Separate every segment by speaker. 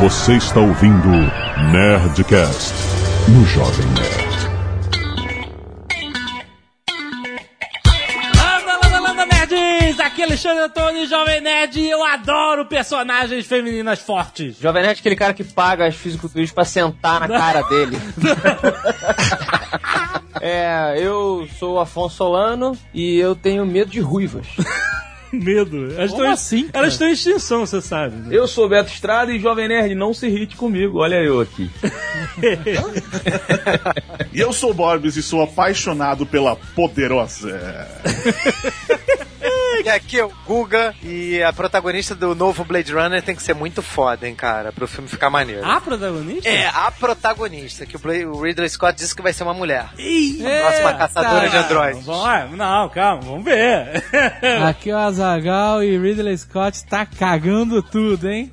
Speaker 1: Você está ouvindo Nerdcast no Jovem Nerd.
Speaker 2: Landa, landa, landa, nerds! Aqui é Alexandre Antônio, Jovem Nerd, e eu adoro personagens femininas fortes.
Speaker 3: Jovem Nerd é aquele cara que paga as fisiculturistas pra sentar na cara dele. é, eu sou o Afonso Solano e eu tenho medo de ruivas.
Speaker 2: Medo. Elas
Speaker 4: Como
Speaker 2: estão,
Speaker 4: assim, cara?
Speaker 2: Elas estão em extinção, você sabe. né?
Speaker 5: Eu sou Beto Estrada e Jovem Nerd, não se irrite comigo, olha eu aqui.
Speaker 1: E eu sou o Borbes e sou apaixonado pela poderosa.
Speaker 6: E aqui é o Guga e a protagonista do novo Blade Runner tem que ser muito foda, hein, cara, pro filme ficar maneiro.
Speaker 2: A protagonista?
Speaker 6: É, a protagonista, que o, Bla- o Ridley Scott disse que vai ser uma mulher.
Speaker 2: Ih,
Speaker 6: próxima caçadora de androides.
Speaker 2: Vamos, não, calma, vamos ver.
Speaker 4: Aqui é o Azagal e Ridley Scott tá cagando tudo, hein?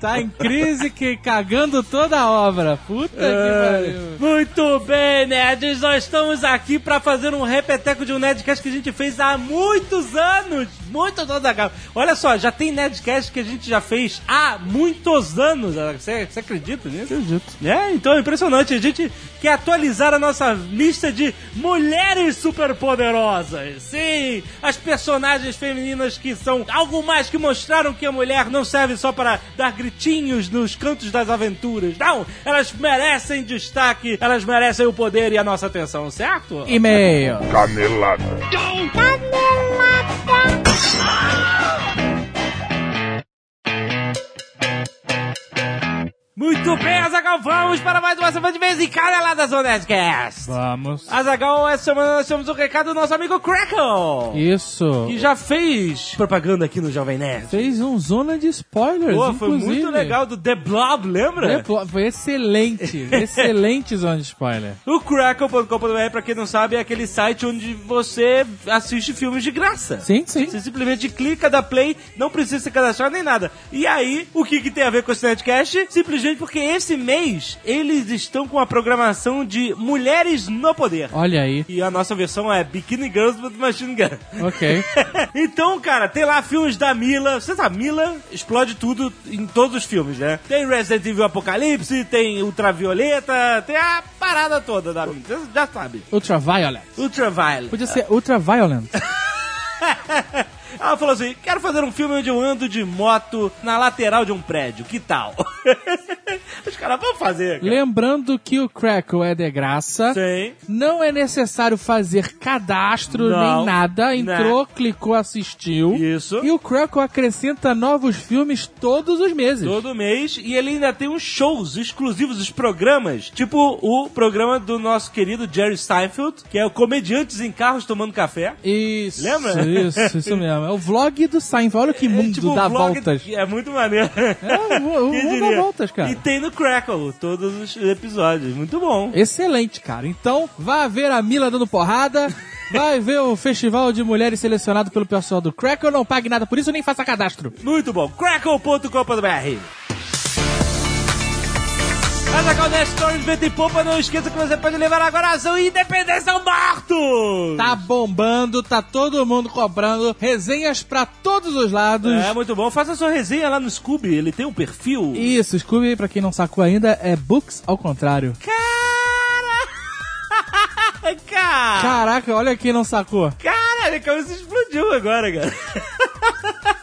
Speaker 4: tá em crise que cagando toda a obra. Puta
Speaker 2: É.
Speaker 4: que pariu.
Speaker 2: Muito bem, né? nerds, nós estamos aqui pra fazer um repeteco de um Nerdcast que a gente fez há muitos anos. Muito anos, Azaghal. Olha só, já tem Nerdcast que a gente já fez há muitos anos. Azaghal. Você, você acredita nisso? Acredito. É, então é impressionante. A gente quer atualizar a nossa lista de mulheres superpoderosas. Sim, as personagens femininas que são algo mais que mostraram que a mulher não serve só para dar gritinhos nos cantos das aventuras. Não, elas merecem destaque, elas merecem o poder e a nossa atenção, certo?
Speaker 4: E-mail.
Speaker 2: Muito bem, Azagal, vamos para mais uma semana de vez em cara lá da Zona Nerdcast.
Speaker 4: Vamos.
Speaker 2: Azagal, essa semana nós temos o recado do nosso amigo Crackle,
Speaker 4: Isso.
Speaker 2: que já fez propaganda aqui no Jovem Nerd.
Speaker 4: Fez um zona de spoilers,
Speaker 2: Pô, foi
Speaker 4: inclusive.
Speaker 2: muito legal do The Blob, lembra?
Speaker 4: É, pô, Foi excelente, excelente zona de spoiler.
Speaker 2: O Crackle.com.br, pra quem não sabe, é aquele site onde você assiste filmes de graça.
Speaker 4: Sim, sim.
Speaker 2: Você simplesmente clica, dá play, não precisa se cadastrar nem nada. E aí, o que, que tem a ver com esse Nerdcast? Simplesmente porque esse mês eles estão com a programação de Mulheres no Poder.
Speaker 4: Olha aí.
Speaker 2: E a nossa versão é Bikini Girls with Machine Gun.
Speaker 4: Ok.
Speaker 2: então, cara, tem lá filmes da Mila. Você sabe, Mila explode tudo em todos os filmes, né? Tem Resident Evil Apocalipse, tem Ultravioleta, tem a parada toda da Mila. Você já sabe.
Speaker 4: Ultraviolet.
Speaker 2: Ultraviolet.
Speaker 4: Podia ser Ultraviolent.
Speaker 2: Ela falou assim: quero fazer um filme onde eu ando de moto na lateral de um prédio, que tal? Os caras vão fazer, cara.
Speaker 4: Lembrando que o Crackle é de graça.
Speaker 2: Sim.
Speaker 4: Não é necessário fazer cadastro
Speaker 2: Não. né?
Speaker 4: nem nada. Entrou, clicou, assistiu.
Speaker 2: Isso.
Speaker 4: E o Crackle acrescenta novos filmes todos os meses.
Speaker 2: Todo mês, e ele ainda tem uns shows exclusivos, os programas, tipo o programa do nosso querido Jerry Seinfeld, que é o Comediantes em Carros Tomando Café.
Speaker 4: Isso.
Speaker 2: Lembra?
Speaker 4: Isso, isso mesmo. É o vlog do Seinfeld. Olha que mundo
Speaker 2: um
Speaker 4: dá
Speaker 2: vlog-
Speaker 4: voltas.
Speaker 2: É muito maneiro.
Speaker 4: É, o- o
Speaker 2: Quem
Speaker 4: mundo
Speaker 2: diria? Então-
Speaker 4: dá voltas, cara.
Speaker 2: E tem no Crackle todos os episódios. Muito bom.
Speaker 4: Excelente, cara. Então, vá ver a Mila dando porrada. Vai ver o festival de mulheres selecionado pelo pessoal do Crackle. Não pague nada por isso, nem faça cadastro.
Speaker 2: Muito bom. Crackle.com.br Azaghal é Nerd Stories, Vento e Popa, não esqueça que você pode levar agora a sua independência ao morto!
Speaker 4: Tá bombando, tá todo mundo comprando resenhas pra todos os lados.
Speaker 2: É, muito bom. Faça sua resenha lá no Scooby, ele tem um perfil.
Speaker 4: Isso, Scooby, pra quem não sacou ainda, é books ao contrário.
Speaker 2: Cara! Cara!
Speaker 4: Caraca, olha quem não sacou.
Speaker 2: Cara, minha cabeça explodiu agora, cara.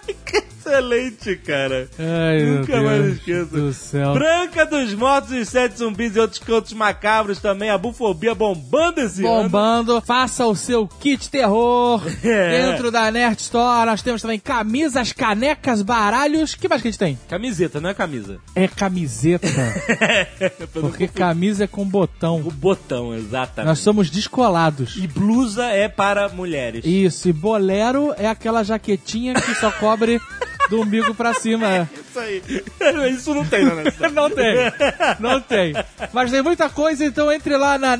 Speaker 2: que excelente, cara.
Speaker 4: Ai, meu
Speaker 2: Nunca mais
Speaker 4: Deus
Speaker 2: esqueço.
Speaker 4: do céu.
Speaker 2: Branca dos Mortos, os Sete Zumbis e outros cantos macabros também. A bufobia bombando esse ano.
Speaker 4: Bombando, faça o seu kit terror
Speaker 2: É.
Speaker 4: dentro da Nerd Store. Nós temos também camisas, canecas, baralhos. que mais que a gente tem?
Speaker 2: Camiseta, não é camisa.
Speaker 4: É camiseta,
Speaker 2: É,
Speaker 4: porque camisa é com botão.
Speaker 2: O botão, exatamente.
Speaker 4: Nós somos descolados.
Speaker 2: E blusa é para mulheres.
Speaker 4: Isso, e bolero é aquela jaquetinha que só cobre do umbigo pra cima.
Speaker 2: Isso aí. Isso não tem, né?
Speaker 4: Não tem, não tem. Mas tem muita coisa, então entre lá na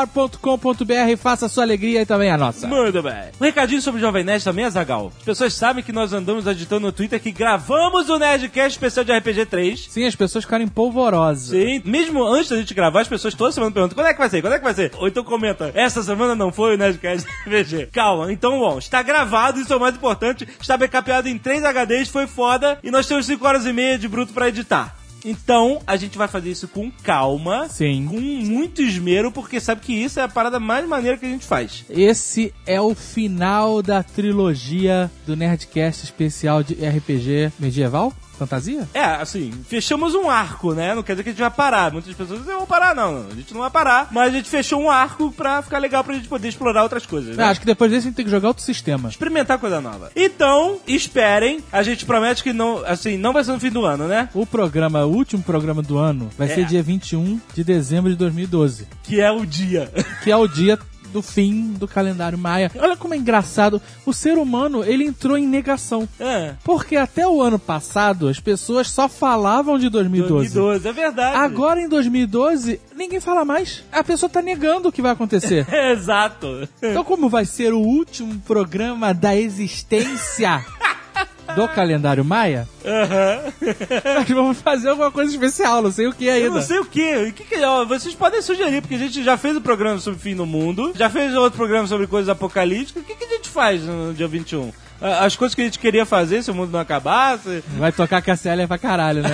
Speaker 4: nerdstore.com.br e faça a sua alegria e também a nossa.
Speaker 2: Muito bem. Um recadinho sobre o Jovem Nerd também, Azagal. As pessoas sabem que nós andamos agitando no Twitter que gravamos o Nerdcast especial de RPG 3.
Speaker 4: Sim, as pessoas ficarem polvorosas.
Speaker 2: Sim, mesmo antes da gente gravar, as pessoas toda semana perguntam quando é que vai ser, quando é que vai ser? Ou então comenta, essa semana não foi o Nerdcast RPG. Calma, então bom, está gravado, isso é o mais importante, está backupado em 3 HDs, foi foda, e nós temos temos 5 horas e meia de bruto pra editar. Então, a gente vai fazer isso com calma,
Speaker 4: Sim.
Speaker 2: com muito esmero, porque sabe que isso é a parada mais maneira que a gente faz.
Speaker 4: Esse é o final da trilogia do Nerdcast especial de RPG medieval? Fantasia?
Speaker 2: É, assim, fechamos um arco, né? Não quer dizer que a gente vai parar. Muitas pessoas dizem, vamos parar, não, não, a gente não vai parar. Mas a gente fechou um arco pra ficar legal pra gente poder explorar outras coisas, né?
Speaker 4: Ah, acho que depois desse a gente tem que jogar outro sistema.
Speaker 2: Experimentar coisa nova. Então, esperem. A gente promete que não, assim, não vai ser no fim do ano, né?
Speaker 4: O programa, o último programa do ano, vai
Speaker 2: É.
Speaker 4: ser dia 21 de dezembro de 2012,
Speaker 2: Que é o dia.
Speaker 4: que é o dia do fim do calendário maia. Olha como é engraçado, o ser humano, ele entrou em negação.
Speaker 2: É.
Speaker 4: Porque até o ano passado as pessoas só falavam de 2012.
Speaker 2: 2012, é verdade.
Speaker 4: Agora em 2012, ninguém fala mais. A pessoa tá negando o que vai acontecer.
Speaker 2: Exato.
Speaker 4: Então, como vai ser o último programa da existência do calendário Maia,
Speaker 2: Aham.
Speaker 4: nós vamos fazer alguma coisa especial, não sei o que ainda.
Speaker 2: Eu não sei o que. O que que ó, vocês podem sugerir, porque a gente já fez o programa sobre o fim do mundo, já fez outro programa sobre coisas apocalípticas. O que, que a gente faz no dia 21? Ah, As coisas que a gente queria fazer se o mundo não acabasse.
Speaker 4: Vai tocar Cassia pra caralho, né,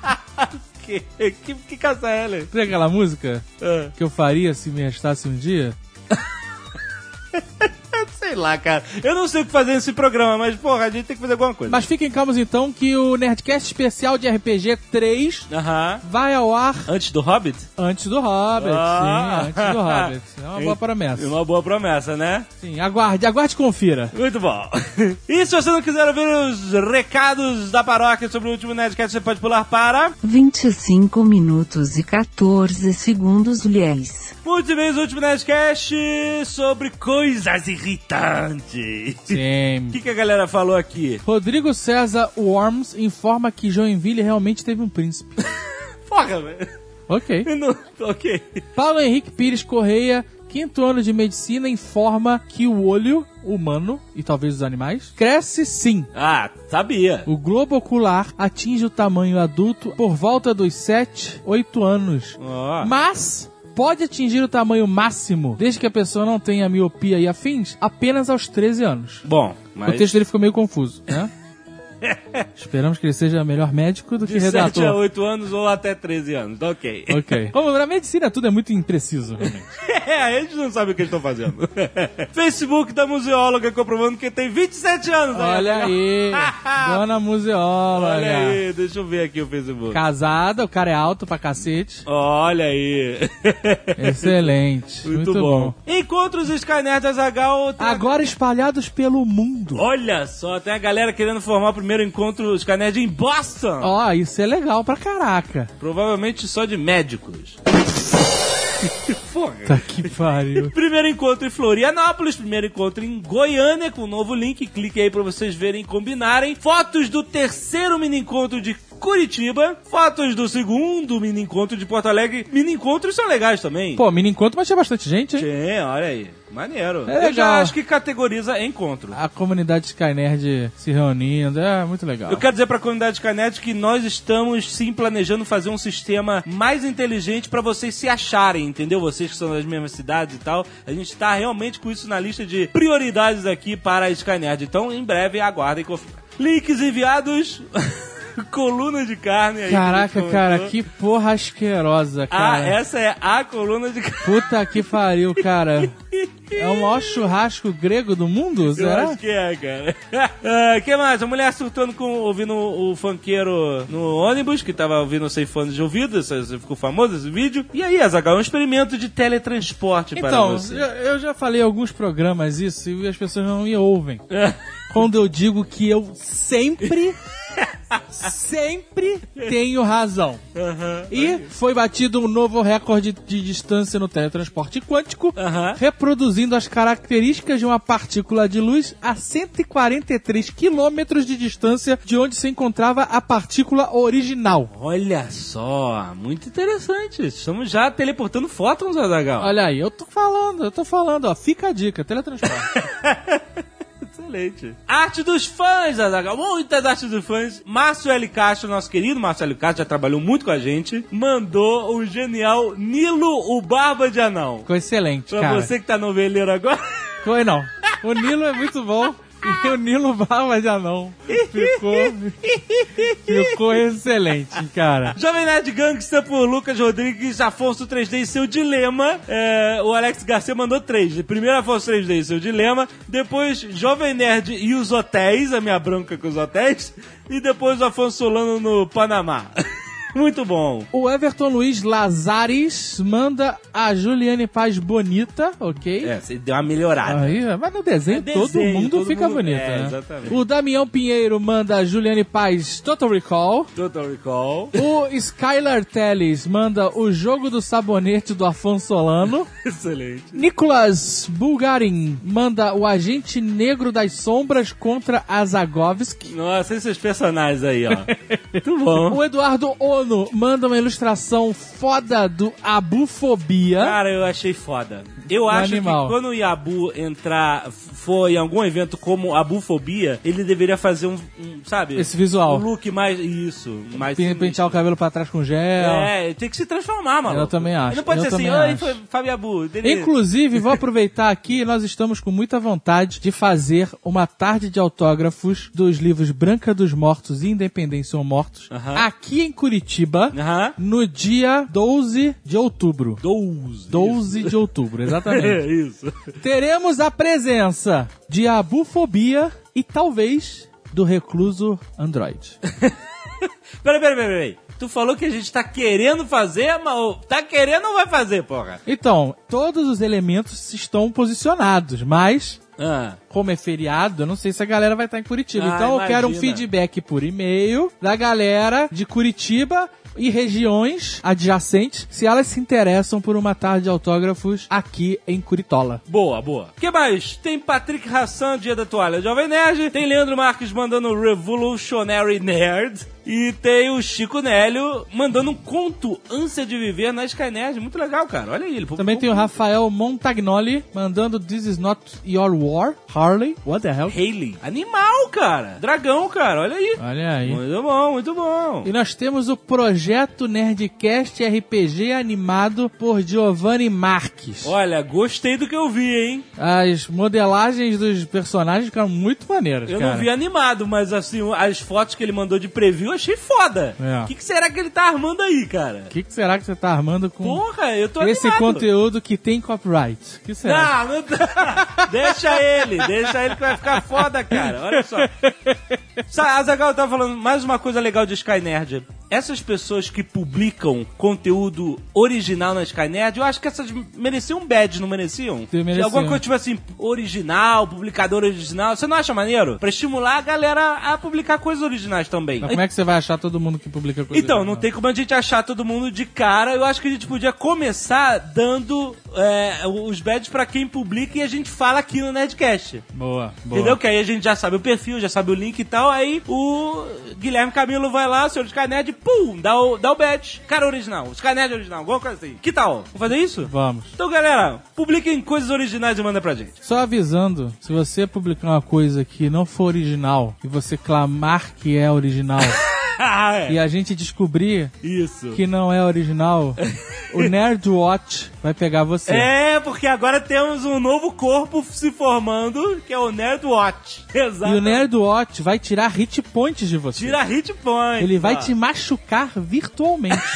Speaker 4: cara?
Speaker 2: Que, que, que caça ela?
Speaker 4: Tem aquela música
Speaker 2: Ah,
Speaker 4: que eu faria se me restasse um dia?
Speaker 2: sei lá, cara. Eu não sei o que fazer nesse programa, mas, porra, a gente tem que fazer alguma coisa.
Speaker 4: Mas fiquem calmos então que o Nerdcast especial de RPG 3
Speaker 2: Aham.
Speaker 4: vai ao ar
Speaker 2: Antes do Hobbit?
Speaker 4: antes do Hobbit.
Speaker 2: Ah.
Speaker 4: Sim, antes do Hobbit. É uma boa
Speaker 2: É
Speaker 4: promessa.
Speaker 2: Uma boa promessa, né?
Speaker 4: Sim, aguarde, aguarde e confira.
Speaker 2: Muito bom. E se você não quiser ouvir os recados da paróquia sobre o último Nerdcast, você pode pular para...
Speaker 7: 25 minutos e 14 segundos, lies.
Speaker 2: Muito bem, o último Nerdcast sobre coisas irritantes. O
Speaker 4: Sim.
Speaker 2: que, que a galera falou aqui?
Speaker 4: Rodrigo César Worms informa que Joinville realmente teve um príncipe.
Speaker 2: Porra, velho.
Speaker 4: Ok.
Speaker 2: Não- Ok.
Speaker 4: Paulo Henrique Pires Correia, quinto ano de medicina, informa que o olho humano, e talvez os animais, cresce sim.
Speaker 2: Ah, sabia.
Speaker 4: O globo ocular atinge o tamanho adulto por volta dos 7, 8 anos.
Speaker 2: Ó.
Speaker 4: Mas pode atingir o tamanho máximo, desde que a pessoa não tenha miopia e afins, apenas aos 13 anos.
Speaker 2: Bom, mas...
Speaker 4: O texto dele ficou meio confuso, né? Esperamos que ele seja melhor médico do que
Speaker 2: de 7 a
Speaker 4: redator.
Speaker 2: 8 anos ou até 13 anos, tá ok.
Speaker 4: Ok. Vamos lá, medicina tudo é muito impreciso, realmente.
Speaker 2: É, eles não sabem o que eles estão fazendo. Facebook da museóloga comprovando que tem 27 anos.
Speaker 4: Olha aí, dona museóloga.
Speaker 2: Olha aí, deixa eu ver aqui o Facebook.
Speaker 4: Casada, o cara é alto pra cacete.
Speaker 2: Olha aí.
Speaker 4: Excelente.
Speaker 2: Muito, bom. Encontros Skynet Azagal.
Speaker 4: Agora espalhados pelo mundo.
Speaker 2: Olha só, tem a galera querendo formar o primeiro encontro Skynet em Boston.
Speaker 4: Ó, isso é legal pra caraca.
Speaker 2: Provavelmente só de médicos. Porra.
Speaker 4: Tá que pariu.
Speaker 2: Primeiro encontro em Florianópolis, primeiro encontro em Goiânia, com um novo link. Clique aí pra vocês verem e combinarem. Fotos do terceiro mini encontro de Curitiba, fotos do segundo mini encontro de Porto Alegre. Mini encontros são legais também.
Speaker 4: Pô, mini encontro, mas tinha bastante gente, hein?
Speaker 2: Sim, olha aí. Maneiro.
Speaker 4: É
Speaker 2: Eu já
Speaker 4: legal.
Speaker 2: acho que categoriza encontro.
Speaker 4: A comunidade Skynerd se reunindo, é muito legal.
Speaker 2: Eu quero dizer pra comunidade Canet que nós estamos sim planejando fazer um sistema mais inteligente pra vocês se acharem, entendeu? Vocês que são das mesmas cidades e tal. A gente tá realmente com isso na lista de prioridades aqui para a Skynerd. Então, em breve, aguardem e confia. Links enviados. Coluna de carne aí. que
Speaker 4: Caraca,
Speaker 2: você
Speaker 4: cara,
Speaker 2: comentou.
Speaker 4: que porra asquerosa,
Speaker 2: Ah,
Speaker 4: cara.
Speaker 2: essa é a coluna de carne.
Speaker 4: Puta que pariu, cara. É o maior churrasco grego do mundo,
Speaker 2: Eu
Speaker 4: será?
Speaker 2: acho que é, cara. O que mais? A mulher surtando com ouvindo o funkeiro no ônibus, que tava ouvindo sem fones de ouvido, isso- isso ficou famoso esse vídeo. E aí, Azagal, é um experimento de teletransporte para
Speaker 4: Então,
Speaker 2: você.
Speaker 4: eu, eu já falei em alguns programas isso e as pessoas não me ouvem.
Speaker 2: É.
Speaker 4: Quando eu digo que eu sempre, sempre tenho razão.
Speaker 2: Aham.
Speaker 4: E foi batido um novo recorde de distância no teletransporte quântico,
Speaker 2: Aham.
Speaker 4: reproduzindo as características de uma partícula de luz a 143 quilômetros de distância de onde se encontrava a partícula original.
Speaker 2: Olha só, muito interessante. Estamos já teleportando fótons, Azagal.
Speaker 4: Olha aí, eu tô falando, eu tô falando, ó, fica a dica, teletransporte.
Speaker 2: Excelente. Arte dos fãs, Azagal. Muitas artes dos fãs. Márcio L. Castro, nosso querido Márcio L. Castro, já trabalhou muito com a gente, mandou o genial Nilo, o Barba de Anão.
Speaker 4: Ficou excelente,
Speaker 2: Pra
Speaker 4: cara.
Speaker 2: você que tá no veleiro agora.
Speaker 4: Foi não. O Nilo é muito bom. E o Nilo Barba de Anão ficou, ficou excelente, cara.
Speaker 2: Jovem Nerd Gangsta por Lucas Rodrigues, Afonso 3D e seu dilema. É, o Alex Garcia mandou três. Primeiro Afonso 3D e seu dilema. Depois Jovem Nerd e os hotéis, a minha branca com os hotéis. E depois o Afonso Solano no Panamá. Muito bom.
Speaker 4: O Everton Luiz Lazares manda a Juliane Paz bonita, ok?
Speaker 2: É, você deu uma melhorada.
Speaker 4: Aí, mas no desenho,
Speaker 2: É
Speaker 4: todo
Speaker 2: desenho,
Speaker 4: mundo
Speaker 2: todo
Speaker 4: fica
Speaker 2: mundo-
Speaker 4: bonito,
Speaker 2: é,
Speaker 4: né?
Speaker 2: exatamente.
Speaker 4: O Damião Pinheiro manda a Juliane Paz Total Recall.
Speaker 2: Total Recall.
Speaker 4: O Skylar Telles manda o jogo do sabonete do Afonso Solano.
Speaker 2: Excelente.
Speaker 4: Nicolas Bulgarin manda o agente negro das sombras contra Azagovski.
Speaker 2: Nossa, esses personagens aí, ó. Muito bom.
Speaker 4: O Eduardo Ono manda uma ilustração foda do Abufobia.
Speaker 2: Cara, eu achei foda. Eu
Speaker 4: Um
Speaker 2: acho
Speaker 4: animal.
Speaker 2: que quando o Yabu entrar, for em algum evento como Abufobia, ele deveria fazer um, um, sabe?
Speaker 4: Esse visual.
Speaker 2: Um look mais, isso, mais...
Speaker 4: Pin- Pentear o cabelo pra trás com gel.
Speaker 2: Ah, É, tem que se transformar, mano.
Speaker 4: Eu também acho,
Speaker 2: Não pode
Speaker 4: eu
Speaker 2: ser assim,
Speaker 4: também
Speaker 2: oi,
Speaker 4: acho."
Speaker 2: foi Fábio Abu. dele-
Speaker 4: Inclusive, vou aproveitar aqui, nós estamos com muita vontade de fazer uma tarde de autógrafos dos livros Branca dos Mortos e Independência ou Mortos
Speaker 2: Aham.
Speaker 4: aqui em Curitiba
Speaker 2: Aham.
Speaker 4: no dia 12 de outubro.
Speaker 2: 12.
Speaker 4: 12 de outubro, exatamente.
Speaker 2: É, isso.
Speaker 4: Teremos a presença de abufobia e talvez do recluso Android.
Speaker 2: Peraí, peraí, peraí, peraí. Tu falou que a gente tá querendo fazer, mas ô, tá querendo ou vai fazer, porra?
Speaker 4: Então, todos os elementos estão posicionados, mas
Speaker 2: Ah.
Speaker 4: como é feriado, eu não sei se a galera vai estar em Curitiba.
Speaker 2: Ah,
Speaker 4: então eu quero um
Speaker 2: imagina.
Speaker 4: feedback por e-mail da galera de Curitiba e regiões adjacentes, se elas se interessam por uma tarde de autógrafos aqui em Curitola.
Speaker 2: Boa, boa. O que mais? Tem Patrick Hassan, Dia da Toalha Jovem Nerd. Tem Leandro Marques mandando o Revolutionary Nerd. E tem o Chico Nélio mandando um conto Ânsia de Viver na Sky Nerd. Muito legal, cara. Olha aí. Ele um
Speaker 4: Também tem o Rafael Montagnoli mandando This is not your war, Harley. What the hell?
Speaker 2: Haley. Animal, cara. Dragão, cara. Olha aí.
Speaker 4: Olha aí.
Speaker 2: Muito bom, muito bom.
Speaker 4: E nós temos o projeto Nerdcast RPG animado por Giovanni Marques.
Speaker 2: Olha, gostei do que eu vi, hein?
Speaker 4: As modelagens dos personagens ficaram muito maneiras,
Speaker 2: Eu
Speaker 4: cara.
Speaker 2: não vi animado, mas assim, as fotos que ele mandou de preview eu achei foda. O
Speaker 4: É.
Speaker 2: que, que será que ele tá armando aí, cara?
Speaker 4: O que, que será que você tá armando com
Speaker 2: Porra, eu tô
Speaker 4: esse
Speaker 2: animado.
Speaker 4: conteúdo que tem copyright? O que será?
Speaker 2: Não, não dá. Deixa ele, deixa ele que vai ficar foda, cara. Olha só. Sa- A Zagal tava falando mais uma coisa legal de Sky Nerd. Essas pessoas que publicam conteúdo original na Sky Nerd, eu acho que essas mereciam um badge, não mereciam?
Speaker 4: Sim, mereciam.
Speaker 2: Se Alguma coisa tipo assim, original, publicador original. Você não acha maneiro? Pra estimular a galera a publicar coisas originais também.
Speaker 4: Mas como é que você vai achar todo mundo que publica coisa?
Speaker 2: Então, não
Speaker 4: original?
Speaker 2: tem como a gente achar todo mundo de cara. Eu acho que a gente podia começar dando é, os badges pra quem publica e a gente fala aqui no Nerdcast.
Speaker 4: Boa, boa.
Speaker 2: Entendeu? Que aí a gente já sabe o perfil, já sabe o link e tal. Aí o Guilherme Camilo vai lá, senhor Skynet, pum, dá o, dá o badge. Cara original, Skynet original, alguma coisa assim. Que tal? Vamos fazer isso?
Speaker 4: Vamos.
Speaker 2: Então, galera, publiquem coisas originais e manda pra gente.
Speaker 4: Só avisando, se você publicar uma coisa que não for original e você clamar que é original
Speaker 2: ah, é.
Speaker 4: e a gente descobrir
Speaker 2: Isso.
Speaker 4: que não é original, o Nerd Watch vai pegar você.
Speaker 2: É, porque agora temos um novo corpo se formando, que é o Nerd Watch.
Speaker 4: E
Speaker 2: Exato.
Speaker 4: o Nerd Watch vai tirar hit points de você.
Speaker 2: Tira hit point.
Speaker 4: Ele vai
Speaker 2: ó.
Speaker 4: te machucar virtualmente.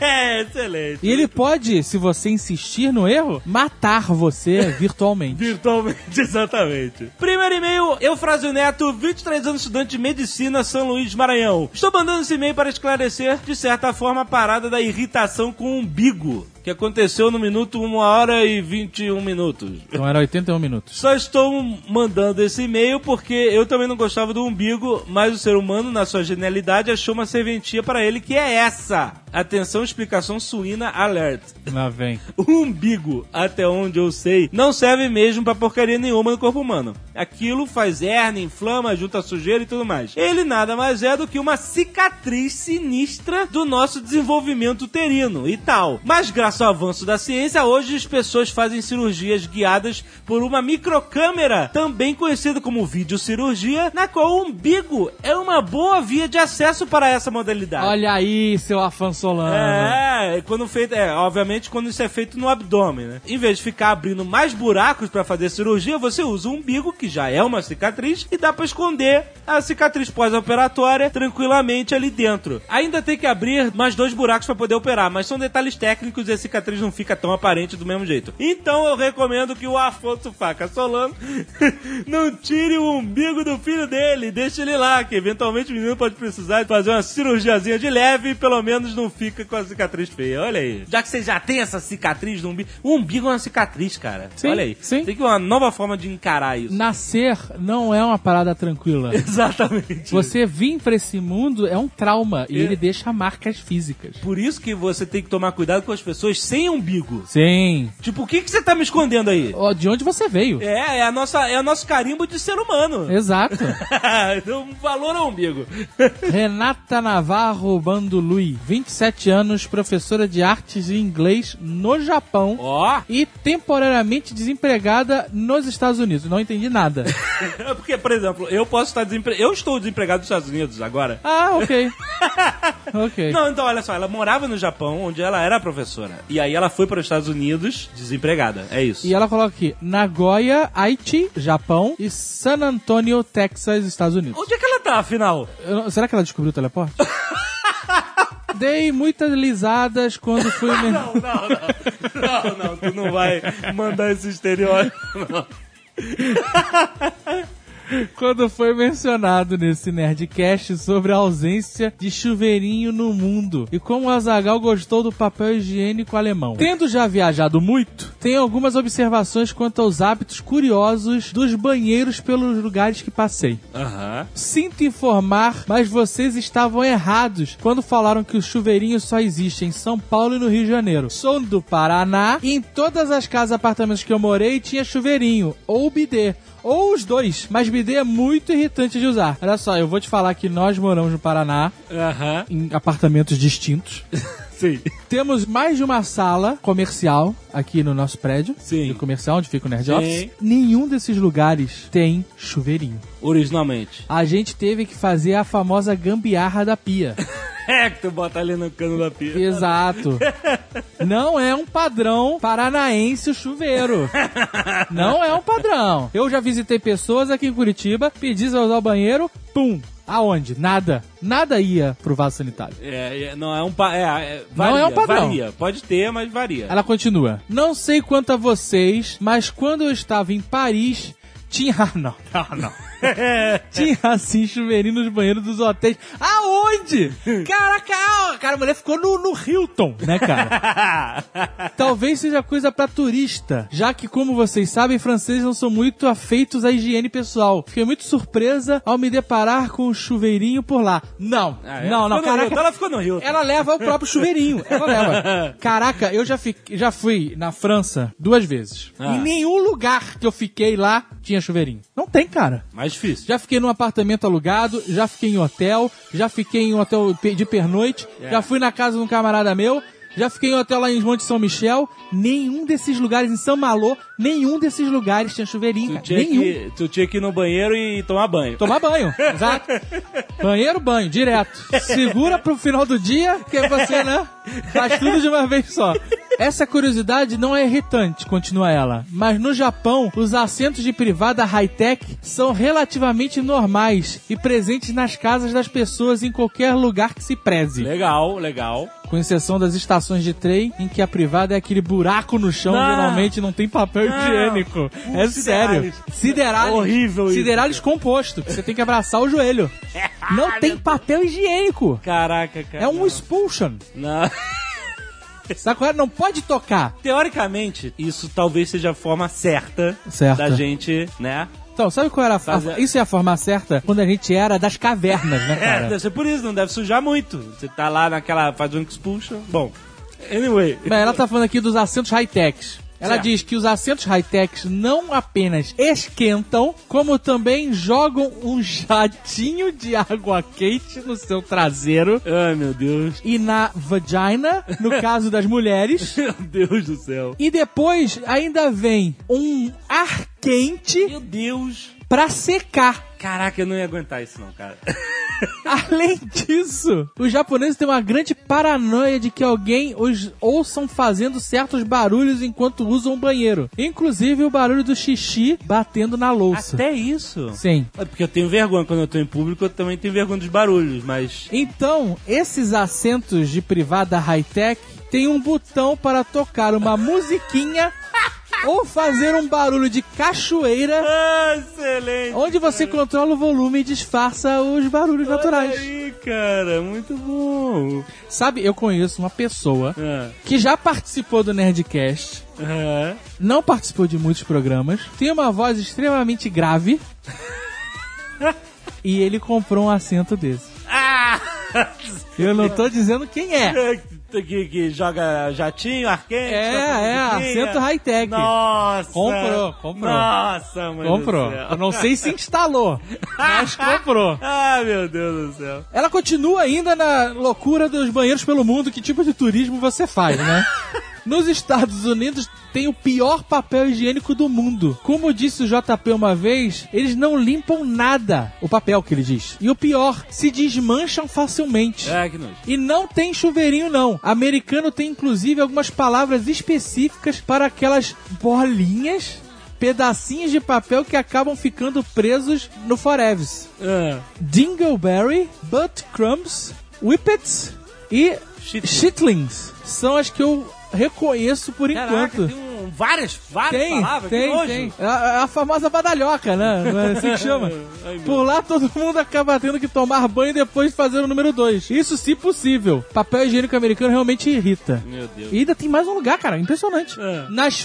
Speaker 2: É, excelente.
Speaker 4: E ele pode, se você insistir no erro, matar você virtualmente.
Speaker 2: Virtualmente, exatamente. Primeiro e-mail, Eufrásio Neto, 23 anos estudante de medicina, São Luís, Maranhão. Estou mandando esse e-mail para esclarecer, de certa forma, a parada da irritação com o umbigo, que aconteceu no minuto 1 hora e 21 minutos.
Speaker 4: Então era 81 minutos.
Speaker 2: Só estou mandando esse e-mail porque eu também não gostava do umbigo, mas o ser humano, na sua genialidade, achou uma serventia para ele que é essa. Atenção, explicação suína alert.
Speaker 4: Lá vem.
Speaker 2: O umbigo, até onde eu sei, não serve mesmo pra porcaria nenhuma no corpo humano. Aquilo faz hernia, inflama, junta sujeira e tudo mais. Ele nada mais é do que uma cicatriz sinistra do nosso desenvolvimento uterino e tal. Mas graças Graças ao avanço da ciência, hoje as pessoas fazem cirurgias guiadas por uma microcâmera, também conhecida como videocirurgia, na qual o umbigo é uma boa via de acesso para essa modalidade.
Speaker 4: Olha aí, seu Afan Solano.
Speaker 2: Ah. É, quando feito, é, obviamente quando isso é feito no abdômen, né? Em vez de ficar abrindo mais buracos pra fazer cirurgia, você usa o umbigo, que já é uma cicatriz, e dá pra esconder a cicatriz pós-operatória tranquilamente ali dentro. Ainda tem que abrir mais dois buracos pra poder operar, mas são detalhes técnicos e a cicatriz não fica tão aparente do mesmo jeito. Então eu recomendo que o Afonso Faca Solano não tire o umbigo do filho dele, deixe ele lá, que eventualmente o menino pode precisar fazer uma cirurgiazinha de leve e pelo menos não fica com a cicatriz feia. Olha aí. Já que você já tem essa cicatriz do umbigo, o umbigo é uma cicatriz, cara.
Speaker 4: Sim,
Speaker 2: Olha aí.
Speaker 4: sim.
Speaker 2: Tem que uma nova forma de encarar isso.
Speaker 4: Nascer não é uma parada tranquila.
Speaker 2: Exatamente.
Speaker 4: Você vir pra esse mundo é um trauma e
Speaker 2: É.
Speaker 4: ele deixa marcas físicas.
Speaker 2: Por isso que você tem que tomar cuidado com as pessoas sem umbigo.
Speaker 4: Sim.
Speaker 2: Tipo, o que, que você tá me escondendo aí?
Speaker 4: Ó, De onde você veio?
Speaker 2: É, é, a nossa, é o nosso carimbo de ser humano.
Speaker 4: Exato.
Speaker 2: Não Um valor ao umbigo.
Speaker 4: Renata Navarro Bandului, 27 anos, professora de artes e inglês no Japão.
Speaker 2: Ó,
Speaker 4: E temporariamente desempregada nos Estados Unidos. Não entendi nada.
Speaker 2: porque, por exemplo, eu posso estar desempregado. Eu estou desempregado dos Estados Unidos agora.
Speaker 4: Ah, ok. ok.
Speaker 2: Não, então olha só, ela morava no Japão, onde ela era professora. E aí ela foi para os Estados Unidos desempregada. É isso.
Speaker 4: E ela coloca aqui: Nagoya, Haiti, Japão e San Antonio, Texas, Estados Unidos.
Speaker 2: Onde é que ela tá, afinal?
Speaker 4: Eu não- será que ela descobriu o teleporte? Dei muitas lisadas quando fui. me-
Speaker 2: Não, não, não. Não, não, tu não vai mandar esse estereótipo, não.
Speaker 4: Quando foi mencionado nesse Nerdcast sobre a ausência de chuveirinho no mundo e como o Azagal gostou do papel higiênico alemão. Tendo já viajado muito, tem algumas observações quanto aos hábitos curiosos dos banheiros pelos lugares que passei.
Speaker 2: Aham.
Speaker 4: Sinto informar, mas vocês estavam errados quando falaram que o chuveirinho só existe em São Paulo e no Rio de Janeiro. Sou do Paraná e em todas as casas e apartamentos que eu morei tinha chuveirinho ou bidê. Ou os dois, mas bidê é muito irritante de usar. Olha só, eu vou te falar que nós moramos no Paraná,
Speaker 2: Aham.
Speaker 4: em apartamentos distintos.
Speaker 2: Sim.
Speaker 4: Temos mais de uma sala comercial aqui no nosso prédio.
Speaker 2: Sim.
Speaker 4: De comercial, onde fica o Nerd
Speaker 2: Sim.
Speaker 4: Office. Nenhum desses lugares tem chuveirinho
Speaker 2: Originalmente.
Speaker 4: a gente teve que fazer a famosa gambiarra da pia.
Speaker 2: É que tu bota ali no cano da pia.
Speaker 4: Exato. Não é um padrão paranaense o chuveiro. Não é um padrão. Eu já visitei pessoas aqui em Curitiba, pedi pra usar o banheiro, pum. Aonde? Nada. Nada ia pro vaso sanitário.
Speaker 2: É, é, não é um pa- é, é,
Speaker 4: Não
Speaker 2: varia,
Speaker 4: é um padrão.
Speaker 2: Varia. Pode ter, mas varia.
Speaker 4: Ela continua. Não sei quanto a vocês, mas quando eu estava em Paris, tinha. Ah, não, não, não. tinha assim chuveirinho nos banheiros dos hotéis. Aonde? Caraca, ah, cara, a mulher ficou no, no Hilton, né, cara? Talvez seja coisa pra turista, já que, como vocês sabem, franceses não são muito afeitos à higiene pessoal. Fiquei muito surpresa ao me deparar com o chuveirinho por lá. Não,
Speaker 2: Ah, é?
Speaker 4: não,
Speaker 2: Ficou
Speaker 4: não,
Speaker 2: no
Speaker 4: caraca.
Speaker 2: Hilton, ela ficou no Hilton.
Speaker 4: Ela leva o próprio chuveirinho. Ela leva. Caraca, eu já, fiquei, já fui na França duas vezes.
Speaker 2: Ah.
Speaker 4: Em nenhum lugar que eu fiquei lá tinha chuveirinho. Não tem, cara.
Speaker 2: Mais difícil.
Speaker 4: Já fiquei num apartamento alugado, já fiquei em hotel, já fiquei em hotel pe- de pernoite,
Speaker 2: É.
Speaker 4: já fui na casa de um camarada meu, já fiquei em hotel lá em Monte São Michel. Nenhum desses lugares, em São Malô, nenhum desses lugares tinha chuveirinho.
Speaker 2: Tu
Speaker 4: cara.
Speaker 2: tinha,
Speaker 4: Nenhum.
Speaker 2: que, tu tinha que ir no banheiro e tomar banho.
Speaker 4: Tomar banho, exato. Banheiro, banho, direto. Segura pro final do dia, porque você, né? Faz tudo de uma vez só. Essa curiosidade não é irritante, continua ela. Mas no Japão, os assentos de privada high-tech são relativamente normais e presentes nas casas das pessoas em qualquer lugar que se preze.
Speaker 2: Legal, legal.
Speaker 4: Com exceção das estações de trem, em que a privada é aquele buraco no chão,
Speaker 2: Não.
Speaker 4: geralmente não tem papel
Speaker 2: Não.
Speaker 4: higiênico.
Speaker 2: Putz,
Speaker 4: é sério.
Speaker 2: siderales.
Speaker 4: Siderales.
Speaker 2: Horrível isso,
Speaker 4: Siderales composto, que você tem que abraçar o joelho. Não tem papel higiênico.
Speaker 2: Caraca, cara.
Speaker 4: É um expulsion.
Speaker 2: Não.
Speaker 4: Sabe qual é? Não pode tocar.
Speaker 2: Teoricamente, isso talvez seja a forma certa,
Speaker 4: Certa.
Speaker 2: da gente, né?
Speaker 4: Então, sabe qual era a,
Speaker 2: Fazer-
Speaker 4: a- Isso é a forma certa? Quando a gente era das cavernas, né,
Speaker 2: É,
Speaker 4: cara?
Speaker 2: deve ser por isso, não deve sujar muito. Você tá lá naquela fazendo expulsion. Bom, anyway.
Speaker 4: tá Mas ela tá falando aqui dos assentos high-techs. Ela diz que os assentos high-techs não apenas esquentam, como também jogam um jatinho de água quente no seu traseiro
Speaker 2: Ai, meu Deus.
Speaker 4: e na vagina, no caso das mulheres.
Speaker 2: Meu Deus do céu.
Speaker 4: E depois ainda vem um ar quente
Speaker 2: Meu Deus.
Speaker 4: pra secar.
Speaker 2: Caraca, eu não ia aguentar isso não, cara.
Speaker 4: Além disso, os japoneses têm uma grande paranoia de que alguém os ouçam fazendo certos barulhos enquanto usam o banheiro. Inclusive o barulho do xixi batendo na louça.
Speaker 2: Até isso.
Speaker 4: Sim.
Speaker 2: É porque eu tenho vergonha quando eu tô em público, eu também tenho vergonha dos barulhos, mas
Speaker 4: Então, esses assentos de privada high-tech têm um botão para tocar uma musiquinha ou fazer um barulho de cachoeira
Speaker 2: excelente.
Speaker 4: onde você controla o volume e disfarça os barulhos naturais.
Speaker 2: Aí, cara, muito bom.
Speaker 4: Sabe, eu conheço uma pessoa
Speaker 2: Ah,
Speaker 4: que já participou do Nerdcast
Speaker 2: ah.
Speaker 4: não participou de muitos programas, tem uma voz extremamente grave. e ele comprou um assento desse.
Speaker 2: Ah!
Speaker 4: Eu não tô dizendo quem é.
Speaker 2: que, que joga jatinho, arquente.
Speaker 4: É, é, assento high-tech.
Speaker 2: Nossa.
Speaker 4: Comprou, comprou.
Speaker 2: Nossa, mãe
Speaker 4: Comprou.
Speaker 2: do céu.
Speaker 4: Eu não sei se instalou, mas comprou.
Speaker 2: Ah, meu Deus do céu.
Speaker 4: Ela continua ainda na loucura dos banheiros pelo mundo. Que tipo de turismo você faz, né? Nos Estados Unidos tem o pior papel higiênico do mundo. Como disse o JP uma vez, eles não limpam nada. O papel que ele diz. E o pior, se desmancham facilmente.
Speaker 2: É, que nojo.
Speaker 4: E não tem chuveirinho, não. Americano tem inclusive algumas palavras específicas para aquelas bolinhas, pedacinhos de papel que acabam ficando presos no Forevs.
Speaker 2: Ah,
Speaker 4: Dingleberry, Butt Crumbs, Whippets e
Speaker 2: Shit-
Speaker 4: Shitlings. São as que eu reconheço por
Speaker 2: Caraca,
Speaker 4: enquanto.
Speaker 2: tem um, várias, várias
Speaker 4: Tem,
Speaker 2: palavras. que
Speaker 4: tem,
Speaker 2: nojo.
Speaker 4: tem. A, a famosa badalhoca, né? Não é assim que chama.
Speaker 2: Ai, meu
Speaker 4: Por lá todo mundo acaba tendo que tomar banho depois de fazer o número 2. Isso se possível. Papel higiênico americano realmente irrita.
Speaker 2: Meu Deus.
Speaker 4: E ainda tem mais um lugar, cara, impressionante.
Speaker 2: É.
Speaker 4: Nas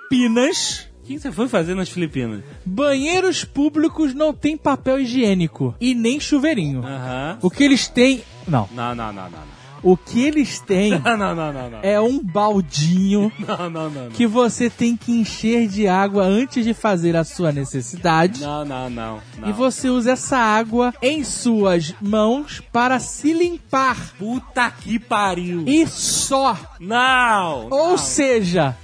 Speaker 4: Filipinas,
Speaker 2: O que que você foi fazer nas Filipinas?
Speaker 4: banheiros públicos não têm papel higiênico e nem chuveirinho.
Speaker 2: Aham.
Speaker 4: O que eles têm. Não.
Speaker 2: Não, não, não, não. não.
Speaker 4: O que eles têm
Speaker 2: Ah, não, não, não, não.
Speaker 4: é um baldinho
Speaker 2: Não, não, não. não.
Speaker 4: que você tem que encher de água antes de fazer a sua necessidade.
Speaker 2: Não, não, não. não.
Speaker 4: E você usa essa água em suas mãos para se limpar.
Speaker 2: Puta que pariu.
Speaker 4: E só.
Speaker 2: Não!
Speaker 4: Ou seja,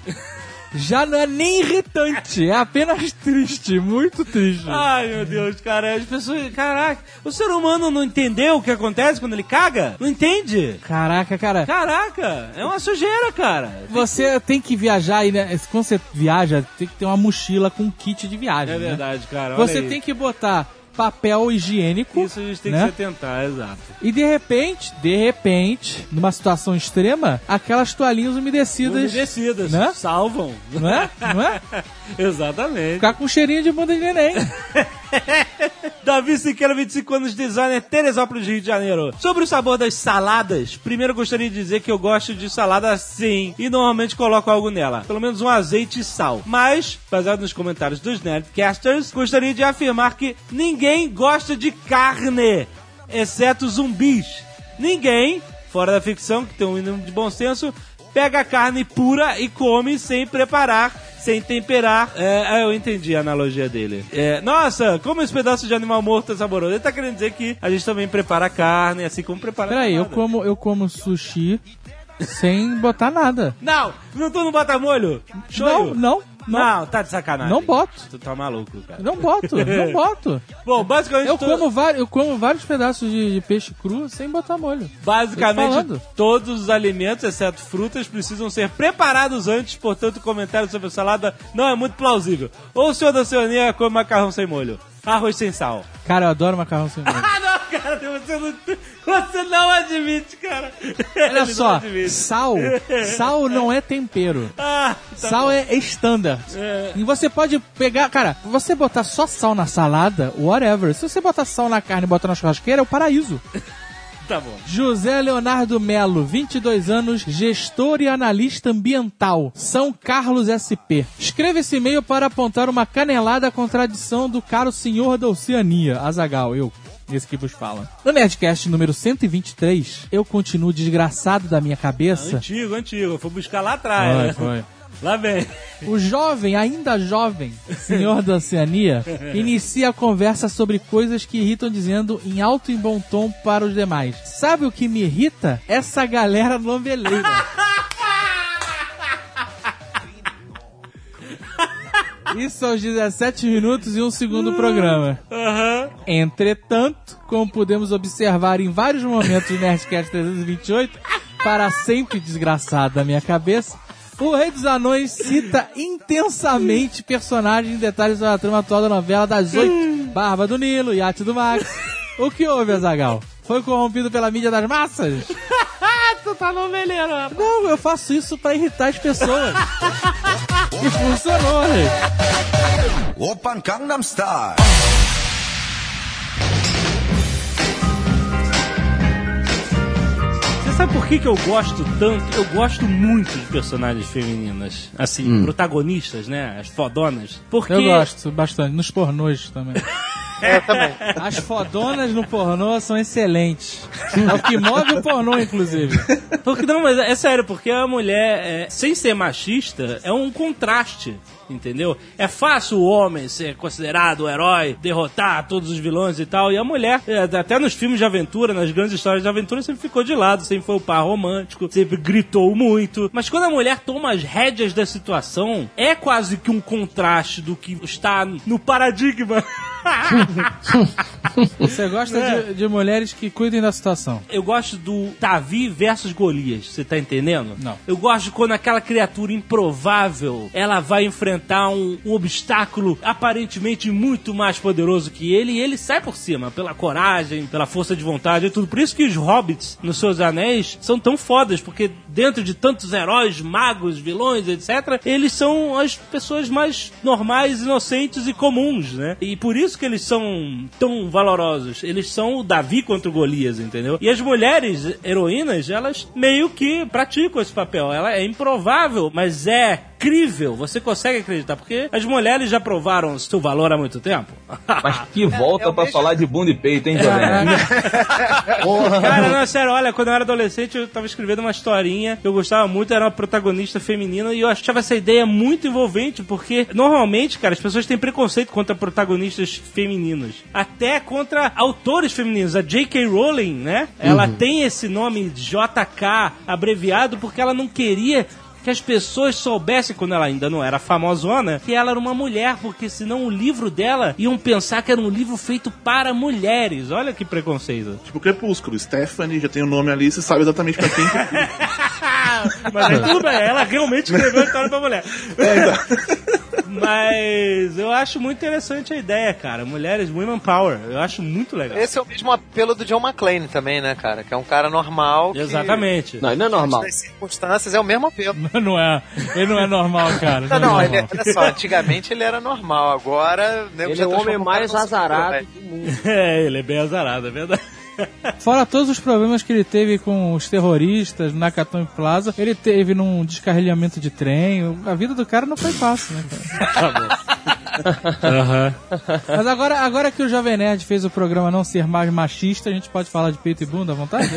Speaker 4: já não é nem irritante, é apenas triste, muito triste.
Speaker 2: Ai, meu Deus, cara, as pessoas. Caraca, o ser humano não entendeu o que acontece quando ele caga? Não entende?
Speaker 4: Caraca, cara.
Speaker 2: Caraca, é uma sujeira, cara.
Speaker 4: Você tem que viajar e né, quando você viaja, tem que ter uma mochila com kit de viagem.
Speaker 2: É
Speaker 4: né?
Speaker 2: verdade, cara.
Speaker 4: Você tem que botar papel higiênico.
Speaker 2: Isso a gente tem
Speaker 4: né?
Speaker 2: que se atentar, exato.
Speaker 4: E de repente, de repente, numa situação extrema, aquelas toalhinhas umedecidas.
Speaker 2: Umedecidas,
Speaker 4: Né?
Speaker 2: salvam.
Speaker 4: Não é? Não é?
Speaker 2: Exatamente.
Speaker 4: Ficar com cheirinho de bunda de neném.
Speaker 2: Davi Siqueira, 25 anos, designer, Teresópolis, Rio de Janeiro. Sobre o sabor das saladas, primeiro eu gostaria de dizer que eu gosto de salada sim, e normalmente coloco algo nela, pelo menos um azeite e sal. Mas, baseado nos comentários dos Nerdcasters, gostaria de afirmar que ninguém gosta de carne, exceto zumbis. Ninguém, fora da ficção, que tem um mínimo de bom senso, pega a carne pura e come sem preparar, sem temperar. É, ah, eu entendi a analogia dele. É, nossa, como esse pedaço de animal morto é saboroso. Ele tá querendo dizer que a gente também prepara a carne, assim como prepara
Speaker 4: Peraí,
Speaker 2: a
Speaker 4: eu
Speaker 2: salada.
Speaker 4: como, eu como sushi sem botar nada.
Speaker 2: Não, não tô no bota-molho.
Speaker 4: Não, não, não.
Speaker 2: Não, tá de sacanagem.
Speaker 4: Não boto.
Speaker 2: Tu tá maluco, cara.
Speaker 4: Não boto, não boto.
Speaker 2: Bom, basicamente...
Speaker 4: Eu
Speaker 2: tô-
Speaker 4: como, vari- eu como vários pedaços de, de peixe cru sem botar molho. Tô
Speaker 2: Basicamente,
Speaker 4: falando.
Speaker 2: todos os alimentos, exceto frutas, precisam ser preparados antes, portanto, o comentário sobre salada não é muito plausível. Ou o senhor da Oceania come macarrão sem molho, arroz sem sal.
Speaker 4: Cara, eu adoro macarrão sem molho.
Speaker 2: Ah, não, cara, você não, você não admite, cara.
Speaker 4: Olha
Speaker 2: Ele
Speaker 4: só,
Speaker 2: Não admite.
Speaker 4: sal, sal não é tempero.
Speaker 2: Ah,
Speaker 4: sal é standard.
Speaker 2: É.
Speaker 4: E você pode pegar, cara, você botar só sal na salada, whatever. Se você botar sal na carne e botar na churrasqueira, é o paraíso.
Speaker 2: tá bom.
Speaker 4: José Leonardo Melo, 22 anos, gestor e analista ambiental, São Carlos SP. Escreva esse e-mail para apontar uma canelada à contradição do caro senhor da Oceania, Azagal, eu. Esse que vos fala. No Nerdcast número 123, eu continuo desgraçado da minha cabeça.
Speaker 2: Antigo, antigo. Eu fui buscar lá atrás. né?
Speaker 4: Foi, foi.
Speaker 2: Lá vem.
Speaker 4: O jovem, ainda jovem, senhor da Oceania, inicia a conversa sobre coisas que irritam dizendo em alto e bom tom para os demais. Sabe o que me irrita? Essa galera lambeleira. Isso aos 17 minutos e 1 segundo do programa. Entretanto, como podemos observar em vários momentos do Nerdcast 328, para sempre desgraçado da minha cabeça, o Rei dos Anões cita intensamente personagens e detalhes da trama atual da novela das oito. Barba do Nilo, Iate do Max. O que houve, Azagal? Foi corrompido pela mídia das massas?
Speaker 2: Tu tá noveleiro, rapaz.
Speaker 4: Não, eu faço isso pra irritar as pessoas. E funcionou, gente.
Speaker 8: Opern Gangnam Style.
Speaker 2: Você sabe por que, que eu gosto tanto? Eu gosto muito de personagens femininas. Assim, protagonistas, né? As fodonas. Porque.
Speaker 4: Hum. Eu gosto bastante, nos pornôs também.
Speaker 6: É, também.
Speaker 4: As fodonas no pornô são excelentes. É o que move o pornô, inclusive.
Speaker 2: Porque, não, mas é sério, porque a mulher, é, sem ser machista, é um contraste. Entendeu? É fácil o homem ser considerado o herói, derrotar todos os vilões e tal. E a mulher, é, até nos filmes de aventura, nas grandes histórias de aventura, sempre ficou de lado, sempre foi o par romântico, sempre gritou muito. Mas quando a mulher toma as rédeas da situação, é quase que um contraste do que está no paradigma.
Speaker 4: Você gosta de, de mulheres que cuidem da situação.
Speaker 2: Eu gosto do Davi versus Golias, você tá entendendo?
Speaker 4: Não.
Speaker 2: Eu gosto quando aquela criatura improvável, ela vai enfrentar um, um obstáculo aparentemente muito mais poderoso que ele, e ele sai por cima, pela coragem, pela força de vontade e tudo. Por isso que os hobbits nos seus anéis são tão fodas, porque dentro de tantos heróis, magos, vilões, etc., eles são as pessoas mais normais, inocentes e comuns, né? E por isso que eles são tão valorosos. Eles são o Davi contra o Golias, entendeu? E as mulheres heroínas, elas meio que praticam esse papel. Ela é improvável, mas é crível. Você consegue acreditar, porque as mulheres já provaram seu valor há muito tempo.
Speaker 5: Mas que volta pra falar de bunda e peito, hein, Jovem Nerd?
Speaker 2: Cara, não, sério, olha, quando eu era adolescente, eu tava escrevendo uma historinha que eu gostava muito, era uma protagonista feminina, e eu achava essa ideia muito envolvente, porque normalmente, cara, as pessoas têm preconceito contra protagonistas femininas. Até contra autores femininos. A J.K. Rowling, né? Ela tem esse nome JK abreviado porque ela não queria. Que as pessoas soubessem, quando ela ainda não era famosona, que ela era uma mulher, porque senão o livro dela iam pensar que era um livro feito para mulheres. Olha que preconceito.
Speaker 9: Tipo Crepúsculo, Stephanie, já tem o nome ali, você sabe exatamente pra quem. que-
Speaker 2: Mas aí tudo bem, ela realmente escreveu a história pra mulher.
Speaker 6: É, então.
Speaker 2: Mas eu acho muito interessante a ideia, cara. Mulheres, women power. Eu acho muito legal.
Speaker 6: Esse é o mesmo apelo do John McClane também, né, cara? Que é um cara normal. que,
Speaker 2: Exatamente.
Speaker 3: Não, não é
Speaker 6: diante
Speaker 3: normal.
Speaker 6: Das circunstâncias, é o mesmo apelo.
Speaker 4: Não é, ele não é normal, cara.
Speaker 6: Não, não,
Speaker 4: é normal.
Speaker 6: ele, olha só, antigamente ele era normal, agora... né,
Speaker 3: Ele
Speaker 6: já
Speaker 3: é o homem
Speaker 6: transformou
Speaker 3: mais
Speaker 6: o cara num super-herói.
Speaker 3: azarado do mundo.
Speaker 2: É, ele é bem azarado, é verdade.
Speaker 4: Fora todos os problemas que ele teve com os terroristas na Catone Plaza, ele teve num descarrilhamento de trem. A vida do cara não foi fácil, né, cara? Mas agora, agora que o Jovem Nerd fez o programa Não Ser Mais Machista, a gente pode falar de peito e bunda à vontade?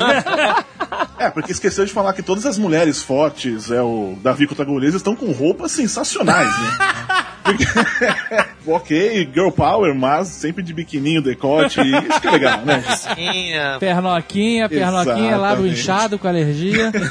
Speaker 9: É, porque esqueceu de falar que todas as mulheres fortes, é o Davi contra Golias, estão com roupas sensacionais, né? Porque- ok, girl power, mas sempre de biquininho, decote, isso que é legal, né?
Speaker 6: Sim, é.
Speaker 4: Pernoquinha, pernoquinha, lábio
Speaker 9: Exatamente.
Speaker 4: inchado com alergia.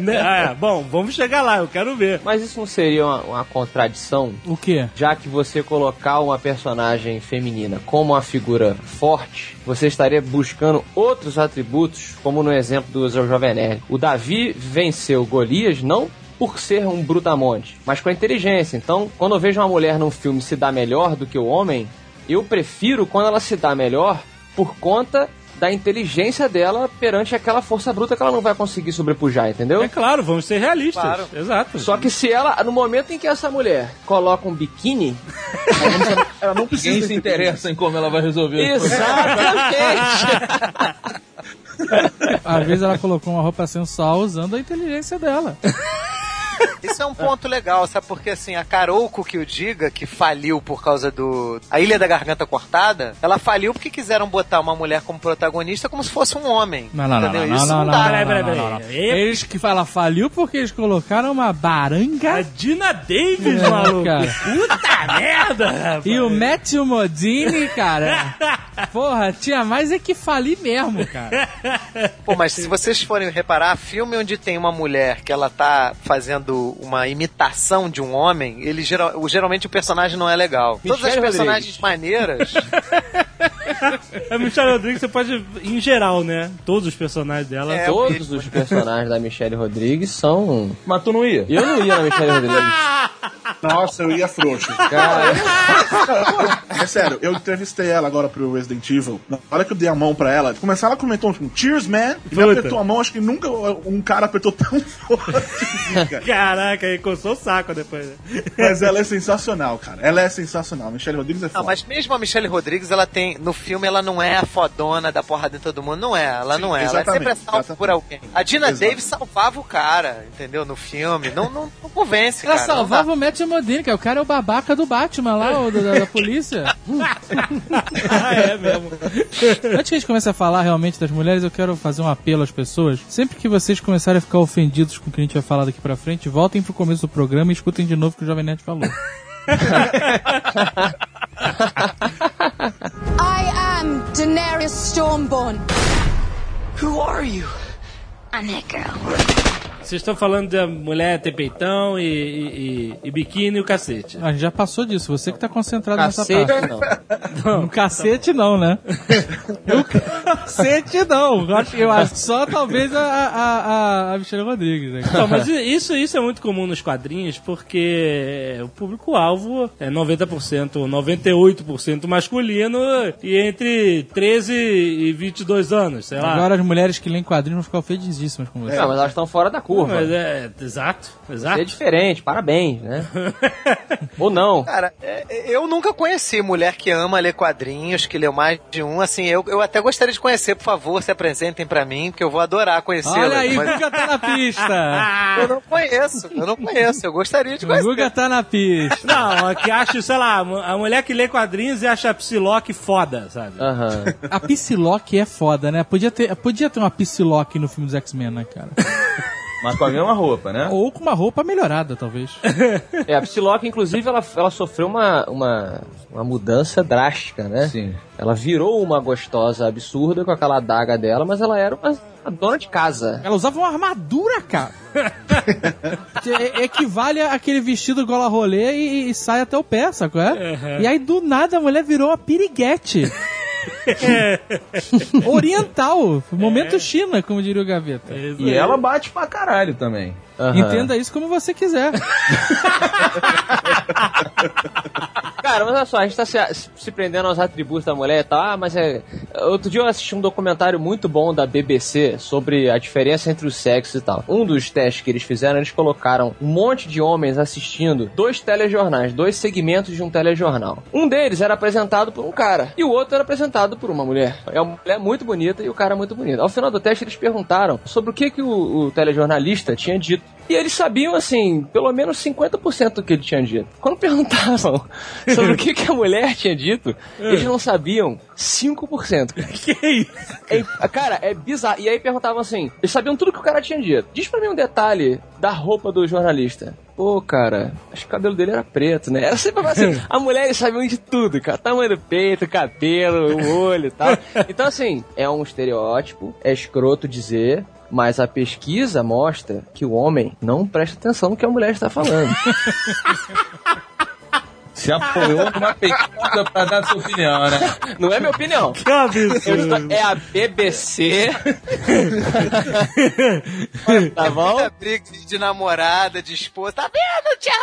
Speaker 2: Né? Ah, é, bom, vamos chegar lá, eu quero ver.
Speaker 3: Mas isso não seria uma, uma contradição?
Speaker 4: O quê?
Speaker 3: Já que você colocar uma personagem feminina como uma figura forte, você estaria buscando outros atributos, como no exemplo do Jovem Nerd. O Davi venceu Golias não por ser um brutamonte, mas com a inteligência. Então, quando eu vejo uma mulher num filme se dar melhor do que o homem, eu prefiro quando ela se dá melhor por conta da inteligência dela perante aquela força bruta que ela não vai conseguir sobrepujar, entendeu?
Speaker 2: É claro, vamos ser realistas.
Speaker 6: Claro.
Speaker 2: Exato.
Speaker 3: Só que se ela, no momento em que essa mulher coloca um biquíni,
Speaker 5: Ela não precisa. Quem se interessa em como ela vai resolver o problema?
Speaker 3: exatamente.
Speaker 4: Às vezes ela colocou uma roupa sensual usando a inteligência dela.
Speaker 6: Isso é um ponto legal, sabe? Porque assim, a Karoko que o diga, que faliu por causa do. A Ilha da Garganta Cortada, ela faliu porque quiseram botar uma mulher como protagonista como se fosse um homem.
Speaker 4: Não, não, não,
Speaker 6: entendeu?
Speaker 4: não, não,
Speaker 6: Isso
Speaker 4: não,
Speaker 6: não,
Speaker 4: não,
Speaker 6: dá.
Speaker 4: não,
Speaker 2: né? Peraí, peraí,
Speaker 4: não, não, não.
Speaker 2: peraí.
Speaker 4: Eles que falam faliu porque eles colocaram uma
Speaker 2: A
Speaker 4: baranga
Speaker 2: É Dina Davis,
Speaker 4: É,
Speaker 2: maluco.
Speaker 4: cara.
Speaker 2: Puta merda, rapaz.
Speaker 4: e o Matthew Modini, cara. Porra, tinha mais é que falir mesmo, cara.
Speaker 6: Pô, mas se vocês forem reparar, filme onde tem uma mulher que ela tá fazendo uma imitação de um homem, ele geral- o- geralmente o personagem não é legal. Todas as
Speaker 3: Michelle
Speaker 6: personagens maneiras.
Speaker 2: A É, Michelle Rodrigues, você pode, em geral, né? Todos os personagens dela.
Speaker 6: É,
Speaker 3: Todos os personagens da Michelle Rodrigues são.
Speaker 5: Mas tu não ia?
Speaker 3: Eu não ia na Michelle Rodrigues.
Speaker 9: Nossa, eu ia frouxo.
Speaker 3: Cara,
Speaker 9: É sério, eu entrevistei ela agora pro Resident Evil. Na hora que eu dei a mão pra ela, começar ela comentou um Cheers, man! E me
Speaker 2: Puta.
Speaker 9: apertou a mão, acho que nunca um cara apertou tão forte, cara.
Speaker 2: Caraca, aí coçou o saco depois. né?
Speaker 9: Mas ela é sensacional, cara. Ela é sensacional. Michelle Rodrigues é
Speaker 6: Não,
Speaker 9: foda.
Speaker 6: mas mesmo a Michelle Rodrigues, ela tem. No filme, ela não é a fodona da porrada em todo mundo. Não é, ela
Speaker 9: Sim,
Speaker 6: não é. Ela é
Speaker 9: exatamente,
Speaker 6: sempre salva
Speaker 9: exatamente.
Speaker 6: por alguém. A Dina
Speaker 9: Exato.
Speaker 6: Davis salvava o cara, entendeu? No filme. Não, não, não convence,
Speaker 4: Ela
Speaker 6: cara. não
Speaker 4: salvava o Matthew Modini, cara. O cara é o babaca do Batman lá, o, da, da polícia.
Speaker 2: Ah, é mesmo.
Speaker 4: Antes que a gente comece a falar realmente das mulheres, eu quero fazer um apelo às pessoas. Sempre que vocês começarem a ficar ofendidos com o que a gente vai falar daqui pra frente, voltem pro começo do programa e escutem de novo o que o Jovem Nerd falou.
Speaker 10: I am Daenerys Stormborn.
Speaker 2: Vocês estão falando da mulher ter peitão e, e, e- e biquíni e o cacete.
Speaker 4: A gente Ah, já passou disso, você que tá concentrado nessa parte.
Speaker 3: cacete, não.
Speaker 4: No cacete não, né? No cacete não. Eu acho- Eu acho só talvez a, a, a, a Michelle Rodrigues, né?
Speaker 2: Não, mas isso, isso é muito comum nos quadrinhos, porque o público-alvo é 90% ou 98% masculino e entre 13 e 22 anos, sei lá.
Speaker 4: Agora as mulheres que leem quadrinhos vão ficar ofendidíssimas com você.
Speaker 3: Não, mas elas estão fora da curva.
Speaker 2: Mas é, exato,
Speaker 3: É
Speaker 2: exato.
Speaker 3: diferente, parabéns, né? Ou não.
Speaker 6: Cara, é- é- eu nunca conheci mulher que ama ler quadrinhos, que leu mais de um. Assim, eu, eu até gostaria de conhecer, por favor, se apresentem pra mim, que eu vou adorar conhecê-las.
Speaker 4: Olha aí, o
Speaker 6: mas
Speaker 4: Guga tá na pista.
Speaker 6: eu não conheço, eu não conheço. Eu gostaria de
Speaker 4: O
Speaker 6: conhecer.
Speaker 4: Guga tá na pista.
Speaker 2: Não, é que acho, sei lá, a mulher que lê quadrinhos e acha a Psylocke foda, sabe?
Speaker 3: Aham.
Speaker 4: A Psylocke é foda, né? Podia ter, podia ter uma Psylocke no filme dos X-Men, né, cara?
Speaker 5: Mas com a mesma roupa, né?
Speaker 4: Ou com uma roupa melhorada, talvez.
Speaker 3: É, a Psylocke, inclusive, ela, ela sofreu uma, uma, uma mudança drástica, né?
Speaker 5: Sim.
Speaker 3: Ela virou uma gostosa absurda com aquela adaga dela, mas ela era uma, uma dona de casa.
Speaker 4: Ela usava uma armadura, cara. Que é- equivale àquele vestido gola rolê e, e sai até o pé, saco é? E aí, do nada, a mulher virou uma piriguete. Oriental. Momento China, como diria o Gaveta.
Speaker 5: E ela bate pra caralho também.
Speaker 3: Aham.
Speaker 4: Entenda isso como você quiser.
Speaker 3: Cara, mas olha só, a gente tá se, se prendendo aos atributos da mulher e tal, ah, mas é. Outro dia eu assisti um documentário muito bom da BBC sobre a diferença entre os sexos e tal. Um dos testes que eles fizeram, eles colocaram um monte de homens assistindo dois telejornais, dois segmentos de um telejornal. Um deles era apresentado por um cara e o outro era apresentado por uma mulher. É uma mulher muito bonita e o cara muito bonito. Ao final do teste, eles perguntaram sobre o que, que o, o telejornalista tinha dito. E eles sabiam, assim, pelo menos 50% do que ele tinha dito. Quando perguntavam sobre o que, que a mulher tinha dito, eles não sabiam 5%.
Speaker 2: Que isso?
Speaker 3: É, cara, é bizarro. E aí perguntavam assim, eles sabiam tudo que o cara tinha dito. Diz pra mim um detalhe da roupa do jornalista. Pô, cara, acho que o cabelo dele era preto, né? Era sempre assim, a mulher sabiam de tudo, cara. Tamanho do peito, cabelo, o olho e tal. Então, assim, é um estereótipo, é escroto dizer, mas a pesquisa mostra que o homem não presta atenção no que a mulher está falando.
Speaker 5: Se apoiou numa pesquisa pra dar sua opinião, né?
Speaker 3: Não é minha opinião.
Speaker 2: Que
Speaker 3: Eu estou-
Speaker 2: absurdo.
Speaker 3: É a BBC. tá bom?
Speaker 6: É Muita briga de namorada, de esposa. Tá vendo? Eu Tinha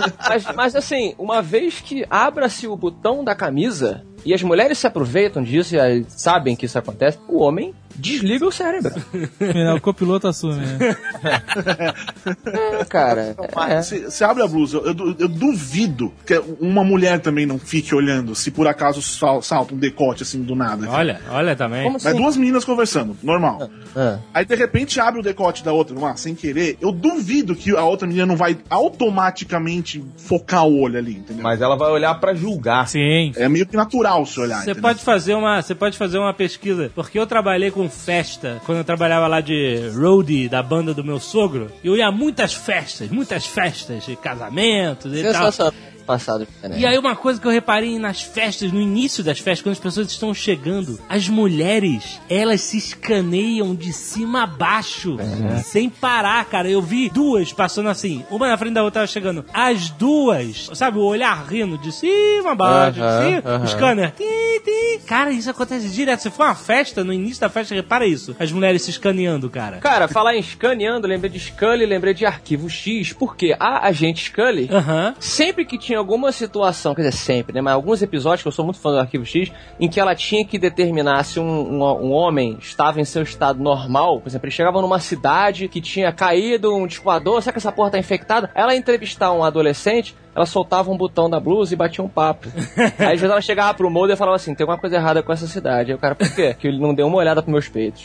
Speaker 6: razão!
Speaker 3: Mas, mas, assim, uma vez que abra-se o ah, botão da camisa e as mulheres se aproveitam disso e aí sabem que isso acontece, o homem desliga o cérebro.
Speaker 4: Afinal, o copiloto assume. né?
Speaker 3: É, cara. É.
Speaker 9: Você abre a blusa, eu, du- eu duvido que uma mulher também não fique olhando se por acaso sal- salta um decote assim do nada.
Speaker 2: Olha, olha também.
Speaker 3: Como
Speaker 9: Mas
Speaker 3: assim?
Speaker 9: duas meninas conversando, normal.
Speaker 3: Ah.
Speaker 9: Aí de repente abre o decote da outra, lá, sem querer. Eu duvido que a outra menina não vai automaticamente focar o olho ali, entendeu?
Speaker 5: Mas ela vai olhar pra julgar.
Speaker 4: Sim.
Speaker 9: É meio que natural se olhar.
Speaker 2: Você
Speaker 9: entendeu?
Speaker 2: pode fazer uma, você pode fazer uma pesquisa, porque eu trabalhei com festa quando eu trabalhava lá de roadie da banda do meu sogro. E eu ia a muitas festas, muitas festas de casamentos e tal.
Speaker 3: Sensacional. Passado. né?
Speaker 2: E aí uma coisa que eu reparei nas festas, no início das festas, quando as pessoas estão chegando, as mulheres, elas se escaneiam de cima a baixo,
Speaker 3: É.
Speaker 2: sem parar, cara. Eu vi duas passando assim, uma na frente da outra, ela chegando. As duas, sabe, o olhar rindo de cima a baixo,
Speaker 3: Aham,
Speaker 2: de cima,
Speaker 3: aham.
Speaker 2: scanner. Tim, tim. Cara, isso acontece direto. Se for uma festa, no início da festa, repara isso. As mulheres se escaneando, cara.
Speaker 3: Cara, falar em escaneando, lembrei de Scully, lembrei de Arquivo X, porque a agente Scully,
Speaker 2: Aham.
Speaker 3: sempre que tinha alguma situação, quer dizer, sempre, né? Mas alguns episódios, que eu sou muito fã do Arquivo X, em que ela tinha que determinar se um, um, um homem estava em seu estado normal, por exemplo, eles chegavam numa cidade que tinha caído um descoador, será que essa porra tá infectada? Ela ia entrevistar um adolescente, ela soltava um botão da blusa e batia um papo. Aí às vezes ela chegava pro Mulder e falava assim, tem alguma coisa errada com essa cidade. Aí o cara, por quê? Que ele não deu uma olhada pros meus peitos.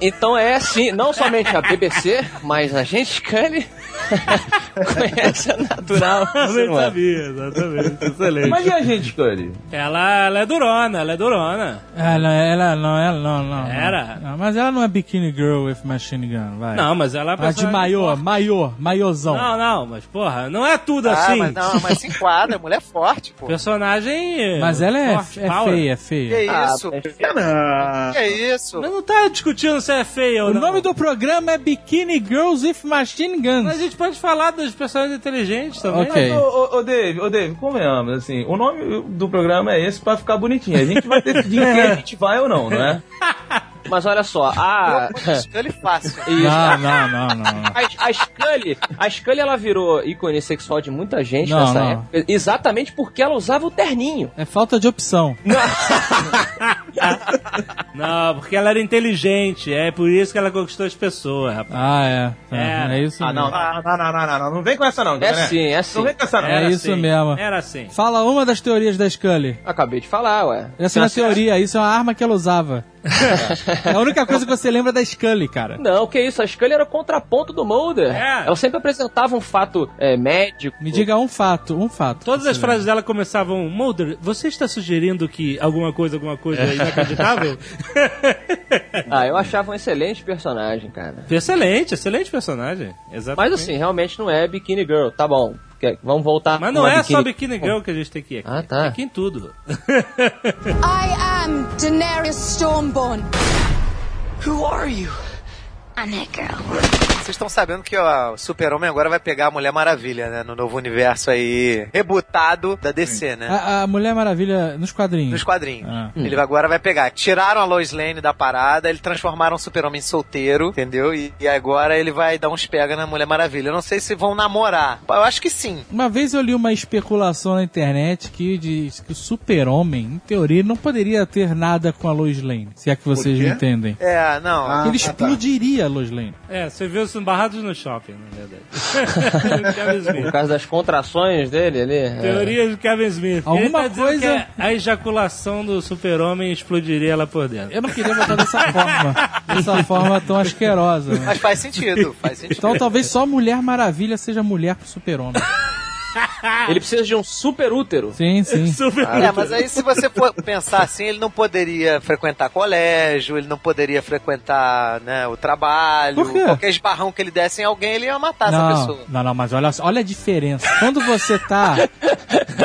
Speaker 3: Então é assim, não somente a BBC, mas a gente Scully conhece a natural. né, do ser
Speaker 2: Eu
Speaker 3: humano.
Speaker 2: sabia, exatamente. Excelente.
Speaker 5: Mas e a gente, Cody?
Speaker 2: Ela, ela é durona, ela é durona.
Speaker 4: Ah, não, ela não, ela não, não.
Speaker 2: Era.
Speaker 4: Não, mas ela não é Bikini Girl with Machine Gun, vai.
Speaker 2: Não, mas ela é
Speaker 4: Ela de
Speaker 2: personagem
Speaker 4: maior,
Speaker 2: forte.
Speaker 4: maior, maiorzão.
Speaker 2: Não, não, mas porra, não é tudo
Speaker 6: Ah,
Speaker 2: assim.
Speaker 6: mas não, mas se enquadra, mulher é forte, pô.
Speaker 2: Personagem.
Speaker 4: Mas ela é,
Speaker 2: forte,
Speaker 4: é
Speaker 2: power.
Speaker 4: feia, é
Speaker 6: Que
Speaker 4: feia.
Speaker 6: isso?
Speaker 9: Cara,
Speaker 6: Que isso?
Speaker 2: Mas não tá discutindo se é feia ou
Speaker 4: O
Speaker 2: não.
Speaker 4: nome do programa é Bikini Girls with Machine
Speaker 2: Mas a
Speaker 4: Guns.
Speaker 2: gente pode falar dos personagens inteligentes também.
Speaker 4: Ok.
Speaker 5: Ô, ô, ô, Dave, ô, Dave, convenhamos, assim, o nome do programa é esse pra ficar bonitinho. A gente vai decidir em
Speaker 3: É.
Speaker 5: quem a gente vai ou não, não é?
Speaker 3: Mas olha só, a.
Speaker 6: Ele fácil.
Speaker 3: Isso.
Speaker 4: Não, não, não, não.
Speaker 3: A, a Scully, a Scully ela virou ícone sexual de muita gente
Speaker 4: Não,
Speaker 3: nessa
Speaker 4: não.
Speaker 3: época, exatamente porque ela usava o terninho.
Speaker 4: É falta de opção.
Speaker 2: Não, porque ela era inteligente, é por isso que ela conquistou as pessoas, rapaz.
Speaker 4: Ah, é.
Speaker 2: Era.
Speaker 4: É, é isso
Speaker 5: Ah, não,
Speaker 4: mesmo.
Speaker 5: não, não, não, não, não, não, não vem com essa não,
Speaker 3: É
Speaker 5: né?
Speaker 3: sim, é
Speaker 5: Não
Speaker 3: sim.
Speaker 5: vem com essa não.
Speaker 4: É isso
Speaker 2: assim,
Speaker 4: mesmo.
Speaker 2: Era assim.
Speaker 4: Fala uma das teorias da Scully.
Speaker 3: Acabei de falar, ué.
Speaker 4: Essa não é teoria, isso é uma arma que ela usava. É a única coisa que você lembra da Scully, cara.
Speaker 3: Não, que isso, a Scully era o contraponto do Mulder.
Speaker 2: É.
Speaker 3: Ela sempre apresentava um fato é, médico.
Speaker 4: Me diga um fato, um fato.
Speaker 2: Todas as frases dela começavam, Mulder, você está sugerindo que alguma coisa, alguma coisa é inacreditável?
Speaker 3: Ah, eu achava um excelente personagem, cara.
Speaker 2: excelente, excelente personagem. Exatamente.
Speaker 3: Mas assim, realmente não é Bikini Girl, tá bom. Quer- Vamos voltar.
Speaker 2: Mas não
Speaker 3: com a
Speaker 2: é só Bikini Girl que a gente tem que ir aqui.
Speaker 3: Ah, tá.
Speaker 2: Tem que ir em tudo.
Speaker 10: I am Daenerys Stormborn.
Speaker 6: Vocês estão sabendo que ó, o Super-Homem agora vai pegar a Mulher Maravilha, né? No novo universo aí, rebutado da DC, né?
Speaker 4: A, a Mulher Maravilha nos quadrinhos.
Speaker 6: Nos quadrinhos.
Speaker 4: Ah.
Speaker 6: Ele agora vai pegar. Tiraram a Lois Lane da parada, ele transformaram o Super-Homem em solteiro, entendeu? E, e agora ele vai dar uns pega na Mulher Maravilha. Eu não sei se vão namorar. Eu acho que sim.
Speaker 4: Uma vez eu li uma especulação na internet que diz que o super-homem, em teoria, não poderia ter nada com a Lois Lane, se é que vocês
Speaker 9: quê?
Speaker 4: me entendem.
Speaker 6: É, não.
Speaker 9: Ah,
Speaker 4: Ele
Speaker 9: tá.
Speaker 4: explodiria a Lois Lane.
Speaker 2: É, você viu isso barrados no shopping, né? na verdade. O Kevin
Speaker 3: Por
Speaker 2: Smith.
Speaker 3: causa das contrações dele ali. é.
Speaker 2: Teoria de Kevin Smith.
Speaker 4: Alguma
Speaker 2: Ele tá dizendo
Speaker 4: coisa-
Speaker 2: que a ejaculação do super-homem explodiria lá por dentro.
Speaker 4: Eu não queria botar dessa forma, dessa forma tão asquerosa. né?
Speaker 6: Mas faz sentido, faz sentido.
Speaker 4: Então talvez só Mulher Maravilha seja mulher pro super-homem.
Speaker 3: Ele precisa de um super útero.
Speaker 4: Sim, sim.
Speaker 2: Super
Speaker 6: É, mas aí se você for pensar assim, ele não poderia frequentar colégio, ele não poderia frequentar né, o trabalho.
Speaker 4: Por quê?
Speaker 6: Qualquer esbarrão que ele desse em alguém, ele ia matar essa
Speaker 4: Não,
Speaker 6: pessoa.
Speaker 4: não, não, mas olha, só, olha a diferença. Quando você tá.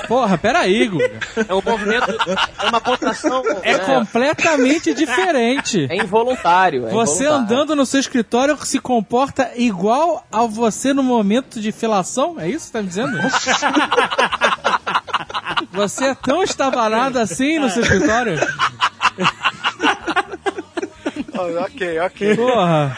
Speaker 4: Porra, peraí, Guga.
Speaker 3: É um movimento. é uma contração. né?
Speaker 4: É completamente diferente.
Speaker 3: É involuntário. é
Speaker 4: Você
Speaker 3: involuntário.
Speaker 4: andando no seu escritório se comporta igual a você no momento de filação? É isso que você tá me dizendo? você é tão estabanado assim no seu escritório?
Speaker 6: ok, ok.
Speaker 4: Porra!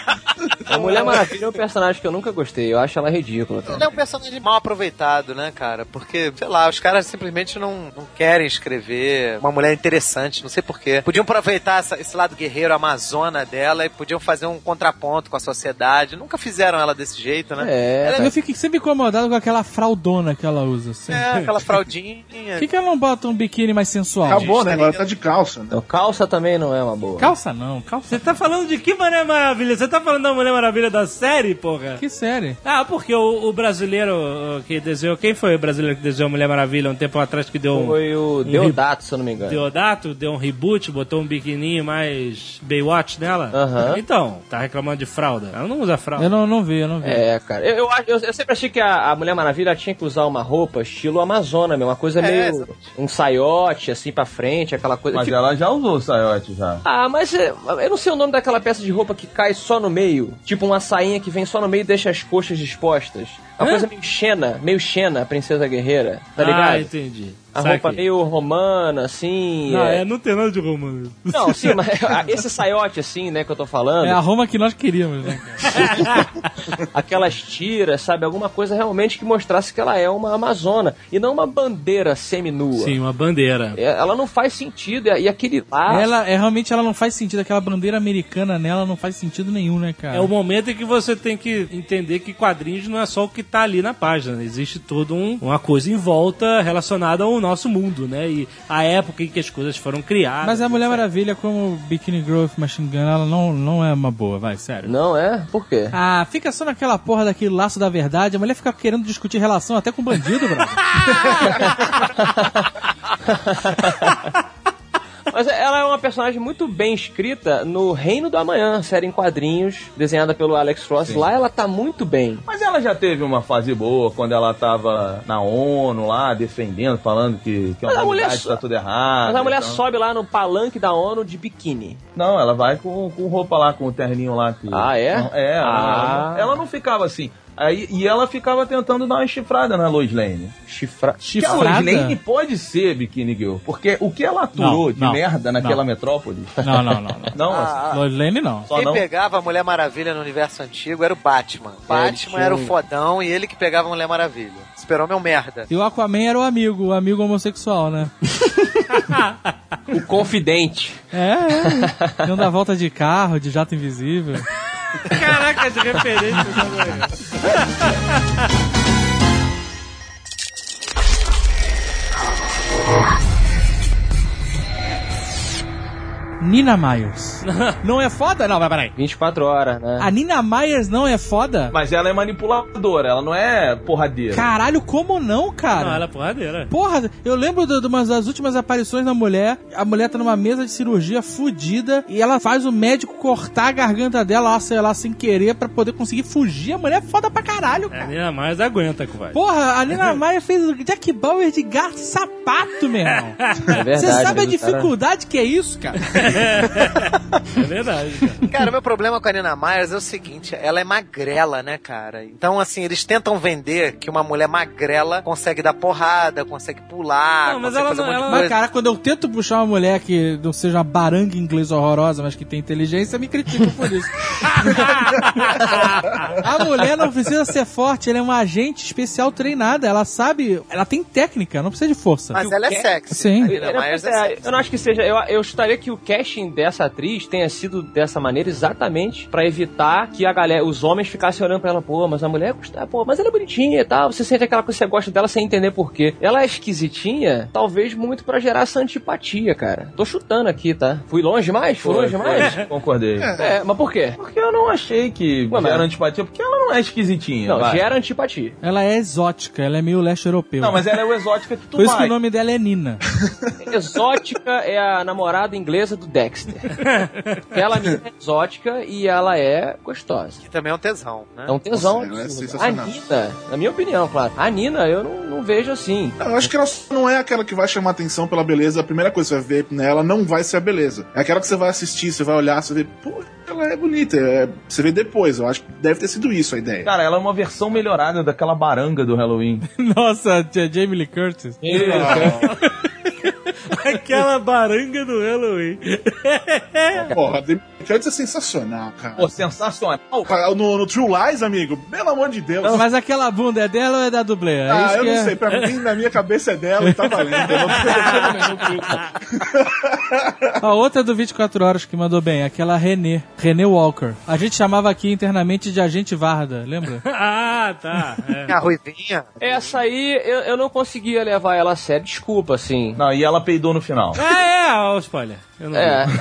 Speaker 3: A Mulher Maravilha é um personagem que eu nunca gostei. Eu acho ela ridícula. cara.
Speaker 6: Ele é um personagem mal aproveitado, né, cara? Porque, sei lá, os caras simplesmente não, não querem escrever uma mulher interessante, não sei porquê. Podiam aproveitar essa- esse lado guerreiro amazona dela e podiam fazer um contraponto com a sociedade. Nunca fizeram ela desse jeito, né? ela
Speaker 4: Eu fico sempre incomodado com aquela fraldona que ela usa, assim.
Speaker 6: é aquela fraldinha.
Speaker 4: Por que, que ela não bota um biquíni mais sensual?
Speaker 3: Acabou, né? Agora
Speaker 9: tá de calça, né?
Speaker 3: Então, calça também não é uma boa.
Speaker 4: Calça não, calça.
Speaker 2: Você tá falando de que Mulher Maravilha? Você tá falando da Mulher Maravilha da série, porra?
Speaker 4: Que série?
Speaker 2: Ah, porque o, o brasileiro uh, que desenhou. Quem foi o brasileiro que desenhou a Mulher Maravilha um tempo atrás que deu um.
Speaker 3: Foi o Deodato, se eu não me engano.
Speaker 2: Deodato deu um reboot, botou um biquininho mais Baywatch nela.
Speaker 3: Aham.
Speaker 2: Então, tá reclamando de fralda. Ela não usa fralda.
Speaker 4: Eu não, não vi, eu não vi.
Speaker 3: É, cara. Eu, eu, acho- eu- eu sempre achei que a, a Mulher Maravilha tinha que usar uma roupa estilo Amazona mesmo. Uma
Speaker 2: É,
Speaker 3: coisa meio. Um saiote, assim, pra frente, aquela coisa.
Speaker 5: Mas
Speaker 3: tipo-
Speaker 5: ela já usou o saiote já.
Speaker 3: Ah, mas é, eu não sei o nome daquela peça de roupa que cai só no meio. Tipo uma sainha que vem só no meio e deixa as coxas dispostas. Uma coisa meio Xena, meio Xena, Princesa Guerreira. Tá ligado?
Speaker 2: Ah, entendi.
Speaker 3: A
Speaker 2: Saquei.
Speaker 3: roupa meio romana, assim.
Speaker 2: Não,
Speaker 3: é-
Speaker 2: é, não tem nada de romano.
Speaker 3: Não, sim, mas esse saiote, assim, né, que eu tô falando.
Speaker 4: É a Roma que nós queríamos, né? cara?
Speaker 3: aquelas tiras, sabe? Alguma coisa realmente que mostrasse que ela é uma amazona e não uma bandeira seminua.
Speaker 2: Sim, uma bandeira.
Speaker 3: É, Ela não faz sentido. E aquele
Speaker 2: Ah.
Speaker 3: lá.
Speaker 4: Ela, é, realmente ela não faz sentido, aquela bandeira americana nela não faz sentido nenhum, né, cara?
Speaker 2: É o momento em que você tem que entender que quadrinhos não é só o que tá ali na página, existe toda um- uma coisa em volta relacionada ao nosso mundo, né? E a época em que as coisas foram criadas.
Speaker 4: Mas é a Mulher Maravilha, como Bikini Grove Machine Gun, ela não, não é uma boa, vai, sério.
Speaker 3: Não é? Por quê?
Speaker 4: Ah, fica só naquela porra daquele laço da verdade. A mulher fica querendo discutir relação até com bandido, bro.
Speaker 2: é
Speaker 3: Mas ela é uma personagem muito bem escrita no Reino do Amanhã, série em quadrinhos, desenhada pelo Alex Ross. Lá ela tá muito bem.
Speaker 5: Mas ela já teve uma fase boa quando ela tava na ONU lá, defendendo, falando que, que a
Speaker 3: Mas a mulher
Speaker 5: humanidade
Speaker 3: so-
Speaker 5: tá tudo errado.
Speaker 3: Mas a mulher
Speaker 5: então.
Speaker 3: sobe lá no palanque da ONU de biquíni.
Speaker 5: Não, ela vai com, com roupa lá, com o terninho lá. Que...
Speaker 3: Ah, é?
Speaker 5: Não, é,
Speaker 3: Ah.
Speaker 5: ela, ela não ficava assim. Aí, e ela ficava tentando dar uma chifrada na Lois Lane.
Speaker 3: Chifra...
Speaker 5: Que a
Speaker 4: Chifrada?
Speaker 5: Lois Lane pode ser Bikini Girl, porque o que ela aturou
Speaker 4: Não,
Speaker 5: de
Speaker 4: não,
Speaker 5: merda naquela
Speaker 4: não.
Speaker 5: metrópole...
Speaker 4: Não, não, não. não.
Speaker 3: Ah,
Speaker 5: Não,
Speaker 2: Ah.
Speaker 5: assim,
Speaker 4: Lois Lane, não.
Speaker 5: só
Speaker 6: Quem
Speaker 5: não...
Speaker 6: pegava a Mulher Maravilha no universo antigo era o Batman. Batman
Speaker 3: tinha
Speaker 6: era o
Speaker 3: um-
Speaker 6: fodão e ele que pegava a Mulher Maravilha. Super-Homem é um merda.
Speaker 4: E o Aquaman era o amigo, o amigo homossexual, né?
Speaker 3: O confidente.
Speaker 4: É, é. Dando a volta de carro, de jato invisível.
Speaker 2: Caraca, de referência. né,
Speaker 4: Nina Myers. Não é foda? Não, mas peraí.
Speaker 3: 24 horas, né?
Speaker 4: A Nina Myers não é foda?
Speaker 5: Mas ela é manipuladora, ela não é porradeira.
Speaker 4: Caralho, como não, cara?
Speaker 2: Não, ela é porradeira.
Speaker 4: Porra, eu lembro de de uma das últimas aparições da mulher. A mulher tá numa mesa de cirurgia fudida e ela faz o médico cortar a garganta dela, ó, sei lá, sem querer, pra poder conseguir fugir. A mulher é foda pra caralho,
Speaker 2: A
Speaker 4: cara.
Speaker 2: Nina mais aguenta, vai.
Speaker 4: Porra, a Nina Maia fez o Jack Bauer de gato e sapato, meu irmão.
Speaker 3: É verdade,
Speaker 4: Você sabe a
Speaker 3: mas o cara-
Speaker 4: dificuldade que é isso, cara?
Speaker 2: É verdade, cara.
Speaker 6: Cara, o meu problema com a Nina Myers é o seguinte, ela é magrela, né, cara? Então, assim, eles tentam vender que uma mulher magrela consegue dar porrada, consegue pular,
Speaker 2: Não, mas
Speaker 6: consegue
Speaker 2: ela
Speaker 6: fazer
Speaker 2: não- é ela-
Speaker 6: um monte de
Speaker 4: Mas,
Speaker 6: coisa.
Speaker 4: cara, quando eu tento puxar uma mulher que não seja uma baranga inglesa horrorosa, mas que tem inteligência, me criticam por isso. a mulher não precisa ser forte, ela é uma agente especial treinada. Ela sabe, ela tem técnica, não precisa de força.
Speaker 6: Mas ela é sexy.
Speaker 4: Sim.
Speaker 6: A
Speaker 3: Eu,
Speaker 6: Nina Myers é sexy.
Speaker 3: eu não acho que seja. Eu, eu estaria que o casting dessa atriz tenha sido dessa maneira exatamente pra evitar que a galera, os homens ficassem olhando pra ela, pô, mas a mulher custa, pô, mas ela é bonitinha e tal. Você sente aquela coisa que você gosta dela sem entender por quê. Ela é esquisitinha, talvez muito pra gerar essa antipatia, cara. Tô chutando aqui, tá? Fui longe demais? Fui
Speaker 5: Foi,
Speaker 3: longe demais?
Speaker 5: foi, Concordei.
Speaker 3: É, mas por quê?
Speaker 5: Porque eu não achei que
Speaker 3: Ué, mas-
Speaker 5: gera antipatia, porque ela não é esquisitinha.
Speaker 3: Não,
Speaker 5: vai.
Speaker 3: gera antipatia.
Speaker 4: Ela é exótica, ela é meio leste europeu.
Speaker 5: Não, mas ela é o exótica que tu
Speaker 4: Por isso que
Speaker 5: vai.
Speaker 4: o nome dela é Nina.
Speaker 3: Exótica é a namorada inglesa do Dexter. Ela é exótica e ela é gostosa.
Speaker 6: Que também é um tesão, né?
Speaker 3: É um tesão.
Speaker 9: Nossa, é
Speaker 3: absurdo.
Speaker 9: sensacional.
Speaker 3: a Nina, na minha opinião, claro. A Nina, eu não, não vejo assim.
Speaker 9: Não, eu acho que ela só não é aquela que vai chamar atenção pela beleza. A primeira coisa que você vai ver nela não vai ser a beleza. É aquela que você vai assistir, você vai olhar, você vê, pô, ela é bonita. É, você vê depois. Eu acho que deve ter sido isso a ideia.
Speaker 5: Cara, ela é uma versão melhorada daquela baranga do Halloween.
Speaker 4: Nossa, tia Jamie Lee Curtis.
Speaker 3: É,
Speaker 2: Aquela baranga do Halloween.
Speaker 9: Porra, Hércules é sensacional, cara.
Speaker 5: Pô, sensacional.
Speaker 9: Cara, No, no True Lies, amigo, pelo amor de Deus.
Speaker 4: Não, mas aquela bunda é dela ou é da dublê? É
Speaker 9: ah,
Speaker 4: isso
Speaker 9: eu
Speaker 4: que
Speaker 9: não
Speaker 4: é-
Speaker 9: sei, pra mim, na minha cabeça é dela e tá valendo. Eu não tenho problema nenhum com isso.
Speaker 4: A outra do 24 Horas que mandou bem, aquela René, René Walker. A gente chamava aqui internamente de Agente Varda, lembra?
Speaker 2: Ah, tá.
Speaker 6: A ruivinha.
Speaker 3: Essa aí, eu, eu não conseguia levar ela a sério, desculpa, assim.
Speaker 5: Não, e ela peidou no final.
Speaker 2: É, é, ó, o spoiler. Eu não
Speaker 3: É.
Speaker 2: vi.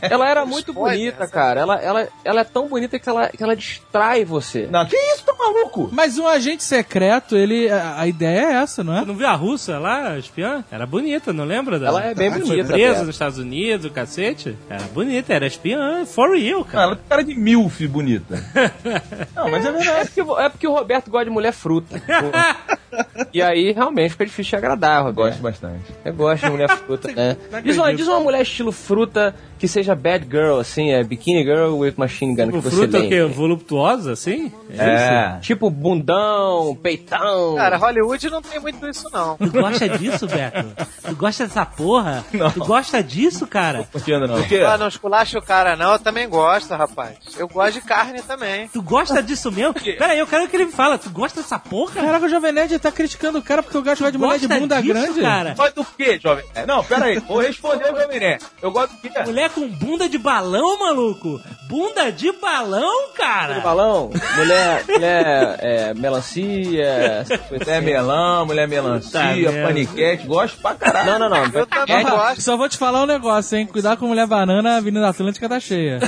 Speaker 3: Ela era muito
Speaker 6: Spoiler,
Speaker 3: bonita,
Speaker 6: essa-
Speaker 3: cara. Ela, ela, ela é tão bonita que ela, que ela distrai você.
Speaker 5: Não, que isso, tá maluco?
Speaker 4: Mas um agente secreto, ele. A a ideia é essa, não é?
Speaker 2: Não viu a russa lá, a espiã? Era bonita, não lembra dela?
Speaker 3: Ela é bem
Speaker 2: Ah,
Speaker 3: bonita,
Speaker 2: Foi presa
Speaker 3: né?
Speaker 2: nos Estados Unidos, o cacete. Era bonita, era espiã, for real,
Speaker 5: Não,
Speaker 2: cara.
Speaker 5: ela tem cara de milf bonita. Não, mas é
Speaker 3: É
Speaker 5: verdade.
Speaker 3: porque, é porque o Roberto gosta de mulher fruta. e aí, realmente, fica difícil de agradar,
Speaker 5: Gosto
Speaker 3: Roberto.
Speaker 5: bastante.
Speaker 3: Eu gosto de mulher fruta, né?
Speaker 2: Não
Speaker 3: Diz uma,
Speaker 2: acredito.
Speaker 3: diz uma mulher estilo fruta que seja bad girl, assim, é bikini girl with machine gun
Speaker 5: Tipo
Speaker 3: que
Speaker 2: O
Speaker 3: você
Speaker 2: fruto é o quê?
Speaker 3: tem.
Speaker 2: Voluptuosa, assim?
Speaker 5: É.
Speaker 3: Tipo bundão, peitão.
Speaker 6: Cara, Hollywood não tem muito isso, não.
Speaker 2: Tu gosta disso, Beto? Tu gosta dessa porra?
Speaker 5: Não.
Speaker 2: Tu gosta disso, cara?
Speaker 5: Entendo, não. Porque
Speaker 6: Ah, não esculacha o cara, não. Eu também gosto, rapaz. Eu gosto de carne também.
Speaker 2: Tu gosta disso mesmo? Pera aí, eu quero que ele me fala. Tu gosta dessa porra?
Speaker 4: Caraca, o Jovem Nerd tá criticando o cara porque o gato gosta de mulher de
Speaker 2: Gosta
Speaker 4: bunda
Speaker 2: disso,
Speaker 4: grande.
Speaker 2: cara?
Speaker 5: Mas do quê, jovem? É, Não, pera aí. Vou responder, jovem Nerd. Eu gosto do quê?
Speaker 2: Mulher com bunda de balão, maluco? Bunda de balão,
Speaker 3: Mulher de
Speaker 2: cara?
Speaker 3: balão, mulher, mulher é, melancia. assim.
Speaker 5: Mulher melão, mulher
Speaker 2: Puta
Speaker 5: melancia,
Speaker 2: merda.
Speaker 5: paniquete. Gosto pra caralho.
Speaker 3: Não, não, não.
Speaker 6: Eu
Speaker 4: É
Speaker 6: também gosto.
Speaker 4: Só vou te falar um negócio, hein? Cuidar com mulher banana, a Avenida Atlântica tá cheia.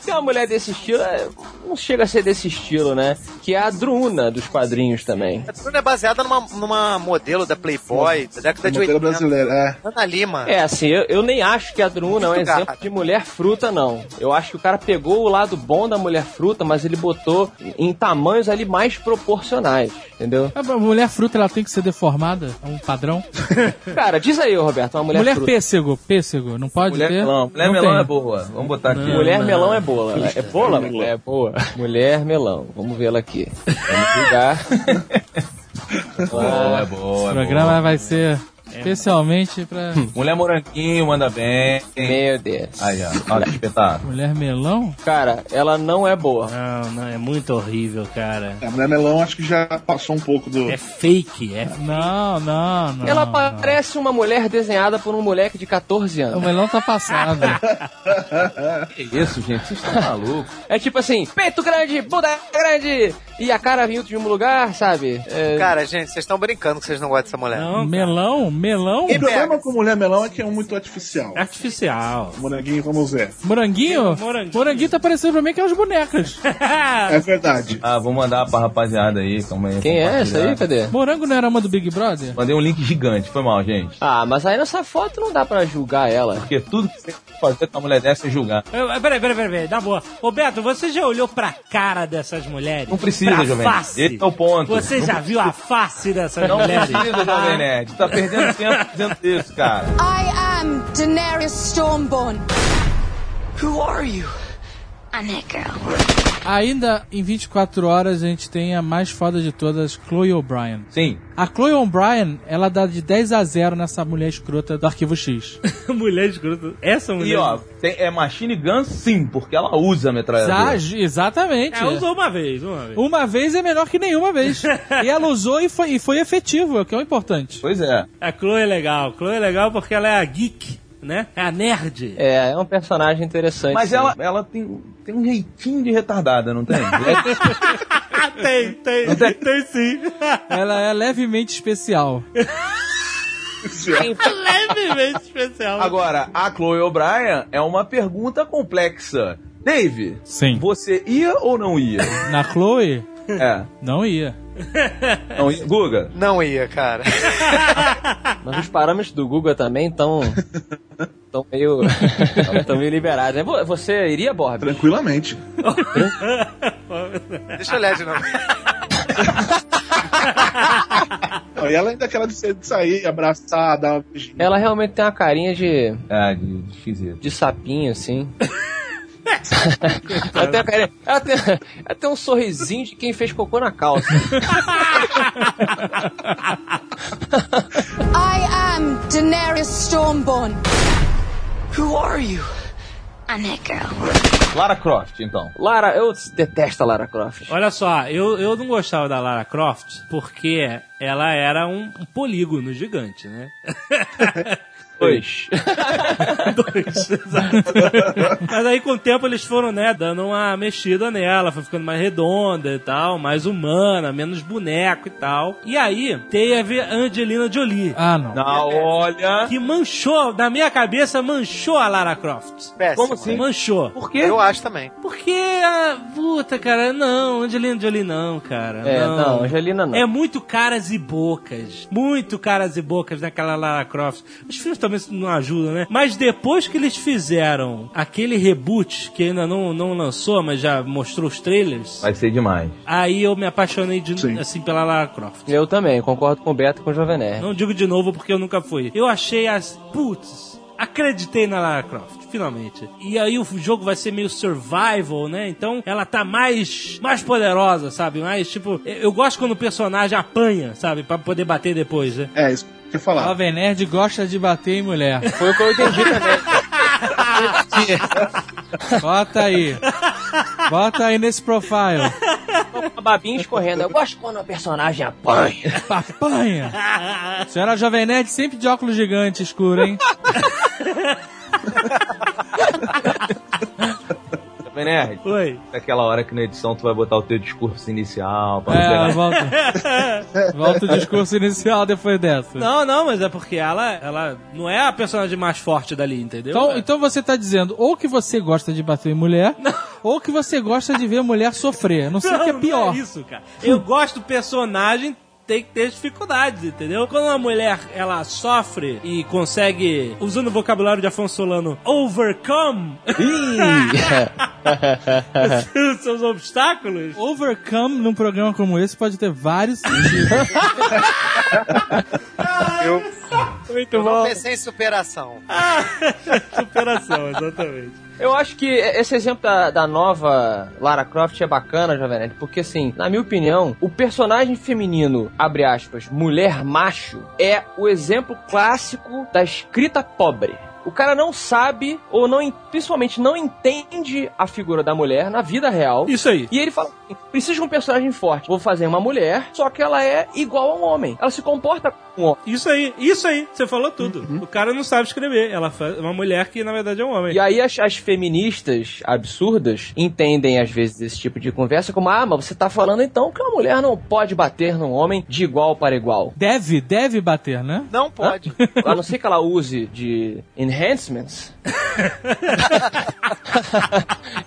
Speaker 3: Se é uma mulher desse estilo, é, não chega a ser desse estilo, né? Que é a Druna dos quadrinhos também.
Speaker 6: A Truna é baseada numa, numa modelo da Playboy da década de 80.
Speaker 9: Modelo brasileiro, é.
Speaker 6: Ana Lima.
Speaker 3: É, assim, eu, eu nem acho que a Druna é um
Speaker 6: Muito
Speaker 3: exemplo
Speaker 6: gato.
Speaker 3: de mulher fruta, não. Eu acho que o cara pegou o lado bom da mulher fruta, mas ele botou em tamanhos ali mais proporcionais, entendeu?
Speaker 4: A Tá mulher fruta, ela tem que ser deformada? É um padrão?
Speaker 3: Cara, diz aí, ô, Roberto, uma mulher,
Speaker 4: Mulher,
Speaker 3: fruta.
Speaker 4: pêssego, pêssego, não pode
Speaker 5: Mulher
Speaker 4: ter?
Speaker 5: melão. Mulher
Speaker 4: Não
Speaker 5: melão
Speaker 4: tem.
Speaker 5: é boa. Vamos botar aqui.
Speaker 3: Mulher melão é boa. né? É boa? É boa. Mulher melão. Vamos vê-la aqui. Vamos ligar.
Speaker 5: boa, é boa.
Speaker 4: O
Speaker 5: é
Speaker 4: programa vai ser
Speaker 2: É.
Speaker 4: especialmente pra
Speaker 5: boa. Mulher moranguinho, manda bem.
Speaker 3: Meu Deus.
Speaker 5: Aí, ó. Olha que espetáculo.
Speaker 4: mulher melão?
Speaker 3: Cara, ela não é boa.
Speaker 2: Não, não, é muito horrível, cara.
Speaker 9: É, A mulher melão acho que já passou um pouco do.
Speaker 2: É fake, é.
Speaker 4: Não, não, não.
Speaker 3: Ela
Speaker 4: não.
Speaker 3: parece uma mulher desenhada por um moleque de 14
Speaker 4: O
Speaker 3: anos.
Speaker 4: melão tá passado.
Speaker 5: Que isso, gente? Vocês estão malucos.
Speaker 3: É tipo assim, peito grande, bunda grande e a cara vindo de um lugar, sabe? É,
Speaker 6: Cara, gente, vocês estão brincando que vocês não gostam dessa mulher.
Speaker 2: Não,
Speaker 4: melão? Melão?
Speaker 9: O problema com mulher melão é que é um muito artificial.
Speaker 2: é artificial.
Speaker 9: Moranguinho, vamos ver.
Speaker 4: Moranguinho?
Speaker 2: Moranguinho.
Speaker 4: Moranguinho tá parecendo pra mim que é os bonecas.
Speaker 9: É verdade.
Speaker 5: Ah, vou mandar pra rapaziada aí. Calma aí.
Speaker 3: Quem é essa aí?
Speaker 5: compartilhar.
Speaker 3: Cadê?
Speaker 4: Morango não era uma do Big Brother?
Speaker 5: Mandei um link gigante. Foi mal, gente.
Speaker 3: Ah, mas aí nessa foto não dá pra julgar ela.
Speaker 5: Porque tudo que você tem que fazer com uma mulher dessa é julgar.
Speaker 2: Eu- eu- Peraí, peraí, peraí, peraí, na boa. Ô Beto, você já olhou pra cara dessas mulheres?
Speaker 5: Não precisa,
Speaker 2: pra
Speaker 5: Jovem Nerd.
Speaker 2: face?
Speaker 5: Esse é o ponto.
Speaker 2: Você
Speaker 5: Não
Speaker 2: já viu a face dessas
Speaker 5: Não
Speaker 2: mulheres?
Speaker 5: precisa, Jovem Nerd. Tá perdendo tempo dizendo isso, cara.
Speaker 10: I am Daenerys Stormborn.
Speaker 4: Ainda em 24 horas a gente tem a mais foda de todas, Chloe O'Brien.
Speaker 5: Sim.
Speaker 4: A Chloe O'Brien, ela dá de 10 a 0 nessa mulher escrota do Arquivo X.
Speaker 2: mulher escrota. Essa mulher.
Speaker 5: E ó, tem- é Machine Gun sim, porque ela usa a
Speaker 4: Exa-
Speaker 5: metralhadora.
Speaker 4: exatamente.
Speaker 2: É, usou uma vez, uma vez.
Speaker 4: Uma vez é melhor que nenhuma vez. e ela usou e foi, e foi efetivo, é o que é o importante.
Speaker 5: Pois é.
Speaker 2: A Chloe é legal. A Chloe é legal porque ela é a geek, né? É a nerd.
Speaker 3: É, é um personagem interessante.
Speaker 5: Mas
Speaker 3: sim.
Speaker 5: ela, ela tem, tem um jeitinho de retardada, não tem?
Speaker 2: Ah, tem, tem, tem, sim.
Speaker 4: Ela é levemente especial.
Speaker 2: Levemente especial.
Speaker 5: Agora, a Chloe O'Brien é uma pergunta complexa. Dave,
Speaker 4: Sim.
Speaker 5: você ia ou não ia?
Speaker 4: Na Chloe,
Speaker 5: É.
Speaker 4: não ia.
Speaker 5: Não ia. Guga?
Speaker 6: Não ia, cara.
Speaker 3: Mas os parâmetros do Google também estão. Estão meio. Estão meio liberados. né? Vo- Você iria, Borb?
Speaker 9: Tranquilamente.
Speaker 6: Deixa eu olhar de novo.
Speaker 9: Não, e ela ainda aquela de ser- de sair, abraçar, dar um uma beijinha.
Speaker 3: Ela realmente tem uma carinha de,
Speaker 5: É, de, de esquisito.
Speaker 3: de sapinho, assim. ela, tem uma carinha, ela, tem, ela tem um sorrisinho de quem fez cocô na calça.
Speaker 10: I am Daenerys Stormborn.
Speaker 11: Who are you? I'm that girl.
Speaker 5: Lara Croft, então.
Speaker 3: Lara, eu detesto a Lara Croft.
Speaker 2: Olha só, eu, eu não gostava da Lara Croft porque ela era um, um polígono gigante, né?
Speaker 3: Dois.
Speaker 2: Dois, exato. Mas aí com o tempo eles foram, né, dando uma mexida nela, foi ficando mais redonda e tal, mais humana, menos boneco e tal. E aí teve a Angelina Jolie.
Speaker 4: Ah, não.
Speaker 5: Não, olha.
Speaker 2: Que manchou, na minha cabeça, manchou a Lara Croft.
Speaker 6: Péssimo,
Speaker 5: Como assim?
Speaker 6: né?
Speaker 2: Manchou. Por quê?
Speaker 6: Eu acho também.
Speaker 2: Porque, ah, puta, cara, não, Angelina Jolie não, cara.
Speaker 3: É, não, Angelina não.
Speaker 2: É muito caras e bocas. Muito caras e bocas naquela Lara Croft. Os filmes também não ajudam, né? Mas depois que eles fizeram aquele reboot, que ainda não, não lançou, mas já mostrou os trailers,
Speaker 5: Vai ser demais.
Speaker 2: aí eu me apaixonei de, assim pela Lara Croft.
Speaker 3: Eu também, concordo com o Beto e com o Jovem Nerd.
Speaker 2: É. Não digo de novo porque eu nunca fui. Eu achei as. Putz, acreditei na Lara Croft. Finalmente. E aí o jogo vai ser meio survival, né? Então ela tá mais mais poderosa, sabe? Mais tipo, eu eu gosto quando o personagem apanha, sabe? Pra poder bater depois, né?
Speaker 9: É, isso que eu ia falar.
Speaker 4: Jovem Nerd gosta de bater em mulher.
Speaker 3: Foi o que eu entendi também.
Speaker 4: Bota aí. Bota aí nesse profile.
Speaker 3: A babinha escorrendo. Eu gosto quando a personagem apanha.
Speaker 4: Papanha. Senhora Jovem Nerd sempre de óculos gigante escuro, hein?
Speaker 5: Jovem Nerd,
Speaker 2: Oi.
Speaker 5: daquela hora que na edição tu vai botar o teu discurso inicial pra
Speaker 4: É, ela
Speaker 5: é,
Speaker 4: volta. Volta o discurso inicial depois dessa.
Speaker 2: Não, não, mas é porque ela, ela não é a personagem mais forte dali, entendeu?
Speaker 4: Então, então você tá dizendo ou que você gosta de bater em mulher, ou que você gosta de ver mulher sofrer. Não sei o que é
Speaker 2: Não,
Speaker 4: pior.
Speaker 2: Não é isso, cara. Eu gosto do personagem tem que ter dificuldades, entendeu? Quando uma mulher, ela sofre e consegue, usando o vocabulário de Afonso Solano, overcome os seus obstáculos,
Speaker 4: Overcome num programa como esse pode ter vários sentidos.
Speaker 6: Eu não pensei em superação.
Speaker 2: superação, exatamente.
Speaker 3: Eu acho que esse exemplo da, da nova Lara Croft é bacana, Jovem Nerd, porque assim, na minha opinião, o personagem feminino, abre aspas, mulher macho, é o exemplo clássico da escrita pobre. O cara não sabe, ou não, en- principalmente não entende a figura da mulher na vida real.
Speaker 2: Isso aí.
Speaker 3: E ele fala: assim, preciso de um personagem forte. Vou fazer uma mulher, só que ela é igual a um homem. Ela se comporta como um homem.
Speaker 2: Isso aí, isso aí, você falou tudo. O cara não sabe escrever, ela fa- é uma mulher que na verdade é um homem.
Speaker 3: E aí as, as feministas absurdas entendem às vezes esse tipo de conversa como ah, mas você tá falando então que uma mulher não pode bater num homem de igual para igual.
Speaker 4: deve, deve bater, né?
Speaker 6: Não pode.
Speaker 3: A não ser que ela use de enhancements.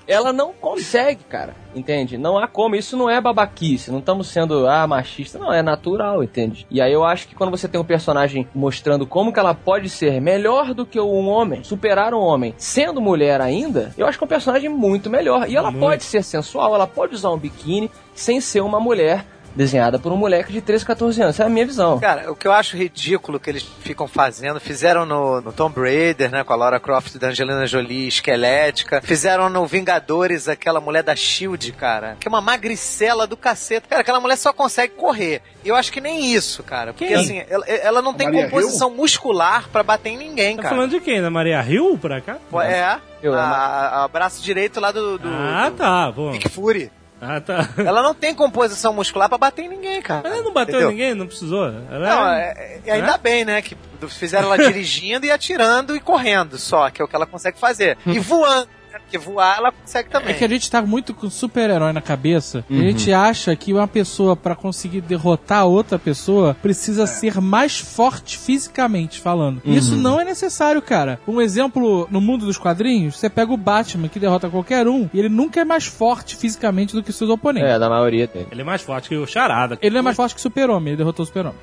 Speaker 3: ela não consegue, cara. Entende? Não há como. Isso não é babaquice. Não estamos sendo, ah, machista. Não, é natural, entende? E aí eu acho que quando você tem um personagem mostrando como que ela pode ser melhor do que um homem, superar um homem, sendo mulher ainda, eu acho que é um personagem muito melhor. E ela pode ser sensual, ela pode usar um biquíni sem ser uma mulher desenhada por um moleque de 13, 14 anos. Essa é a minha visão.
Speaker 6: Cara, o que eu acho ridículo que eles ficam fazendo, fizeram no, no Tomb Raider, né, com a Laura Croft da Angelina Jolie esquelética, fizeram no Vingadores aquela mulher da Shield, cara, que é uma magricela do cacete. Cara, aquela mulher só consegue correr. E eu acho que nem isso, cara, porque
Speaker 2: Quem?
Speaker 6: assim, ela, ela não tem
Speaker 9: Maria
Speaker 6: composição muscular pra bater em ninguém,
Speaker 2: Tá
Speaker 6: cara.
Speaker 2: falando de quem? Da Maria Hill, pra cá?
Speaker 3: Eu,
Speaker 6: É, a,
Speaker 3: é uma-
Speaker 6: a- a braço direito lá do, do,
Speaker 2: Ah,
Speaker 6: do
Speaker 2: tá, bom.
Speaker 6: Nick Fury.
Speaker 2: Ah, tá.
Speaker 6: Ela não tem composição muscular pra bater em ninguém, cara.
Speaker 2: Mas ela não bateu em
Speaker 6: Entendeu?
Speaker 2: ninguém, não precisou. Ela
Speaker 6: Não,
Speaker 2: é-
Speaker 6: é- é- ainda bem, né? Que fizeram ela dirigindo e atirando e correndo só, que é o que ela consegue fazer. E voando, né, porque voar ela consegue
Speaker 4: É
Speaker 6: também.
Speaker 4: que a gente tá muito com super-herói na cabeça.
Speaker 3: Uhum.
Speaker 4: E A gente acha que uma pessoa, pra conseguir derrotar outra pessoa, precisa ser mais forte fisicamente falando.
Speaker 3: Uhum.
Speaker 4: Isso não é necessário, cara. Um exemplo, no mundo dos quadrinhos, você pega o Batman, que derrota qualquer um, e ele nunca é mais forte fisicamente do que seus oponentes.
Speaker 3: É, da maioria dele.
Speaker 2: Ele é mais forte que o Charada.
Speaker 4: Ele não é mais forte que o Super-Homem, ele derrotou o Super-Homem.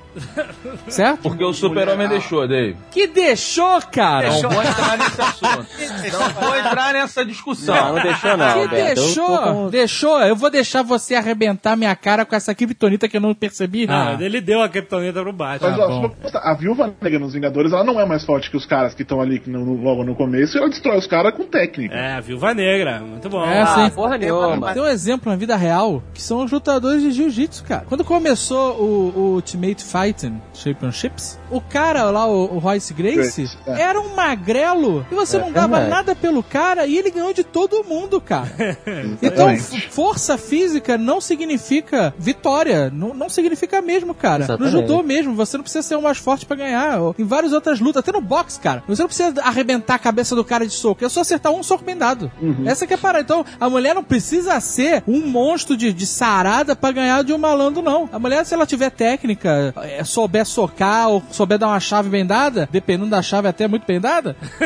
Speaker 4: certo?
Speaker 5: Porque o super-homem deixou, Dave.
Speaker 4: Que deixou, cara!
Speaker 5: Não vou entrar nesse assunto. Não vou entrar nessa discussão.
Speaker 3: Não, não deixou não,
Speaker 4: Que
Speaker 3: Beto. Eu
Speaker 4: deixou?
Speaker 3: tô com-
Speaker 4: Deixou? Eu vou deixar você arrebentar minha cara com essa criptonita que eu não percebi.
Speaker 2: Ah, ele deu a criptonita pro baixo.
Speaker 9: Mas, ó, se for pensar, a viúva negra nos Vingadores, ela não é mais forte que os caras que estão ali que no- no- logo no começo, e ela destrói os caras com técnica.
Speaker 2: É, a viúva negra. Muito bom.
Speaker 4: É, sim. Tem um exemplo na vida real que são os lutadores de jiu-jitsu, cara. Quando começou o, o Ultimate Fighting Championships, o cara lá, o, o Royce Gracie,
Speaker 12: Gracie, é.
Speaker 4: era um magrelo e você
Speaker 12: É,
Speaker 4: não dava
Speaker 12: verdade.
Speaker 4: nada pelo cara e ele ganhou de todo mundo, cara. então, f- força física não significa vitória. Não, não significa mesmo, cara.
Speaker 12: Exatamente.
Speaker 4: No judô mesmo, você não precisa ser o mais forte pra ganhar. Ou Em várias outras lutas, até no boxe, cara. Você não precisa arrebentar a cabeça do cara de soco. É só acertar um soco bem dado. Essa que é a parada. Então, a mulher não precisa ser um monstro de, de sarada pra ganhar de um malandro, não. A mulher, se ela tiver técnica, eh, souber socar ou souber dar uma chave bem dada, dependendo da chave até muito bem dada,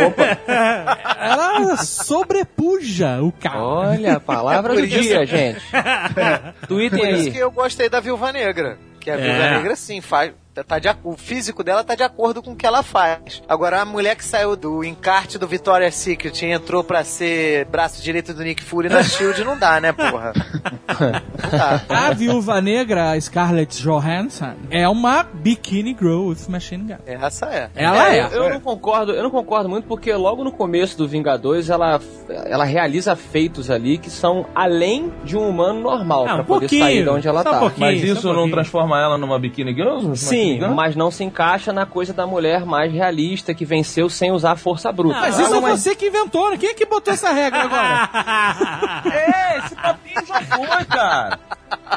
Speaker 4: ela sobrepuja o cara.
Speaker 3: Olha, a palavra do dia, gente.
Speaker 6: Por
Speaker 3: Twitter
Speaker 6: isso
Speaker 3: aí.
Speaker 6: que eu gostei da Viúva Negra. Que a
Speaker 3: É.
Speaker 6: Viúva Negra, sim, faz. Tá de, ac- o físico dela tá de acordo com o que ela faz. Agora, a mulher que saiu do encarte do Victoria's Secret e entrou pra ser braço direito do Nick Fury na Shield, não dá, né, porra?
Speaker 4: A viúva negra, a Scarlett Johansson, é uma Bikini Girl with Machine Gun.
Speaker 6: Essa é.
Speaker 3: Ah,
Speaker 4: Ela é.
Speaker 3: Eu não concordo, eu não concordo muito porque logo no começo do Vingadores ela, ela realiza feitos ali que são além de um humano normal
Speaker 4: Ah,
Speaker 3: pra poder sair de onde
Speaker 4: um
Speaker 3: ela tá.
Speaker 5: mas isso não transforma ela numa Bikini Girl?
Speaker 3: Sim, mas não se encaixa na coisa da mulher mais realista que venceu sem usar força bruta. Ah,
Speaker 4: Mas isso é você que inventou, né? Quem é que botou essa regra agora?
Speaker 5: É, esse papinho já foi, cara.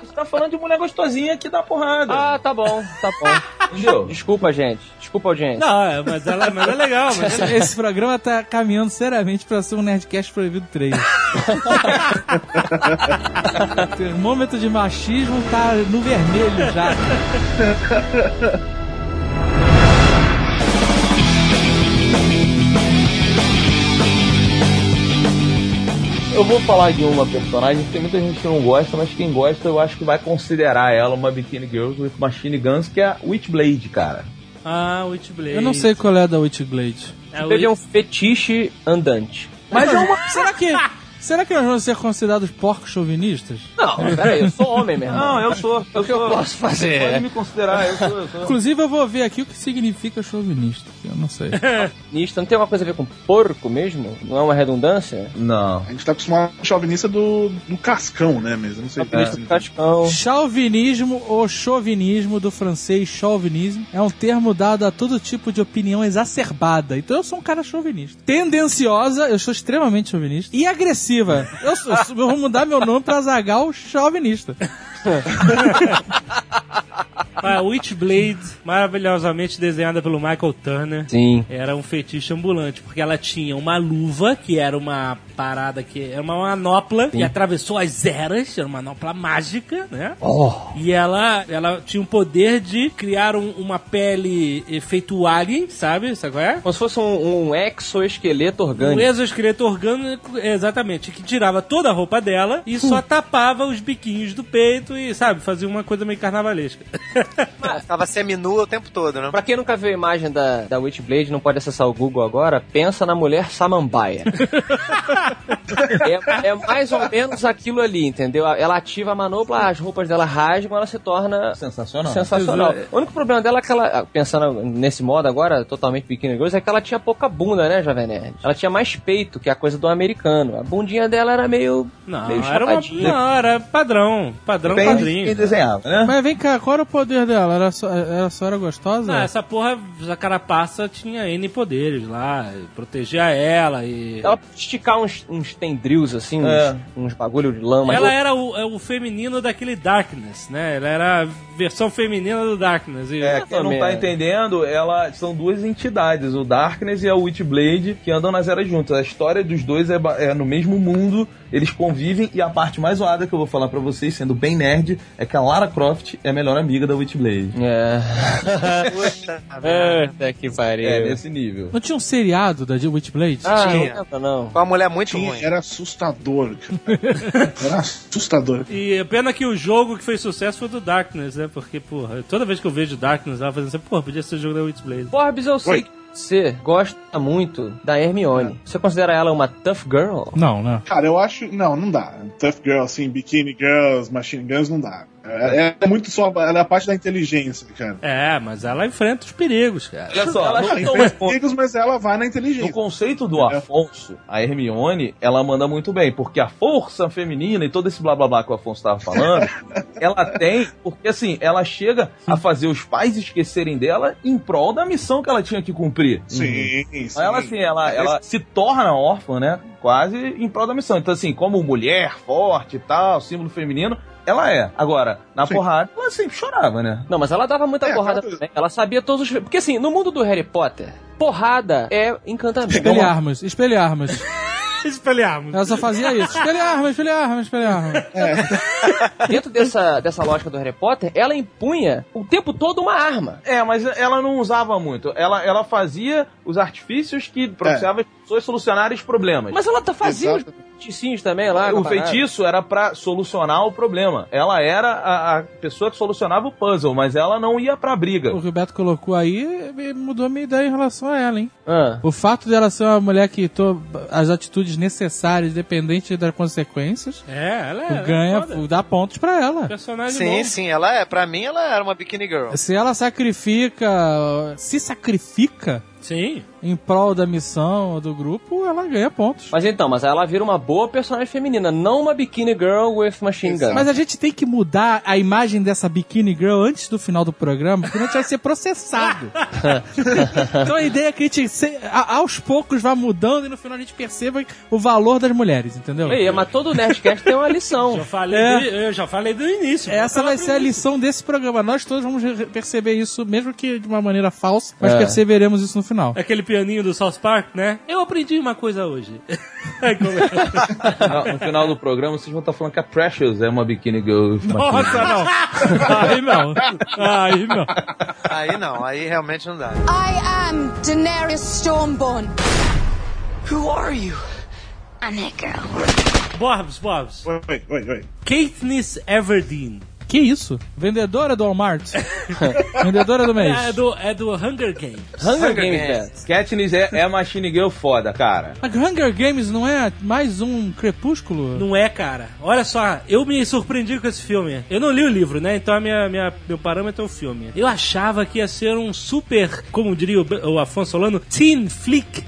Speaker 5: Você tá falando de mulher gostosinha que dá porrada.
Speaker 3: Ah, tá bom, tá bom.
Speaker 5: Entendeu?
Speaker 3: Desculpa, gente. Desculpa, audiência.
Speaker 2: Não, é, mas ela- mas é legal, mas é
Speaker 4: esse,
Speaker 2: legal.
Speaker 4: esse programa tá caminhando seriamente pra ser um Nerdcast Proibido 3. o termômetro de machismo tá no vermelho já.
Speaker 5: Eu vou falar de uma personagem que tem muita gente que não gosta, mas quem gosta eu acho que vai considerar ela uma Bikini Girls with Machine Guns, que é a Witchblade, cara.
Speaker 2: Ah, Witchblade.
Speaker 4: Eu não sei qual é a da Witchblade.
Speaker 2: É o Witch-
Speaker 3: um fetiche andante.
Speaker 4: Mas é uma... Será que... Será que nós vamos ser considerados porcos chauvinistas?
Speaker 3: Não, peraí, eu sou homem, meu irmão.
Speaker 5: Não, eu sou. Eu o que eu
Speaker 3: posso fazer?
Speaker 5: Pode me considerar, eu sou. Eu sou.
Speaker 4: Inclusive, eu vou ver aqui o que significa chauvinista. que Eu não sei.
Speaker 3: Nisto não tem uma coisa a ver com porco mesmo? Não é uma redundância?
Speaker 5: Não.
Speaker 9: A gente tá acostumado com chauvinista do, do cascão, né, mesmo? Não sei
Speaker 5: É.
Speaker 9: o que isso significa.
Speaker 4: Chauvinismo ou chauvinismo do francês chauvinismo é um termo dado a todo tipo de opinião exacerbada. Então eu sou um cara chauvinista. Tendenciosa, eu sou extremamente chauvinista. E agressiva. Eu, sou, eu vou mudar meu nome pra Zagal Chauvinista.
Speaker 2: Ah, Witchblade, maravilhosamente desenhada pelo Michael Turner.
Speaker 3: Sim.
Speaker 2: Era um fetiche ambulante, porque ela tinha uma luva, que era uma parada que era uma manopla, que atravessou as eras, era uma manopla mágica, né? E ela, ela tinha o poder de criar um- uma pele eh, feito alien, sabe? Sabe qual é?
Speaker 3: Como se fosse um, um exoesqueleto
Speaker 2: Um
Speaker 3: orgânico.
Speaker 2: exoesqueleto orgânico, exatamente, que tirava toda a roupa dela e só tapava os biquinhos do peito e, sabe, fazia uma coisa meio carnavalesca.
Speaker 6: Tava seminua o tempo todo, né?
Speaker 3: Pra quem nunca viu a imagem da, da Witchblade, não pode acessar o Google agora, pensa na mulher samambaia. é, é mais ou menos aquilo ali, entendeu? Ela ativa a manopla, as roupas dela rasgam, ela se torna
Speaker 5: Sensacional.
Speaker 3: sensacional. O único problema dela é que ela, pensando nesse modo agora, totalmente pequeno girls, é que ela tinha pouca bunda, né, Jovem Nerd? Ela tinha mais peito, que é a coisa do americano. A bundinha dela era meio.
Speaker 2: Não,
Speaker 3: meio
Speaker 2: era uma.
Speaker 3: chapadinha.
Speaker 2: Não, era padrão.
Speaker 5: um
Speaker 2: Padrão
Speaker 3: Depende de
Speaker 2: padrinho.
Speaker 3: quem
Speaker 5: desenhava, né?
Speaker 4: Mas vem cá, qual era o poder dela? Ela só, ela só era gostosa?
Speaker 2: Não, Ah, essa porra, a carapaça tinha N poderes lá, e protegia ela e.
Speaker 3: Ela podia esticar uns, uns tendrils, assim, uns,
Speaker 2: É.
Speaker 3: uns bagulho de lama.
Speaker 2: Ela era o, é o feminino daquele Darkness, né? Ela era a versão feminina do Darkness. E...
Speaker 5: É, quem não tá entendendo, ela são duas entidades, o Darkness e a Witchblade, que andam nas eras juntas. A história dos dois é, ba- é no mesmo mundo, eles convivem, e a parte mais zoada que eu vou falar pra vocês, sendo bem nerd, é que a Lara Croft é a melhor amiga da Witchblade.
Speaker 3: É.
Speaker 6: Puta
Speaker 3: que pariu.
Speaker 5: É, nesse nível.
Speaker 4: Não tinha um seriado da The Witchblade?
Speaker 9: Ah, Tinha. não lembro,
Speaker 3: não.
Speaker 6: Uma mulher muito
Speaker 9: ruim. Era assustador, cara. Era assustador.
Speaker 2: E pena que o jogo que fez sucesso foi do Darkness, né? Porque, porra, toda vez que eu vejo Darkness, ela fazendo assim, porra, podia ser o jogo da Witchblade.
Speaker 3: Forbes, eu sei
Speaker 2: que
Speaker 3: Você gosta muito da Hermione. Você considera ela uma tough girl?
Speaker 4: Não, né?
Speaker 9: Cara, eu acho. Não, não dá. Tough Girl, assim, Bikini Girls, Machine Guns, não dá. É, é muito só. Ela é a parte da inteligência, cara.
Speaker 2: É, mas ela enfrenta os perigos, cara.
Speaker 5: Olha só,
Speaker 9: ela
Speaker 5: no-
Speaker 9: cara,
Speaker 5: no-
Speaker 9: enfrenta perigos, mas ela vai na inteligência.
Speaker 5: No conceito do Afonso, a Hermione, ela manda muito bem, porque a força feminina e todo esse blá blá blá que o Afonso tava falando, ela tem, porque assim, ela chega a fazer os pais esquecerem dela em prol da missão que ela tinha que cumprir.
Speaker 9: Sim, sim. É,
Speaker 5: Ela assim, ela, ela se torna órfã, né? Quase em prol da missão. Então, assim, como mulher forte e tal, símbolo feminino, ela é. Agora, na porrada, ela sempre chorava, né?
Speaker 3: Não, mas ela dava muita porrada também. Ela sabia todos os. Porque assim, no mundo do Harry Potter, porrada é encantamento.
Speaker 4: Espelhar armas, espelhar armas.
Speaker 2: Espelhamos.
Speaker 4: Ela só fazia isso. Espelhar armas, espelhar armas, espelhar armas.
Speaker 3: Dentro dessa, dessa lógica do Harry Potter, ela impunha o tempo todo uma arma.
Speaker 5: É, mas ela não usava muito. Ela, ela fazia os artifícios que propiciavam as pessoas solucionarem os problemas.
Speaker 3: Mas ela tá fazia os feiticinhos também lá. com
Speaker 5: o
Speaker 3: a parada.
Speaker 5: feitiço era pra solucionar o problema. Ela era a, a pessoa que solucionava o puzzle, mas ela não ia pra briga.
Speaker 4: O Roberto colocou aí e mudou a minha ideia em relação a ela, hein?
Speaker 3: Ah.
Speaker 4: O fato dela ser uma mulher que to- as atitudes necessárias, dependente das consequências,
Speaker 2: É, ela é.
Speaker 4: o ganha,
Speaker 2: foda.
Speaker 4: o dá pontos pra ela.
Speaker 2: Personagem
Speaker 6: Sim,
Speaker 2: novo.
Speaker 6: sim, ela é. Pra mim, ela era uma Bikini Girl.
Speaker 4: Se ela sacrifica, se sacrifica
Speaker 2: Sim.
Speaker 4: em prol da missão do grupo, ela ganha pontos.
Speaker 3: Mas então, mas ela vira uma boa personagem feminina, não uma bikini girl with machine gun.
Speaker 4: Mas a gente tem que mudar a imagem dessa Bikini Girl antes do final do programa, porque a gente vai ser processado. então a ideia é que a gente, se- a- aos poucos, vá mudando e no final a gente perceba o valor das mulheres, entendeu?
Speaker 3: Ei, mas todo Nerdcast tem uma lição.
Speaker 2: Já falei
Speaker 4: É.
Speaker 2: do- eu já falei do início.
Speaker 4: Essa
Speaker 2: Vou
Speaker 4: vai
Speaker 2: falar
Speaker 4: ser a
Speaker 2: pro
Speaker 4: lição desse programa. Nós todos vamos re- perceber isso, mesmo que de uma maneira falsa, mas
Speaker 3: É.
Speaker 4: perceberemos isso no final.
Speaker 2: Aquele pianinho do South Park, né? é? Eu aprendi uma coisa hoje. Aí começa.
Speaker 5: No, no final do programa, vocês vão estar falando que a Precious é uma Bikini Girl.
Speaker 2: Nossa, não. Aí não. Aí não.
Speaker 6: Aí não, aí realmente não dá.
Speaker 10: I am Daenerys Stormborn.
Speaker 11: Who are you? I'm that girl.
Speaker 2: Borbs, Borbs.
Speaker 9: Oi, oi, oi, oi.
Speaker 2: Katniss Everdeen.
Speaker 4: Que isso? Vendedora do Walmart? Vendedora do mês.
Speaker 2: É do, é do Hunger Games.
Speaker 3: Hunger,
Speaker 6: Hunger
Speaker 3: Games,
Speaker 6: Games.
Speaker 3: velho.
Speaker 5: Katniss é, é Machine Girl foda, cara.
Speaker 4: Mas Hunger Games não é mais um crepúsculo?
Speaker 2: Não é, cara. Olha só, eu me surpreendi com esse filme. Eu não li o livro, né? Então a minha, minha- meu parâmetro é o filme. Eu achava que ia ser um super, como diria o, B- o Afonso Solano, teen flick.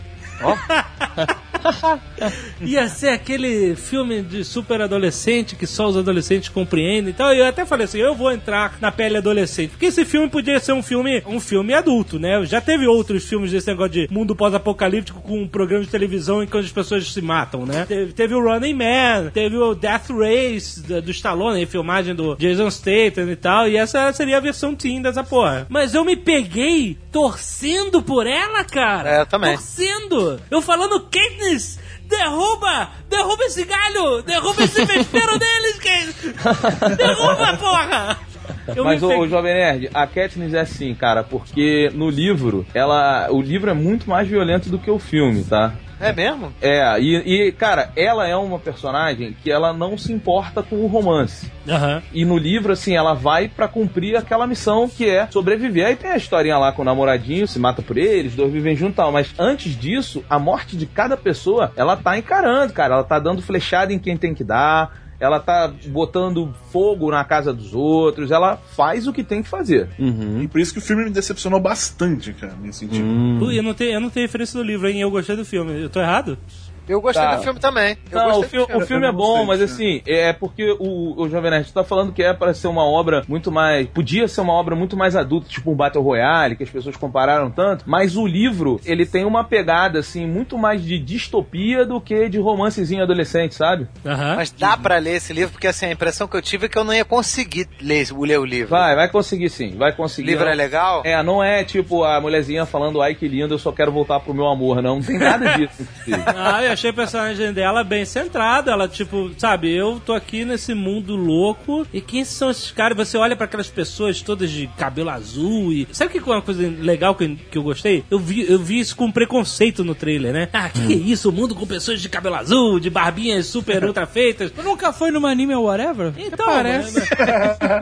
Speaker 2: ia ser aquele filme de super adolescente que só os adolescentes compreendem. Então eu até falei assim, eu vou entrar na pele adolescente, porque esse filme podia ser um filme, um filme adulto, né? Já teve outros filmes desse negócio de mundo pós-apocalíptico com um programa de televisão em que as pessoas se matam, né? Teve, teve o Running Man, teve o Death Race da- do Stallone, a filmagem do Jason Statham e tal, e essa seria a versão teen dessa porra. Mas eu me peguei torcendo por ela, cara.
Speaker 6: É, eu também.
Speaker 2: Torcendo. Eu falando Katniss Derruba! Derruba esse galho! Derruba esse vespeiro deles, que Derruba, porra! Eu
Speaker 5: Mas,
Speaker 2: me
Speaker 5: ô,
Speaker 2: peguei-
Speaker 5: ô, Jovem Nerd, a Katniss é assim, cara, porque no livro, ela. O livro é muito mais violento do que o filme, tá?
Speaker 6: É mesmo?
Speaker 5: É, e, e, cara, ela é uma personagem que ela não se importa com o romance.
Speaker 2: Aham.
Speaker 5: E no livro, assim, ela vai pra cumprir aquela missão que é sobreviver. Aí tem a historinha lá com o namoradinho, se mata por eles, dois vivem junto e tal. Mas antes disso, a morte de cada pessoa, ela tá encarando, cara. Ela tá dando flechada em quem tem que dar. Ela tá botando fogo na casa dos outros. Ela faz o que tem que fazer.
Speaker 9: E por isso que o filme me decepcionou bastante, cara, nesse sentido.
Speaker 5: Hum.
Speaker 2: Ui, eu não, tenho, eu não tenho referência do livro, hein? Eu gostei do filme. Eu tô errado?
Speaker 6: Eu gostei
Speaker 5: Tá.
Speaker 6: do filme também. Eu
Speaker 5: Não, o,
Speaker 6: gostei
Speaker 5: fi- o
Speaker 6: do filme.
Speaker 5: filme é
Speaker 9: Eu não gostei,
Speaker 5: bom, mas
Speaker 9: né?
Speaker 5: assim, é porque o, o Jovem Nerd tá falando que é para ser uma obra muito mais. Podia ser uma obra muito mais adulta, tipo um Battle Royale, que as pessoas compararam tanto, mas o livro, ele tem uma pegada, assim, muito mais de distopia do que de romancezinho adolescente, sabe?
Speaker 2: Aham.
Speaker 6: Mas
Speaker 5: Uhum.
Speaker 6: dá pra ler esse livro, porque assim, a impressão que eu tive é que eu não ia conseguir ler, ler o livro.
Speaker 5: Vai, vai conseguir sim, vai
Speaker 6: O
Speaker 5: conseguir.
Speaker 6: livro é
Speaker 5: Não-
Speaker 6: legal?
Speaker 5: É, não é tipo a mulherzinha falando, ai que lindo, eu só quero voltar pro meu amor, não. Não tem nada disso.
Speaker 2: Ah, eu achei a personagem dela bem centrada. Ela, tipo, sabe, eu tô aqui nesse mundo louco. E quem são esses caras? Você olha pra aquelas pessoas todas de cabelo azul e. Sabe que é uma coisa legal que, que eu gostei? Eu vi, eu vi isso com preconceito no trailer, né? Ah, que, que é isso? O mundo com pessoas de cabelo azul, de barbinhas super ultra feitas.
Speaker 4: Nunca foi numa anime ou whatever?
Speaker 2: Então, parece.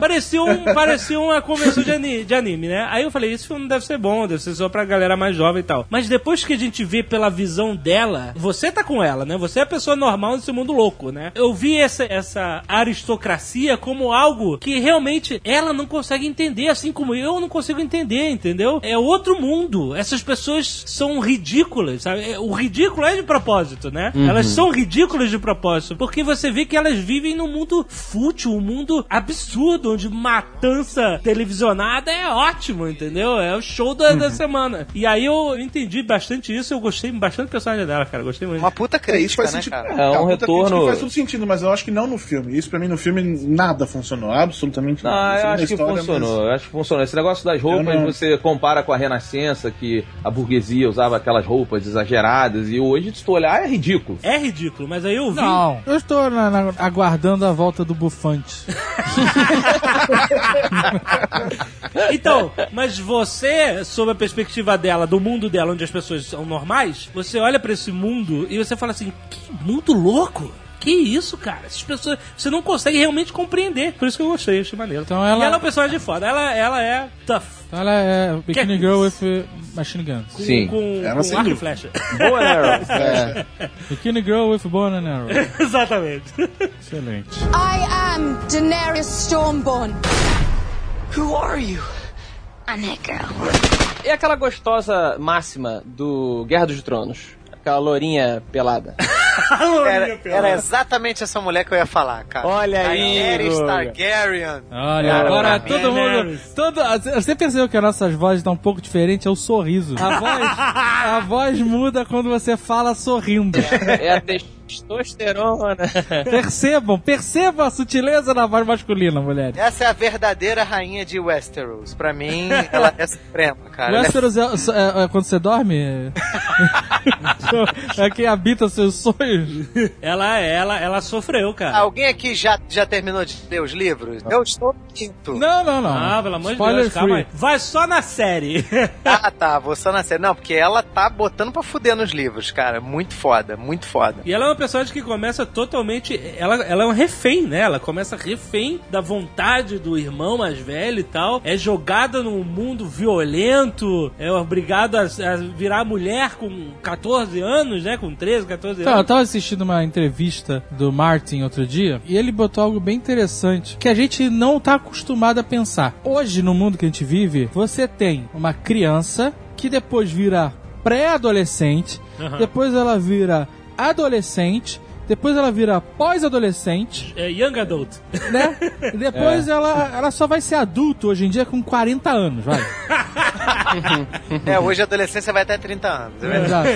Speaker 2: parecia, um, parecia uma convenção de ani- de anime, né? Aí eu falei, esse filme deve ser bom, deve ser só pra galera mais jovem e tal. Mas depois que a gente vê pela visão dela, você tá com ela, né? Você é a pessoa normal nesse mundo louco, né? Eu vi essa, essa aristocracia como algo que realmente ela não consegue entender, assim como eu não consigo entender, entendeu? É outro mundo. Essas pessoas são ridículas, sabe? É, O ridículo é de propósito, né?
Speaker 12: Uhum.
Speaker 2: Elas são ridículas de propósito, porque você vê que elas vivem num mundo fútil, um mundo absurdo, onde matança televisionada é ótimo, entendeu? É o show da, da semana. E aí eu entendi bastante isso, eu gostei bastante do personagem dela, cara. Gostei muito. Uma
Speaker 6: puta né,
Speaker 9: É, isso faz sentido.
Speaker 5: um
Speaker 9: a puta crítica Faz todo sentido, mas eu acho que não no filme. Isso pra mim no filme nada funcionou. Absolutamente nada.
Speaker 5: Ah,
Speaker 9: Isso
Speaker 5: eu
Speaker 9: é uma história,
Speaker 5: acho que
Speaker 9: mas-
Speaker 5: funcionou, eu acho que funcionou. Esse negócio das roupas,
Speaker 9: Eu não-
Speaker 5: você compara com a Renascença, que a burguesia usava aquelas roupas exageradas, e hoje, se tu olhar, é ridículo.
Speaker 2: É ridículo, mas aí eu vi.
Speaker 4: Não. Eu estou na- na- aguardando a volta do bufante.
Speaker 2: Então, mas você, sob a perspectiva dela, do mundo dela, onde as pessoas são normais, você olha pra esse mundo e você fala assim: que mundo louco! Que isso, cara? Essas pessoas. Você não consegue realmente compreender. Por isso que eu gostei, achei maneiro. Então
Speaker 4: ela-
Speaker 2: E ela é um personagem foda. Ela, ela é tough.
Speaker 4: Então ela é Bikini Girl with Machine Guns.
Speaker 2: Com, Com, com arco e flecha.
Speaker 4: Boa, Arrow. Bikini Girl with Bow and Arrow.
Speaker 2: Exatamente.
Speaker 4: Excelente.
Speaker 10: I am Daenerys Stormborn.
Speaker 5: É.
Speaker 11: Who are you? I'm that girl.
Speaker 3: E aquela gostosa máxima do Guerra dos Tronos? Aquela lourinha pelada.
Speaker 6: Era, era exatamente essa mulher que eu ia falar, cara.
Speaker 3: Olha aí,
Speaker 6: Daenerys
Speaker 3: Guga.
Speaker 6: Targaryen.
Speaker 5: Ah.
Speaker 4: Olha,
Speaker 6: Cara,
Speaker 4: agora
Speaker 6: pra
Speaker 4: todo
Speaker 2: né,
Speaker 6: mim,
Speaker 4: mundo. Todo, ah, você percebeu que as nossas vozes estão um pouco diferentes? É o sorriso. A voz, a voz muda quando você fala sorrindo.
Speaker 3: É a testosterona.
Speaker 4: Percebam, percebam a sutileza da voz masculina, mulheres.
Speaker 6: Essa é a verdadeira rainha de Westeros. Pra mim, ela é suprema, cara.
Speaker 2: né?
Speaker 4: Westeros é, é- é quando você dorme? é quem habita seus sonhos.
Speaker 2: Ela, ela, ela sofreu, cara.
Speaker 6: Alguém aqui já, já terminou de ler os livros? Eu estou no quinto.
Speaker 4: Não, não, não.
Speaker 2: Ah, pelo amor de
Speaker 4: Spoiler
Speaker 2: Deus, calma aí.
Speaker 4: free.
Speaker 2: Vai só na série.
Speaker 6: Ah, tá, vou só na série. Não, porque ela tá botando pra fuder nos livros, cara. Muito foda, muito foda.
Speaker 2: E ela é uma personagem que começa totalmente. Ela, ela é um refém, né? Ela começa refém da vontade do irmão mais velho e tal. É jogada num mundo violento. É obrigada a, a virar mulher com 14 anos, né? Com 13, 14
Speaker 4: Então, eu
Speaker 2: anos.
Speaker 4: tava assistindo uma entrevista do Martin outro dia e ele botou algo bem interessante que a gente não tá acostumado a pensar. Hoje, no mundo que a gente vive, você tem uma criança que depois vira pré-adolescente,
Speaker 2: Aham.
Speaker 4: depois ela vira adolescente, depois ela vira pós-adolescente,
Speaker 2: É Young Adult.
Speaker 4: né? E depois ela, ela só vai ser adulto hoje em dia com 40 anos, vai.
Speaker 3: Uhum.
Speaker 6: É, hoje a adolescência vai até 30 anos, é verdade?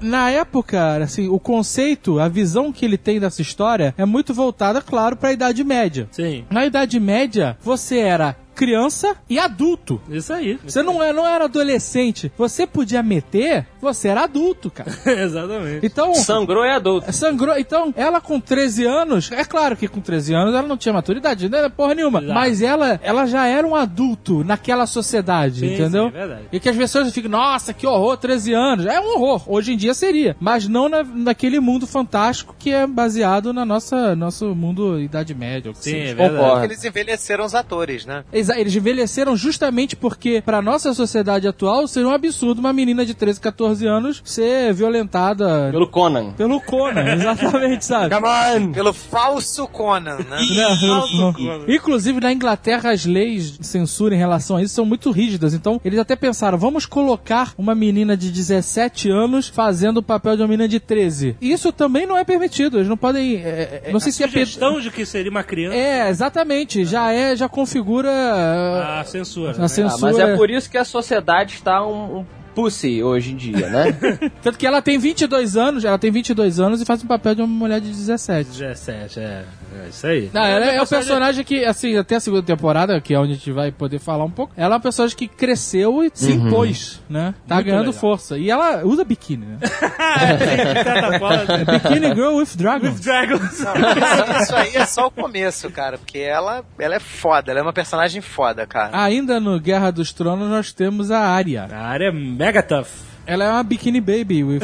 Speaker 4: Na época, assim, o conceito, a visão que ele tem dessa história é muito voltada, claro, pra Idade Média.
Speaker 2: Sim.
Speaker 4: Na Idade Média, você era criança e adulto.
Speaker 2: Isso aí.
Speaker 4: Você não era, não era adolescente. Você podia meter, você era adulto, cara.
Speaker 2: Exatamente.
Speaker 4: Então,
Speaker 3: Sangrou é adulto.
Speaker 4: Sangrou. Então, ela com 13 anos, é claro que com 13 anos ela não tinha maturidade, não era porra nenhuma.
Speaker 2: Exato.
Speaker 4: Mas ela, ela já era um adulto naquela sociedade,
Speaker 2: Sim,
Speaker 4: entendeu?
Speaker 2: sim, é verdade.
Speaker 4: E que as pessoas ficam, nossa, que horror, 13 anos. É um horror, hoje em dia seria. Mas não na, naquele mundo fantástico que é baseado na nossa nosso mundo Idade Média. ou que
Speaker 2: é
Speaker 4: seja.
Speaker 3: Uhum.
Speaker 6: Porque Eles envelheceram os atores, né?
Speaker 4: Exa- Eles envelheceram justamente porque, pra nossa sociedade atual, seria um absurdo uma menina de 13, 14 anos ser violentada
Speaker 3: Pelo Conan.
Speaker 4: pelo Conan, exatamente, sabe?
Speaker 3: Uhum.
Speaker 6: Pelo falso Conan, né?
Speaker 4: Não, não. Inclusive, na Inglaterra, as leis de censura em relação a isso são muito rígidas. Então, eles até pensaram, vamos colocar uma menina de 17 anos fazendo o papel de uma menina de 13. E isso também não é permitido. Eles não podem... é, é, não sei
Speaker 2: a
Speaker 4: se é... ped-
Speaker 2: sugestão de que seria uma criança.
Speaker 4: É, exatamente. Já é, já configura...
Speaker 2: A censura.
Speaker 4: É.
Speaker 2: né? é
Speaker 4: A censura.
Speaker 3: Ah, mas é por isso que a sociedade está um, um pussy hoje em dia, né?
Speaker 4: Tanto que ela tem 22 anos, ela tem 22 anos e faz um papel de uma mulher de 17.
Speaker 2: 17, é. É isso aí.
Speaker 4: Não, ela é o personagem que, assim, até a segunda temporada, que é onde a gente vai poder falar um pouco, ela é uma personagem que cresceu e se
Speaker 2: Uhum.
Speaker 4: impôs, né? Tá
Speaker 2: Muito
Speaker 4: ganhando
Speaker 2: legal.
Speaker 4: força. E ela usa biquíni, né?
Speaker 2: Ah, é, Bikini
Speaker 4: Bikini Girl with Dragon.
Speaker 2: Dragons.
Speaker 6: Não, isso aí é só o começo, cara, porque ela, ela é foda, ela é uma personagem foda, cara.
Speaker 4: Ainda no Guerra dos Tronos nós temos a Arya.
Speaker 2: A Arya é mega tough.
Speaker 4: Ela é uma bikini baby with,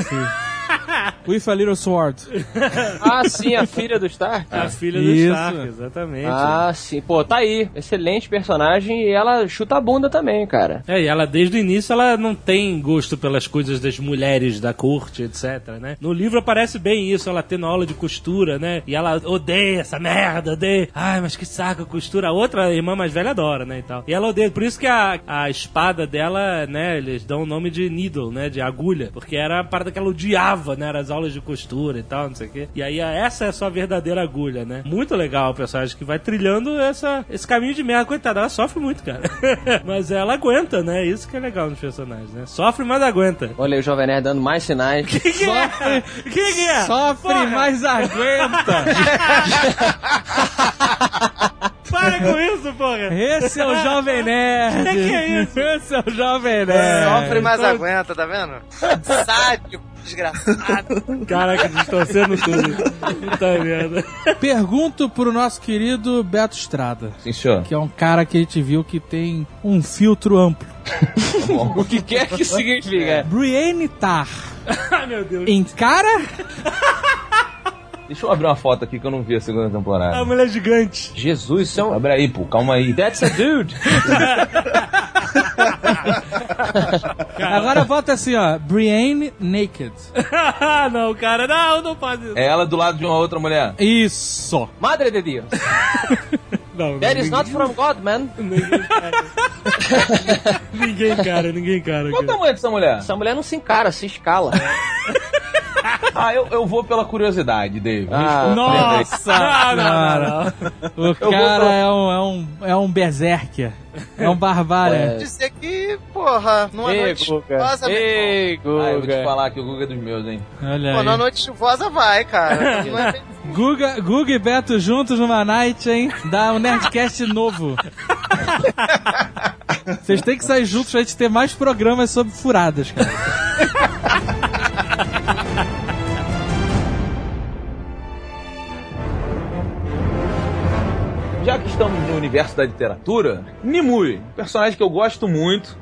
Speaker 4: with a little sword.
Speaker 3: ah, sim, a filha do Stark.
Speaker 2: A filha do
Speaker 4: Isso.
Speaker 2: Stark, exatamente.
Speaker 3: Ah, sim. Pô, tá aí. Excelente personagem e ela chuta a bunda também, cara.
Speaker 2: É, e ela desde o início ela não tem gosto pelas coisas das mulheres da corte, etc, né? No livro aparece bem isso, ela tendo aula de costura, né? E ela odeia essa merda, odeia. Ai, mas que saco, costura. A outra irmã mais velha adora, né, e tal. E ela odeia, por isso que a, a espada dela, né, eles dão o nome de needle, né, de agulha, porque era a parada que ela odiava, né, era as aulas de costura e tal, não sei o quê. E aí essa é a sua verdadeira agulha, né? Muito legal o personagem que vai trilhando essa, esse caminho de merda, coitada, ela sofre muito, cara. mas ela aguenta, né? Isso que é legal nos personagens, né? Sofre, mas aguenta.
Speaker 3: Olha aí o Jovem Nerd dando mais sinais.
Speaker 2: Sofre, que que é?
Speaker 4: Sofre,
Speaker 2: Porra!
Speaker 4: mas aguenta.
Speaker 2: Para com isso, porra!
Speaker 4: Esse é o Jovem Nerd.
Speaker 2: Que que é isso?
Speaker 4: Esse é o Jovem
Speaker 3: Ah, é.
Speaker 6: Sofre,
Speaker 4: Nerd.
Speaker 6: mas
Speaker 3: Então
Speaker 6: aguenta, tá vendo? Sábio, desgraçado.
Speaker 2: Caraca, distorcendo tudo. Puta merda.
Speaker 4: Pergunto pro nosso querido Beto Estrada,
Speaker 5: Sim, senhor.
Speaker 4: que é um cara que a gente viu que tem um filtro amplo.
Speaker 3: o que quer que significa?
Speaker 4: Brienne Tar
Speaker 2: É. Ai, meu Deus.
Speaker 4: encara
Speaker 5: Deixa eu abrir uma foto aqui que eu não vi a segunda temporada.
Speaker 2: A mulher gigante.
Speaker 3: Ah, Jesus, isso é um...
Speaker 5: Abre aí, pô, calma aí.
Speaker 3: That's a dude.
Speaker 4: Agora volta assim, ó. Brienne Naked.
Speaker 2: não, cara, não, não faz isso.
Speaker 5: É ela do lado de uma outra mulher.
Speaker 4: Isso.
Speaker 3: Madre de Deus.
Speaker 2: Não,
Speaker 3: That
Speaker 2: não,
Speaker 3: is not from God, man.
Speaker 2: ninguém cara. ninguém cara, ninguém cara.
Speaker 5: Qual o
Speaker 2: cara.
Speaker 5: tamanho dessa mulher?
Speaker 3: Essa mulher não se encara, se escala.
Speaker 5: Ah, eu, eu vou pela curiosidade, Dave.
Speaker 4: tá.
Speaker 3: Ah,
Speaker 2: Nossa! Não, não, não, não.
Speaker 4: O cara é um, é, um, é um berserker. É um barbário.
Speaker 3: É.
Speaker 6: Dizer que, porra, numa
Speaker 3: Ei,
Speaker 6: noite
Speaker 3: Guga.
Speaker 6: chuvosa, meu irmão.
Speaker 3: Ei,
Speaker 5: Ah, eu vou te
Speaker 3: Guga.
Speaker 5: falar que o Guga é dos meus, hein?
Speaker 4: Olha
Speaker 6: Pô,
Speaker 4: aí.
Speaker 6: na noite chuvosa vai, cara. Não é-
Speaker 4: Guga, Guga e Beto juntos numa night, hein? Dá um Nerdcast novo. Vocês têm que sair juntos pra gente ter mais programas sobre furadas, cara.
Speaker 5: Já que estamos no universo da literatura, Nimue, um personagem que eu gosto muito.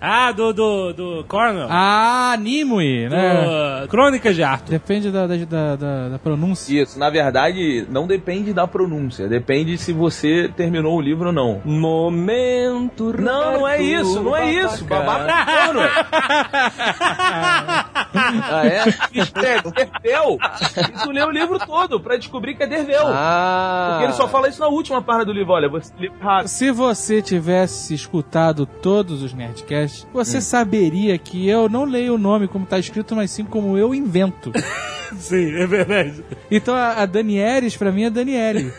Speaker 2: Ah, do, do, do Cornell.
Speaker 4: Ah, Nimue,
Speaker 2: do,
Speaker 4: né?
Speaker 2: Crônicas É. de Arthur.
Speaker 4: Depende da, da, da- da- da pronúncia.
Speaker 5: Isso, na verdade, não depende da pronúncia, depende se você terminou o livro ou não.
Speaker 3: Momento.
Speaker 5: Não, não é isso, não é isso. Babaca corno.
Speaker 3: Ah, é?
Speaker 5: É Dervel. Isso leu o livro todo pra descobrir que é Dervel.
Speaker 3: Ah.
Speaker 5: Porque ele só fala isso na última parte do livro. Olha, você livro errado.
Speaker 4: Se você tivesse escutado todos os Nerdcasts, você saberia que eu não leio o nome como tá escrito, mas sim como eu invento.
Speaker 2: Sim, é verdade.
Speaker 4: Então a, a Danieres, pra mim, é Daniele.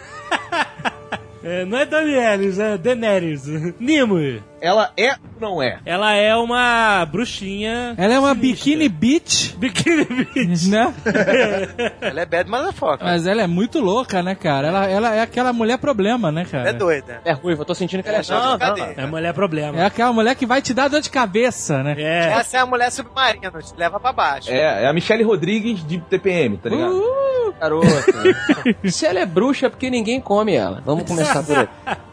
Speaker 2: É, não é Danielis, é Daenerys. Nimue.
Speaker 5: Ela é ou não é?
Speaker 2: Ela é uma bruxinha.
Speaker 4: Ela é uma
Speaker 2: sinistra.
Speaker 4: biquíni bitch,
Speaker 2: Bikini Beach.
Speaker 4: né?
Speaker 6: Ela é bad motherfucker.
Speaker 4: Mas ela é muito louca, né, cara? Ela, ela é aquela mulher problema, né, cara?
Speaker 6: Ela é doida.
Speaker 3: É ruivo, eu tô sentindo que ele é chato.
Speaker 6: Não,
Speaker 3: Não,
Speaker 6: não, não.
Speaker 2: É mulher problema.
Speaker 4: É aquela mulher que vai te dar dor de cabeça, né?
Speaker 2: É.
Speaker 6: Essa é a mulher submarina, te leva pra baixo.
Speaker 5: É, é a Michelle Rodrigues de TPM, tá ligado?
Speaker 3: Garoto. Se ela é bruxa, é porque ninguém come ela. Vamos começar por aí.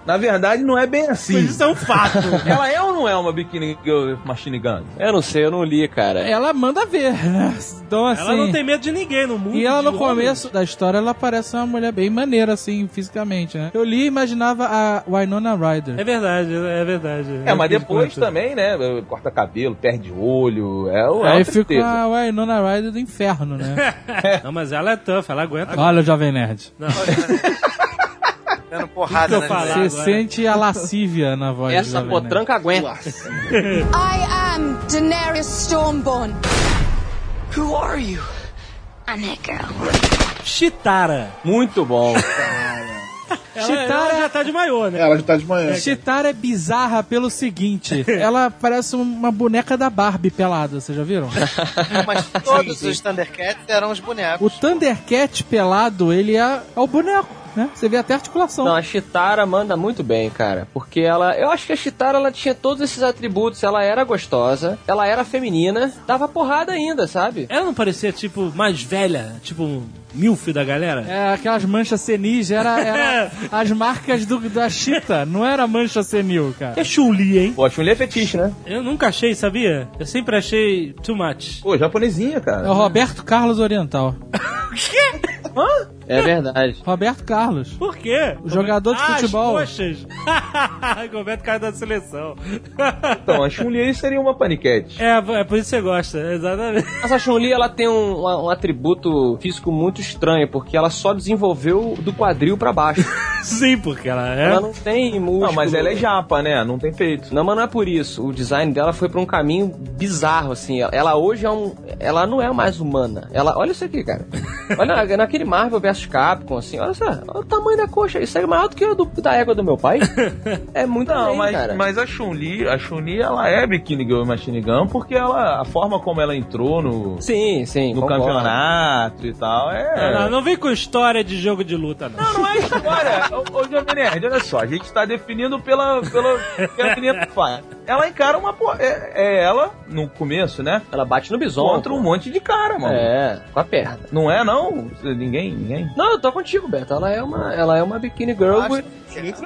Speaker 5: Na verdade, não é bem assim.
Speaker 2: Mas isso é um fato.
Speaker 5: Ela é ou não é uma Bikini Girl with Machine Gun?
Speaker 3: Eu não sei, eu não li, cara.
Speaker 4: Ela manda ver, né? Então, assim...
Speaker 2: Ela não tem medo de ninguém no mundo.
Speaker 4: E ela
Speaker 2: de
Speaker 4: no
Speaker 2: homens.
Speaker 4: começo da história, ela parece uma mulher bem maneira, assim, fisicamente, né? Eu li e imaginava a Winona Ryder.
Speaker 2: É verdade, é verdade.
Speaker 5: É, mas
Speaker 2: Eu
Speaker 5: depois
Speaker 2: acredito.
Speaker 5: também, né? Corta cabelo, perde olho. É, é uma
Speaker 4: Aí
Speaker 5: tristeza.
Speaker 4: fica a Winona Ryder do inferno, né?
Speaker 5: tá-
Speaker 2: Não, mas ela é tough, ela aguenta.
Speaker 4: Olha o Jovem Nerd.
Speaker 6: Dando porrada
Speaker 2: eu
Speaker 6: na
Speaker 2: falar?
Speaker 4: Você
Speaker 2: Tá, agora.
Speaker 4: sente a lascívia na voz do
Speaker 3: Essa
Speaker 4: Jovem Nerd.
Speaker 3: potranca aguenta.
Speaker 10: I am Daenerys Stormborn.
Speaker 11: Who are you? I'm that girl.
Speaker 2: Chitara.
Speaker 3: Muito bom.
Speaker 2: Ela,
Speaker 4: Chitara- é-
Speaker 2: ela já tá de maiô, né?
Speaker 9: Ela já tá de manhã.
Speaker 4: Chitara é bizarra pelo seguinte: ela parece um- uma boneca da Barbie pelada, vocês já viram?
Speaker 6: Mas todos os Thundercats eram os bonecos.
Speaker 4: O Thundercat pelado, ele é, é o boneco, né? Você vê até a articulação.
Speaker 3: Não, a Chitara manda muito bem, cara. Porque ela. Eu acho que a Chitara ela tinha todos esses atributos. Ela era gostosa, ela era feminina, dava porrada ainda, sabe?
Speaker 4: É.
Speaker 2: Ela não parecia, tipo, mais velha, tipo, milf da galera?
Speaker 4: É, aquelas manchas senis era, era as marcas do, da Chita, não era mancha senil, cara.
Speaker 2: É Chun-Li, hein?
Speaker 5: Pô, a Chun-Li é fetiche, né?
Speaker 2: Eu nunca achei, sabia? Eu sempre achei too much.
Speaker 5: Pô, japonesinha,
Speaker 4: É o
Speaker 5: cara.
Speaker 4: Roberto Carlos Oriental.
Speaker 3: É verdade.
Speaker 4: Roberto Carlos.
Speaker 2: Por quê?
Speaker 4: O jogador de
Speaker 2: Ah, as
Speaker 4: futebol.
Speaker 2: coxas. Roberto Carlos da seleção.
Speaker 5: Então, a Chun-Li seria uma paniquete.
Speaker 2: é, é por isso que você gosta, exatamente.
Speaker 3: Mas a Chun-Li ela tem um, um atributo físico muito estranho, porque ela só desenvolveu do quadril pra baixo.
Speaker 2: Sim, porque ela é...
Speaker 3: Ela não tem músculo.
Speaker 5: Não, mas ela é japa, né? Não tem peito.
Speaker 3: Não, mas não é por isso. O design dela foi pra um caminho bizarro, assim. Ela- Ela hoje é um. Ela não é mais humana. Ela. Olha isso aqui, cara. Olha na- naquele Marvel vs Capcom, assim, olha só, olha o tamanho da coxa. Isso é maior do que o do- da égua do meu pai. É muito
Speaker 5: Não,
Speaker 3: além,
Speaker 5: mas,
Speaker 3: cara.
Speaker 5: mas a Chun-Li, a Chun-Li, ela é Bikini Girl e Machine Gun porque ela, a forma como ela entrou no,
Speaker 3: Sim, sim.
Speaker 5: no
Speaker 3: concordo.
Speaker 5: campeonato e tal, é...
Speaker 2: Não, não vem com história de jogo de luta, não.
Speaker 5: Não é história. Ô, ô Jovem Nerd, olha só, a gente tá definindo pela, pela, pela menina que faz. Ela encara uma porra. É, é ela, no começo, né?
Speaker 3: Ela bate no bison.
Speaker 5: Contra um monte de cara, mano.
Speaker 3: É, com a perna.
Speaker 5: Não é, não? Ninguém, ninguém.
Speaker 3: Não, eu tô contigo, Beto. Ela é uma, ela é uma bikini girl. with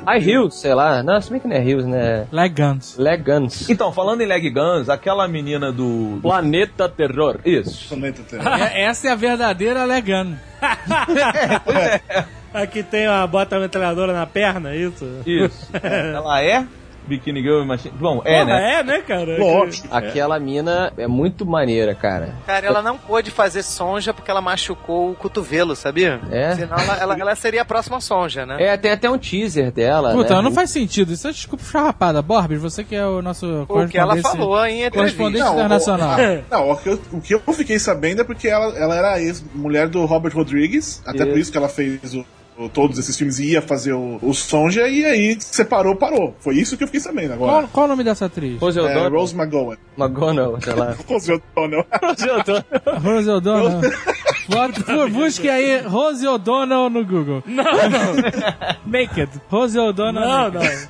Speaker 3: High heels, sei lá. Não, se bem que não é heels, né?
Speaker 4: Legans.
Speaker 3: Leg guns.
Speaker 5: Então, falando em leg guns, aquela menina do. do-
Speaker 3: Planeta Terror.
Speaker 5: Isso.
Speaker 9: Planeta Terra.
Speaker 4: É- Essa é a verdadeira Legan.
Speaker 2: Aqui tem uma bota metralhadora na perna, isso?
Speaker 5: Isso. Ela é Bikini Girl e Machine. Bom, é,
Speaker 2: Porra,
Speaker 5: né?
Speaker 2: é, né, cara?
Speaker 9: Lógico.
Speaker 3: Aquela mina é muito maneira, cara.
Speaker 6: Cara, ela não pôde fazer sonja porque ela machucou o cotovelo, sabia?
Speaker 3: É?
Speaker 6: Senão ela, ela, ela seria a próxima sonja, né?
Speaker 3: É, tem até um teaser dela.
Speaker 4: Puta,
Speaker 3: né?
Speaker 4: não faz sentido. Isso é desculpa charrapada. Borbes, você que é o nosso
Speaker 6: O que ela
Speaker 4: correspondente-
Speaker 6: falou em
Speaker 4: correspondente
Speaker 6: entrevista.
Speaker 9: Não, o-
Speaker 4: internacional.
Speaker 2: É.
Speaker 9: Não, o que, eu, o que eu fiquei sabendo é porque ela, ela era a ex-mulher do Robert Rodrigues, até por isso que ela fez o- o- todos esses filmes e ia fazer o, o Sonja, e aí separou, parou. Foi isso que eu fiquei sabendo
Speaker 4: Qual,
Speaker 9: agora.
Speaker 4: qual o nome dessa atriz?
Speaker 3: Rose
Speaker 9: É,
Speaker 3: O'Donnell,
Speaker 9: Rose McGowan.
Speaker 3: McGonnell, sei lá.
Speaker 9: Rose O'Donnell.
Speaker 3: Rose O'Donnell.
Speaker 4: Rose O'Donnell. Bota- bu- busque aí Rose O'Donnell no Google. Não, não. Naked. Rose O'Donnell.
Speaker 2: Não, não.
Speaker 4: naked.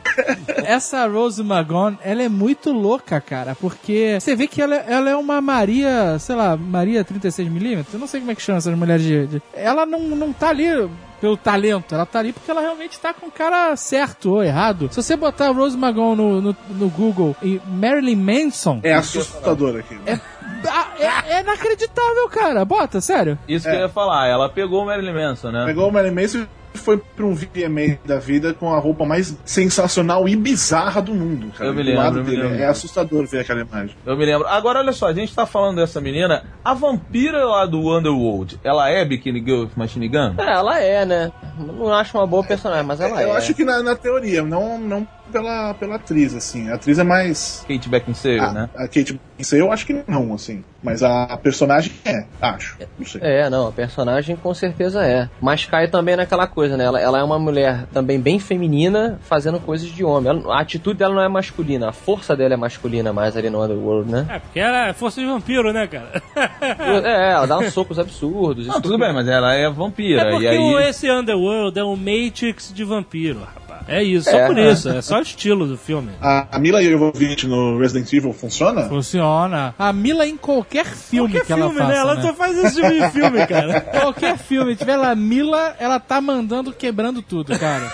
Speaker 4: Essa Rose Magon, ela é muito louca, cara, porque você vê que ela, ela é uma Maria, sei lá, Maria 36mm, eu não sei como é que chama essas mulheres de... de- Ela não, não tá ali pelo talento, ela tá ali porque ela realmente tá com o cara certo ou errado. Se você botar a Rose Magon no, no, no Google e Marilyn Manson,
Speaker 9: É assustador aqui.
Speaker 4: ah, é, é inacreditável, cara, bota, sério.
Speaker 5: Isso que eu ia falar. Ela pegou o Marilyn Manson, né?
Speaker 9: Pegou o Marilyn Manson e foi pra um VMA da vida com a roupa mais sensacional e bizarra do mundo, cara.
Speaker 5: Eu me
Speaker 9: Do
Speaker 5: lembro,
Speaker 9: lado
Speaker 5: eu me
Speaker 9: dele.
Speaker 5: lembro.
Speaker 9: É assustador ver aquela imagem.
Speaker 5: Eu me lembro. Agora, olha só, a gente tá falando dessa menina. A vampira lá do Underworld, ela é Bikini Girl e Machine Gun?
Speaker 3: É, ela é, né? Não acho uma boa personagem, mas ela é.
Speaker 9: eu acho que na, na teoria, não, não pela, pela atriz, assim. A atriz é mais.
Speaker 5: Kate Beckinsale,
Speaker 9: A,
Speaker 5: né?
Speaker 9: Ah, a Kate Beckinsale, eu acho que não, assim. Mas a, a personagem é, acho. Não sei.
Speaker 3: É, não, a personagem com certeza é. Mas cai também naquela coisa, né? Ela, ela é uma mulher também bem feminina, fazendo coisas de homem. Ela- a atitude dela não é masculina, a força dela é masculina mais ali no Underworld, né?
Speaker 2: É, porque ela é força de vampiro, né, cara?
Speaker 3: É, ela dá uns socos absurdos.
Speaker 5: Não,
Speaker 3: isso
Speaker 5: tudo
Speaker 3: que-
Speaker 5: bem, mas ela é
Speaker 2: É
Speaker 5: vampira.
Speaker 2: porque
Speaker 5: e aí...
Speaker 2: o- esse Underworld é um Matrix de vampiro, rapaz. É isso, só
Speaker 3: É.
Speaker 2: por isso. É só o estilo do filme.
Speaker 9: A, a Mila Jovovich no Resident Evil funciona?
Speaker 4: Funciona. A Mila em qualquer filme
Speaker 2: Qualquer
Speaker 4: que
Speaker 2: filme,
Speaker 4: ela tá- faça,
Speaker 2: né? Ela
Speaker 4: né?
Speaker 2: só faz esse tipo de filme, cara.
Speaker 4: Qualquer filme, tiver lá Mila, ela tá mandando quebrando tudo, cara.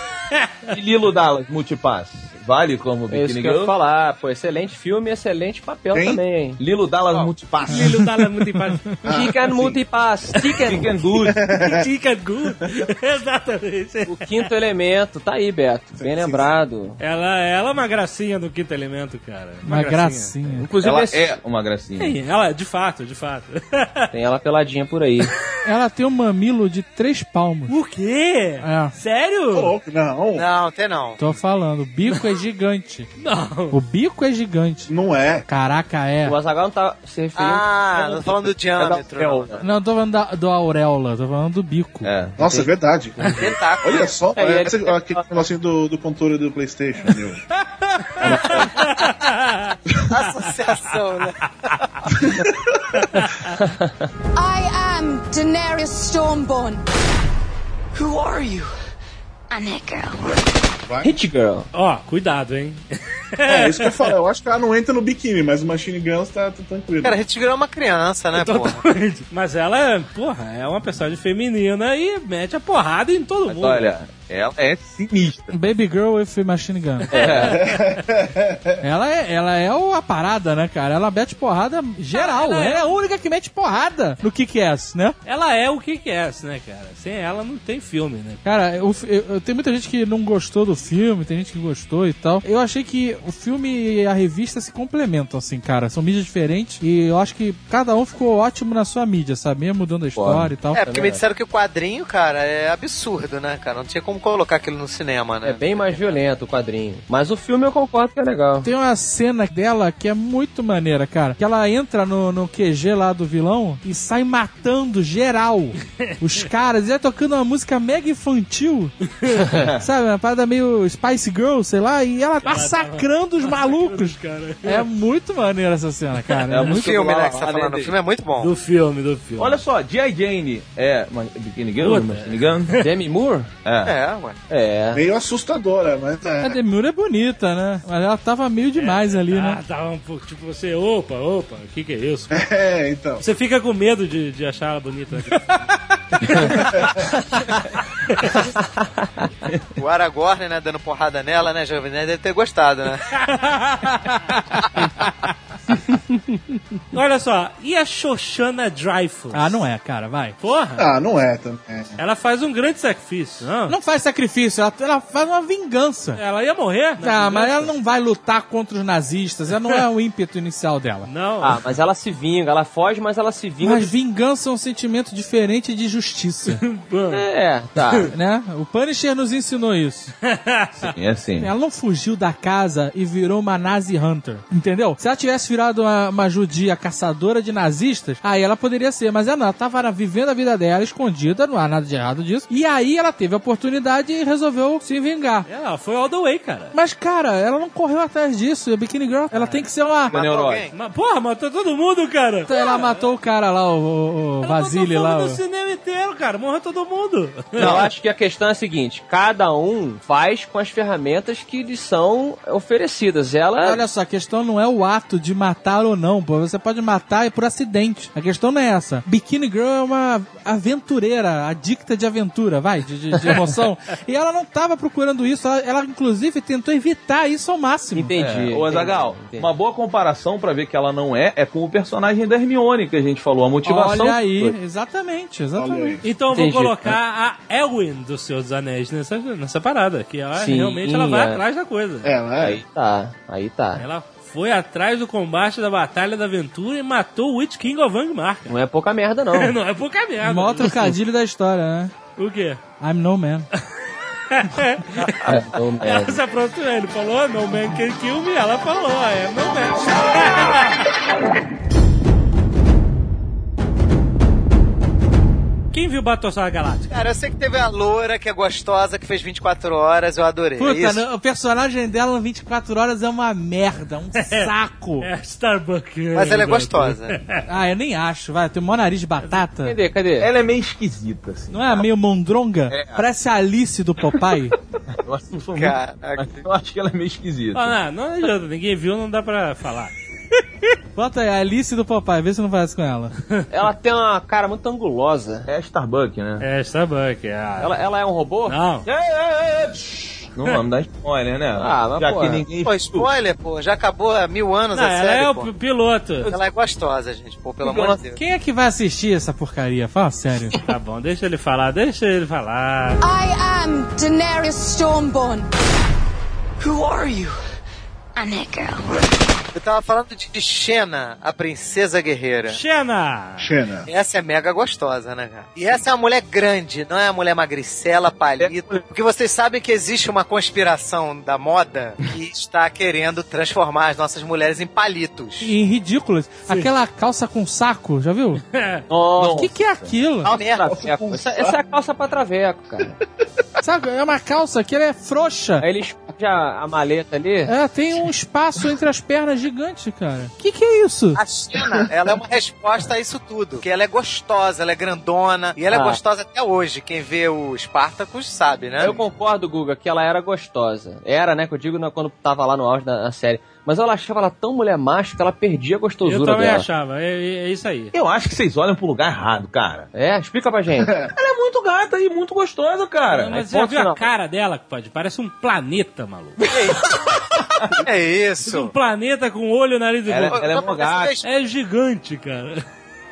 Speaker 5: E Lilo Dallas, Multipass. Vale como
Speaker 3: É isso
Speaker 5: Bikini
Speaker 3: que eu
Speaker 5: Girl?
Speaker 3: ia falar, pô, excelente filme e excelente papel
Speaker 9: Hein?
Speaker 3: também, hein?
Speaker 5: Lilo Dallas, Multipass.
Speaker 2: Lilo Dalla muito em paz.
Speaker 3: Chicken Multipass, Chicken.
Speaker 5: Chicken Good.
Speaker 2: Tica Good. Exatamente.
Speaker 3: O quinto elemento, tá aí, Beto. Bem lembrado.
Speaker 2: Ela, ela é uma gracinha do quinto elemento, cara.
Speaker 4: Uma gracinha.
Speaker 3: Inclusive,
Speaker 5: Ela
Speaker 3: esse-
Speaker 5: é uma gracinha.
Speaker 2: Sim, ela, de fato, de fato.
Speaker 3: tem ela é- peladinha por aí.
Speaker 4: Ela tem um mamilo de três palmos.
Speaker 2: O quê?
Speaker 4: É.
Speaker 2: Sério?
Speaker 9: Tá não.
Speaker 6: Não, até não.
Speaker 4: Tô falando, o bico é gigante.
Speaker 2: Não.
Speaker 4: O bico é gigante.
Speaker 9: Não é.
Speaker 4: Caraca, é.
Speaker 3: O Azagal não tá se referindo.
Speaker 6: Ah, não tô falando do
Speaker 3: É
Speaker 6: diâmetro. não. né?
Speaker 4: Não, tô falando da, do auréola, tô falando do bico.
Speaker 5: É.
Speaker 9: Nossa, é verdade.
Speaker 6: Tentáculo.
Speaker 9: Olha só,
Speaker 3: É, e
Speaker 9: parece aquele negocinho do, do controle do Playstation, meu.
Speaker 6: Associação, né?
Speaker 10: I am Daenerys Stormborn.
Speaker 11: Who are you? I'm that girl.
Speaker 3: Hit Girl.
Speaker 2: Ó, cuidado, hein?
Speaker 9: É, isso que eu falo. Eu acho que ela não entra no biquíni, mas o Machine Guns tá, tá tranquilo.
Speaker 6: Cara, Hitgirl é uma criança, né, porra?
Speaker 2: Totalmente. Mas ela, porra, é uma personagem feminina e mete a porrada em todo mundo.
Speaker 5: Olha, ela é sinistra.
Speaker 4: Baby Girl with Machine Gun. Ela, é, ela é o- a parada, né, cara? Ela mete porrada geral.
Speaker 2: Ah, ela é.
Speaker 4: Ela é a única que mete porrada no Kick-Ass, né?
Speaker 2: Ela é o que que é, né, cara? Sem ela não tem filme, né?
Speaker 4: Cara, eu, eu, eu- tem muita gente que não gostou do filme, tem gente que gostou e tal. Eu achei que o filme e a revista se complementam, assim, cara. São mídias diferentes e eu acho que cada um ficou ótimo na sua mídia, sabe? Mesmo mudando a história e tal.
Speaker 6: É, porque me disseram que o quadrinho, cara, é absurdo, né, cara? Não tinha como colocar aquilo no cinema, né?
Speaker 3: É bem mais violento o quadrinho. Mas o filme eu concordo que é legal.
Speaker 4: Tem uma cena dela que é muito maneira, cara. Que ela entra no, no QG lá do vilão e sai matando geral os caras. E é tocando uma música mega infantil. sabe? Uma parada meio Spice Girl, sei lá. E ela massacrando os malucos.
Speaker 2: Cara.
Speaker 4: É muito maneira essa cena, cara. É,
Speaker 5: É
Speaker 6: O
Speaker 4: muito...
Speaker 6: filme,
Speaker 5: Lá,
Speaker 6: né, que você tá
Speaker 5: lá,
Speaker 6: falando.
Speaker 5: lá,
Speaker 6: O filme é muito bom.
Speaker 2: Do filme, do filme.
Speaker 5: Olha só, G.I. Jane é. Ma- Biquíni Girl?
Speaker 2: Puta.
Speaker 5: Machine Gun?
Speaker 3: Demi Moore?
Speaker 5: É.
Speaker 6: É, ué.
Speaker 3: É.
Speaker 9: Meio assustadora, mas
Speaker 4: A
Speaker 9: é.
Speaker 4: Demura é bonita, né? Mas ela tava meio demais ali,
Speaker 2: Ah,
Speaker 4: né?
Speaker 2: tava um pouco, tipo, você, opa, opa, o que que é isso?
Speaker 9: É, então.
Speaker 2: Você fica com medo de, de achar ela bonita. né?
Speaker 6: O Aragorn, né, dando porrada nela, né, Jovem Nerd deve ter gostado, né?
Speaker 2: Olha só, e a Xoxana Dreyfus?
Speaker 4: Ah, não é, cara, vai.
Speaker 2: Porra,
Speaker 9: Ah, não é também. É.
Speaker 2: ela faz um grande sacrifício, não?
Speaker 4: Não faz sacrifício, ela, ela faz uma vingança.
Speaker 2: Ela ia morrer?
Speaker 4: Ah, mas ela não vai lutar contra os nazistas, ela não é o ímpeto inicial dela.
Speaker 2: Não.
Speaker 3: Ah, mas ela se vinga, ela foge, mas ela se vinga.
Speaker 4: Mas vingança é um sentimento diferente de justiça,
Speaker 3: É, tá.
Speaker 4: né? O Punisher nos ensinou isso.
Speaker 5: É assim.
Speaker 4: Ela não fugiu da casa e virou uma Nazi Hunter, entendeu? Se ela tivesse virado uma, uma judia caçadora de nazistas, aí ela poderia ser, mas ela não, ela tava na- vivendo a vida dela escondida, não há nada de errado disso. E aí ela teve a oportunidade e resolveu se vingar.
Speaker 2: Ela foi all the way, cara.
Speaker 4: Mas, cara, ela não correu atrás disso. A Bikini Girl, ela tem que ser uma.
Speaker 6: Matou
Speaker 5: Neurótico.
Speaker 6: alguém?
Speaker 2: Mas, porra, matou todo mundo, cara.
Speaker 4: Ela matou o cara lá, o, o, o
Speaker 2: Ela
Speaker 4: Vasily
Speaker 2: botou fogo
Speaker 4: lá.
Speaker 2: no
Speaker 4: o-
Speaker 2: cinema inteiro, cara. Morreu todo mundo.
Speaker 3: Não, eu acho que a questão é a seguinte: cada um faz com as ferramentas que lhe são oferecidas. Ela.
Speaker 4: Olha só, a questão não é o ato de matar ou não, pô. Você pode matar por acidente. A questão não é essa. Bikini Girl é uma aventureira, adicta de aventura, vai, de, de- de emoção. e ela não tava procurando isso. Ela, ela, inclusive, tentou evitar isso ao máximo.
Speaker 3: Entendi.
Speaker 5: Ô, Azagal,
Speaker 3: entendi,
Speaker 5: uma boa comparação pra ver que ela não é é com o personagem da Hermione que a gente falou, a motivação.
Speaker 4: Olha aí, exatamente,
Speaker 9: Olha aí.
Speaker 4: exatamente.
Speaker 2: Então eu vou
Speaker 3: Entendi.
Speaker 2: colocar a Elwin do Senhor dos Anéis nessa, nessa parada. Que ela
Speaker 3: Sim,
Speaker 2: realmente ela vai
Speaker 3: é.
Speaker 2: atrás da coisa.
Speaker 9: Ela é.
Speaker 3: Aí tá, aí tá.
Speaker 2: Ela foi atrás do combate da Batalha da Aventura e matou o Witch King of Angmar.
Speaker 3: Não é pouca merda, não.
Speaker 2: Não é pouca merda.
Speaker 4: Mó trocadilho da história, né?
Speaker 2: O quê?
Speaker 4: I'm no man.
Speaker 3: É, não,
Speaker 2: Ela
Speaker 3: é.
Speaker 2: se aprontou, ele falou, no man can kill me, ela falou, é, no man. Quem viu Battlestar Galáctica?
Speaker 6: Cara, eu sei que teve a loura que é gostosa, que fez 24 horas, eu adorei. é
Speaker 4: Puta,
Speaker 6: isso?
Speaker 4: não, o personagem dela no 24 horas é uma merda, um saco.
Speaker 2: É Starbucks.
Speaker 6: Mas ela é gostosa.
Speaker 4: Ah, eu nem acho, vai. Tem o maior nariz de batata.
Speaker 3: Cadê, cadê?
Speaker 5: Ela é meio esquisita, assim.
Speaker 4: Não é meio mondronga? Parece a Alice do Popeye.
Speaker 5: Eu acho, que foi muito-
Speaker 6: Caraca.
Speaker 5: eu acho que ela é meio esquisita.
Speaker 2: Ah, não, não adianta, ninguém viu, não dá pra falar.
Speaker 4: Bota aí, a Alice do Popeye, vê se não faz com ela.
Speaker 3: Ela tem uma cara muito angulosa.
Speaker 5: É a Starbuck, né?
Speaker 2: É Starbucks, é. a-
Speaker 3: Ela, ela é um robô?
Speaker 2: Não.
Speaker 5: Ei, ei, ei, psh, Não vamos dar spoiler, né?
Speaker 3: Ah, mas
Speaker 5: Já
Speaker 3: porra.
Speaker 5: que ninguém.
Speaker 6: Pô, spoiler, pô, já acabou há mil anos
Speaker 2: Não,
Speaker 6: a
Speaker 2: ela
Speaker 6: série,
Speaker 2: é o
Speaker 6: pô.
Speaker 2: p- piloto.
Speaker 6: Ela é gostosa, gente, pô, pelo amor de Deus.
Speaker 4: Quem é que vai assistir essa porcaria? Fala sério.
Speaker 2: Tá bom, deixa ele falar, deixa ele falar.
Speaker 10: I am Daenerys Stormborn.
Speaker 11: Who are you? I'm that girl.
Speaker 6: Eu tava falando de, de Xena, a princesa guerreira.
Speaker 2: Xena!
Speaker 9: Xena.
Speaker 6: Essa é mega gostosa, né, cara? E essa é uma mulher grande, não é uma mulher magricela,
Speaker 3: É.
Speaker 6: palito. Porque vocês sabem que existe uma conspiração da moda que está querendo transformar as nossas mulheres em palitos.
Speaker 4: E ridículas. Aquela calça com saco, já viu?
Speaker 3: Nossa.
Speaker 4: O que, que é aquilo?
Speaker 3: Traveco. Essa, essa é a calça pra traveco, cara.
Speaker 4: Sabe, é uma calça que ela é frouxa.
Speaker 3: Aí ele esconde a, a maleta ali.
Speaker 4: Ela tem um espaço entre as pernas gigante, cara. Que que é isso?
Speaker 6: A Xena, ela é uma resposta a isso tudo. Porque ela é gostosa, ela é grandona. E ela é
Speaker 3: Ah.
Speaker 6: gostosa até hoje. Quem vê o Spartacus sabe, né?
Speaker 3: Eu concordo, Guga, que ela era gostosa. Era, né? Que eu digo na- quando tava lá no auge da da série. Mas ela achava ela tão mulher macho que ela perdia a gostosura
Speaker 2: Eu também
Speaker 3: dela.
Speaker 2: achava, é, é- é isso aí.
Speaker 5: Eu acho que vocês olham pro lugar errado, cara.
Speaker 3: É, explica pra gente.
Speaker 5: Ela é muito gata e muito gostosa, cara.
Speaker 2: Mas
Speaker 3: aí,
Speaker 2: já
Speaker 3: ponto
Speaker 2: viu a
Speaker 3: final.
Speaker 2: cara dela, pode? Parece um planeta, maluco.
Speaker 6: É
Speaker 2: Um
Speaker 6: isso.
Speaker 2: planeta com olho, nariz e
Speaker 5: Ela,
Speaker 2: boca.
Speaker 5: ela é
Speaker 6: Não, mas
Speaker 5: uma
Speaker 6: você
Speaker 5: gata.
Speaker 6: fez-
Speaker 2: É gigante, cara.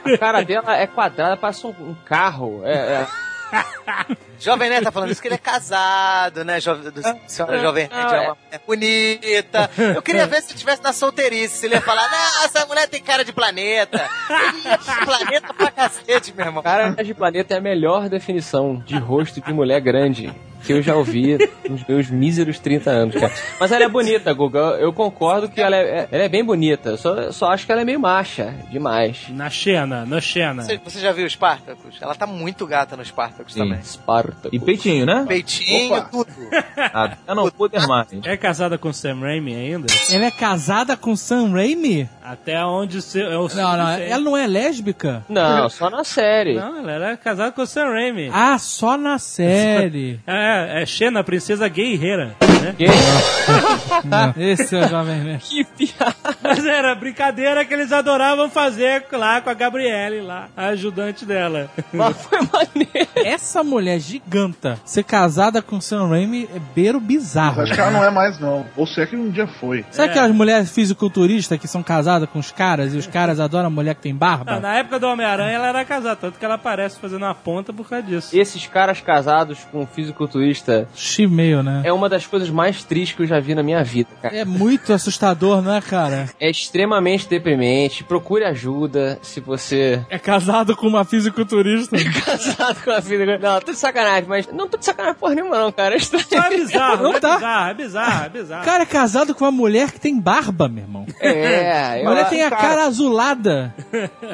Speaker 3: A cara dela é quadrada, parece um, um carro. É, é.
Speaker 6: Jovem Nerd tá falando isso que ele é casado, né? Jove... do- Senhora Jovem Nerd é uma mulher bonita. Eu queria ver se ele tivesse na solteirice. Se ele ia falar, não, essa mulher tem cara de planeta. Ele ia de planeta pra cacete, meu irmão.
Speaker 3: Cara de planeta é a melhor definição de rosto de mulher grande que eu já ouvi nos meus míseros 30 anos, cara. Mas ela é bonita, Guga. Eu- Eu concordo que ela é, é- ela é bem bonita. Eu Só, só acho que ela é meio macha demais.
Speaker 2: Na Xena, na Xena.
Speaker 6: Você, você já viu o Spartacus? Ela tá muito gata no Spartacus também.
Speaker 3: Esparta.
Speaker 5: E peitinho, né?
Speaker 6: Peitinho,
Speaker 9: Opa.
Speaker 6: tudo.
Speaker 5: Ah, ah, não, poder mais.
Speaker 2: É casada com Sam Raimi ainda?
Speaker 4: Ela é casada com Sam Raimi?
Speaker 2: Até onde o seu. é o-
Speaker 4: Não, não, ela não é lésbica?
Speaker 3: Não, só na série.
Speaker 2: Não, ela era casada com o Sam Raimi.
Speaker 4: Ah, só na série.
Speaker 2: É, é Xena, a princesa guerreira. Né?
Speaker 3: Ninguém-
Speaker 4: Esse é o Jovem Nerd.
Speaker 3: Que piada.
Speaker 2: Mas era a brincadeira que eles adoravam fazer lá com a Gabriele, lá, a ajudante dela.
Speaker 3: Mas foi maneiro.
Speaker 4: Essa mulher giganta ser casada com Sam Raimi é beiro bizarro.
Speaker 9: Acho que ela não é mais, não. Ou se é que um dia foi.
Speaker 4: Sabe aquelas mulheres fisiculturistas que são casadas com os caras e os caras adoram a mulher que tem
Speaker 2: Ah,
Speaker 4: barba?
Speaker 2: Na época do Homem-Aranha ela era casada, tanto que ela aparece fazendo uma ponta por causa disso.
Speaker 3: Esses caras casados com um fisiculturista
Speaker 4: Chimeio, né?
Speaker 3: é uma das coisas mais tristes que eu já vi na minha vida, cara.
Speaker 4: É muito assustador, né, cara?
Speaker 3: É extremamente deprimente. Procure ajuda se você
Speaker 4: É casado com uma fisiculturista.
Speaker 3: casado com a filha. Não, tô de sacanagem, mas não tô de sacanagem porra nenhuma, não, cara. É
Speaker 2: Só é
Speaker 3: estranho.
Speaker 2: bizarro,
Speaker 4: Não
Speaker 2: é
Speaker 4: tá.
Speaker 2: bizarro, é bizarro, é bizarro.
Speaker 4: Cara, é casado com uma mulher que tem barba, meu irmão.
Speaker 3: É,
Speaker 4: A
Speaker 3: eu,
Speaker 4: mulher
Speaker 3: a-
Speaker 4: tem a cara azulada.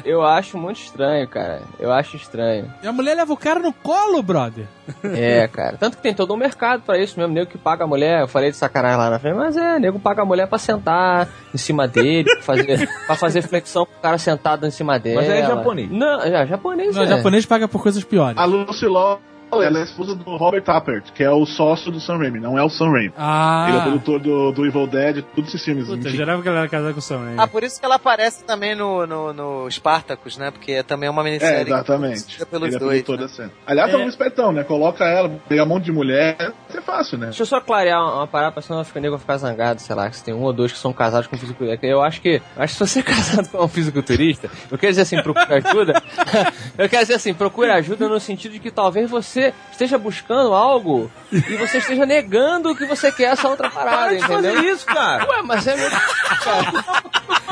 Speaker 3: eu acho muito estranho, cara. Eu acho estranho.
Speaker 4: E a mulher leva o cara no colo, brother.
Speaker 3: É, cara. Tanto que tem todo um mercado pra isso mesmo. Nego que paga a mulher. Eu falei de sacanagem lá na frente, mas é, nego paga a mulher pra sentar em cima dele, pra fazer, pra fazer flexão com o cara sentado em cima dele.
Speaker 5: aí é japonês.
Speaker 3: Não, já, japonês.
Speaker 4: Não,
Speaker 3: é.
Speaker 4: japonês paga por coisas piores.
Speaker 9: A Lucy Law, ela é esposa do Robert Tappert, que é o sócio do Sam Raimi, não é o Sam Raimi. Ele é o
Speaker 4: Ah,
Speaker 9: produtor do, do Evil Dead, todos esses filmes.
Speaker 2: Puta, eu
Speaker 9: enfim.
Speaker 2: jurava que ela era casada com o Sam Raimi.
Speaker 6: Ah, por isso que ela aparece também no, no, no Spartacus, né? Porque é também uma
Speaker 9: É,
Speaker 6: minissérie.
Speaker 9: exatamente.
Speaker 6: é pelos
Speaker 9: Ele é
Speaker 6: dois,
Speaker 9: produtor
Speaker 6: né?
Speaker 9: da cena. Aliás, é. um espertão, né? Coloca ela, pega um monte de mulher, isso é fácil, né?
Speaker 3: Deixa eu só clarear uma, uma parada, pra senão fica- o nego vai ficar zangado, sei lá, que se tem um ou dois que são casados com fisiculturista. Eu acho que, acho que se você é casado com um fisiculturista, eu quero dizer assim, procura ajuda. eu quero dizer assim, procura ajuda no sentido de que talvez você esteja buscando algo e você esteja negando o que você quer essa outra parada,
Speaker 5: Para de fazer
Speaker 3: entendeu?
Speaker 5: isso, cara.
Speaker 3: Ué, mas é meu.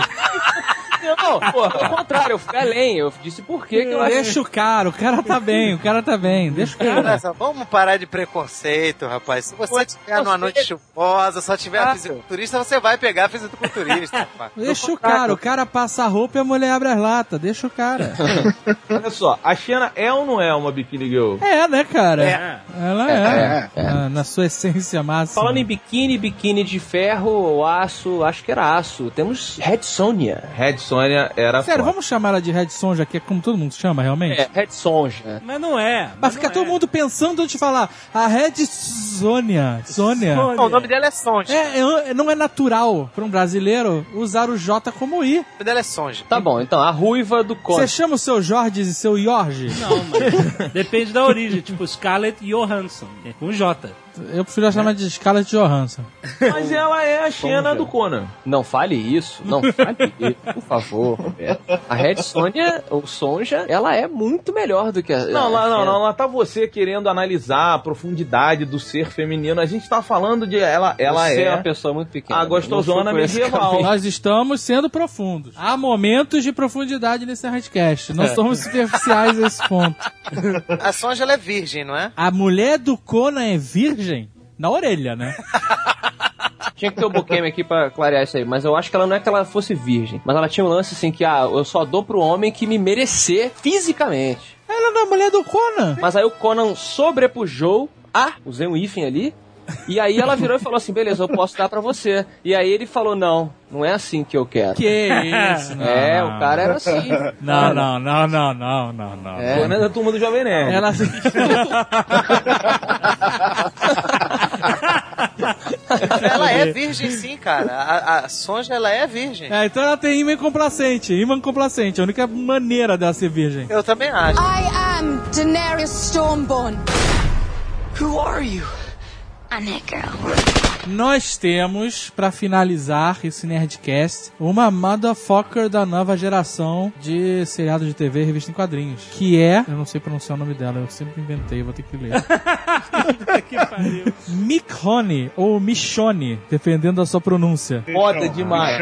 Speaker 3: Não, porra, ao contrário, eu fui além, eu disse por que que eu
Speaker 5: É.
Speaker 3: acho
Speaker 4: deixa o cara, o cara tá bem, o cara tá bem. Deixa o cara.
Speaker 6: Olha só, vamos parar de preconceito, rapaz. Se você tiver numa noite chuvosa, só tiver
Speaker 3: Ah.
Speaker 6: fisiculturista, você vai pegar fisiculturista, rapaz.
Speaker 4: Deixa o cara, o cara passa a roupa e a mulher abre as latas, deixa o cara.
Speaker 5: Olha só, a Xena é ou não é uma Bikini Girl?
Speaker 4: É, né, cara?
Speaker 2: É.
Speaker 4: Ela é. Na, na sua essência máxima.
Speaker 3: Falando em biquíni, biquíni de ferro ou aço, acho que era aço. Temos Red Sonja.
Speaker 5: Red Sonja era
Speaker 4: Sério,
Speaker 5: foda.
Speaker 4: vamos chamar ela de Red Sonja, que é como todo mundo chama, realmente?
Speaker 3: É, Red Sonja.
Speaker 2: Mas não é.
Speaker 4: Mas fica
Speaker 2: não
Speaker 4: todo
Speaker 2: é.
Speaker 4: mundo pensando antes de falar. A Red Sonja. Sônia.
Speaker 6: Não, o nome dela é Sonja.
Speaker 4: É, é- não é natural pra um brasileiro usar o J como I.
Speaker 6: O nome dela é Sonja.
Speaker 3: Tá bom, então, a ruiva do
Speaker 4: Você
Speaker 3: Conde.
Speaker 4: chama o seu Jorge e seu Jorge?
Speaker 2: Não, mas depende da origem. Tipo, Scarlett Johansson, é com J.
Speaker 4: Eu prefiro achar mais de escala de Johansson.
Speaker 5: Mas ela é a Xena do Conan.
Speaker 3: Não fale isso, não fale isso, por favor, Roberto. A Red Sonja, ou Sonja, ela é muito melhor do que a.
Speaker 5: Não,
Speaker 3: a
Speaker 5: lá não,
Speaker 3: Xena.
Speaker 5: não, lá tá você querendo analisar a profundidade do ser feminino. A gente tá falando de ela, ela
Speaker 3: Você
Speaker 5: é,
Speaker 3: é uma pessoa muito pequena.
Speaker 5: a
Speaker 3: Não
Speaker 5: gostosona
Speaker 3: foi por esse
Speaker 5: medieval.
Speaker 4: Nós estamos sendo profundos. Há momentos de profundidade nesse Redcast. Não somos superficiais a esse ponto.
Speaker 6: A Sonja ela é virgem, não é?
Speaker 4: A mulher do Conan é virgem? Na orelha, né?
Speaker 3: Tinha que ter o Bukemi aqui pra clarear isso aí, mas eu acho que ela não é que ela fosse virgem. Mas ela tinha um lance assim que, ah, eu só dou pro homem que me merecer fisicamente.
Speaker 4: Ela não é mulher do Conan.
Speaker 3: Mas aí o Conan sobrepujou a, usei um hífen ali, e aí ela virou e falou assim, beleza, eu posso dar pra você. E aí ele falou, não, não é assim que eu quero.
Speaker 4: Que isso, não,
Speaker 3: É,
Speaker 4: não.
Speaker 3: o cara era assim.
Speaker 4: Não, não, não, não, não, não, Ah, não.
Speaker 3: É.
Speaker 5: Conan é da turma do Jovem Nerd.
Speaker 4: Ela...
Speaker 6: Ela é virgem sim, cara. A, a Sonja ela é virgem.
Speaker 4: É, então ela tem imã complacente. Imã complacente. A única maneira dela ser virgem.
Speaker 6: Eu também acho.
Speaker 10: I am Daenerys Stormborn.
Speaker 11: Who are you? I'm that girl.
Speaker 4: Nós temos, pra finalizar esse Nerdcast, uma motherfucker da nova geração de seriado de TV e revista em quadrinhos. Que é. Eu não sei pronunciar o nome dela, eu sempre inventei, vou ter que ler. Michonne, ou Michonne, dependendo da sua pronúncia.
Speaker 5: Foda demais.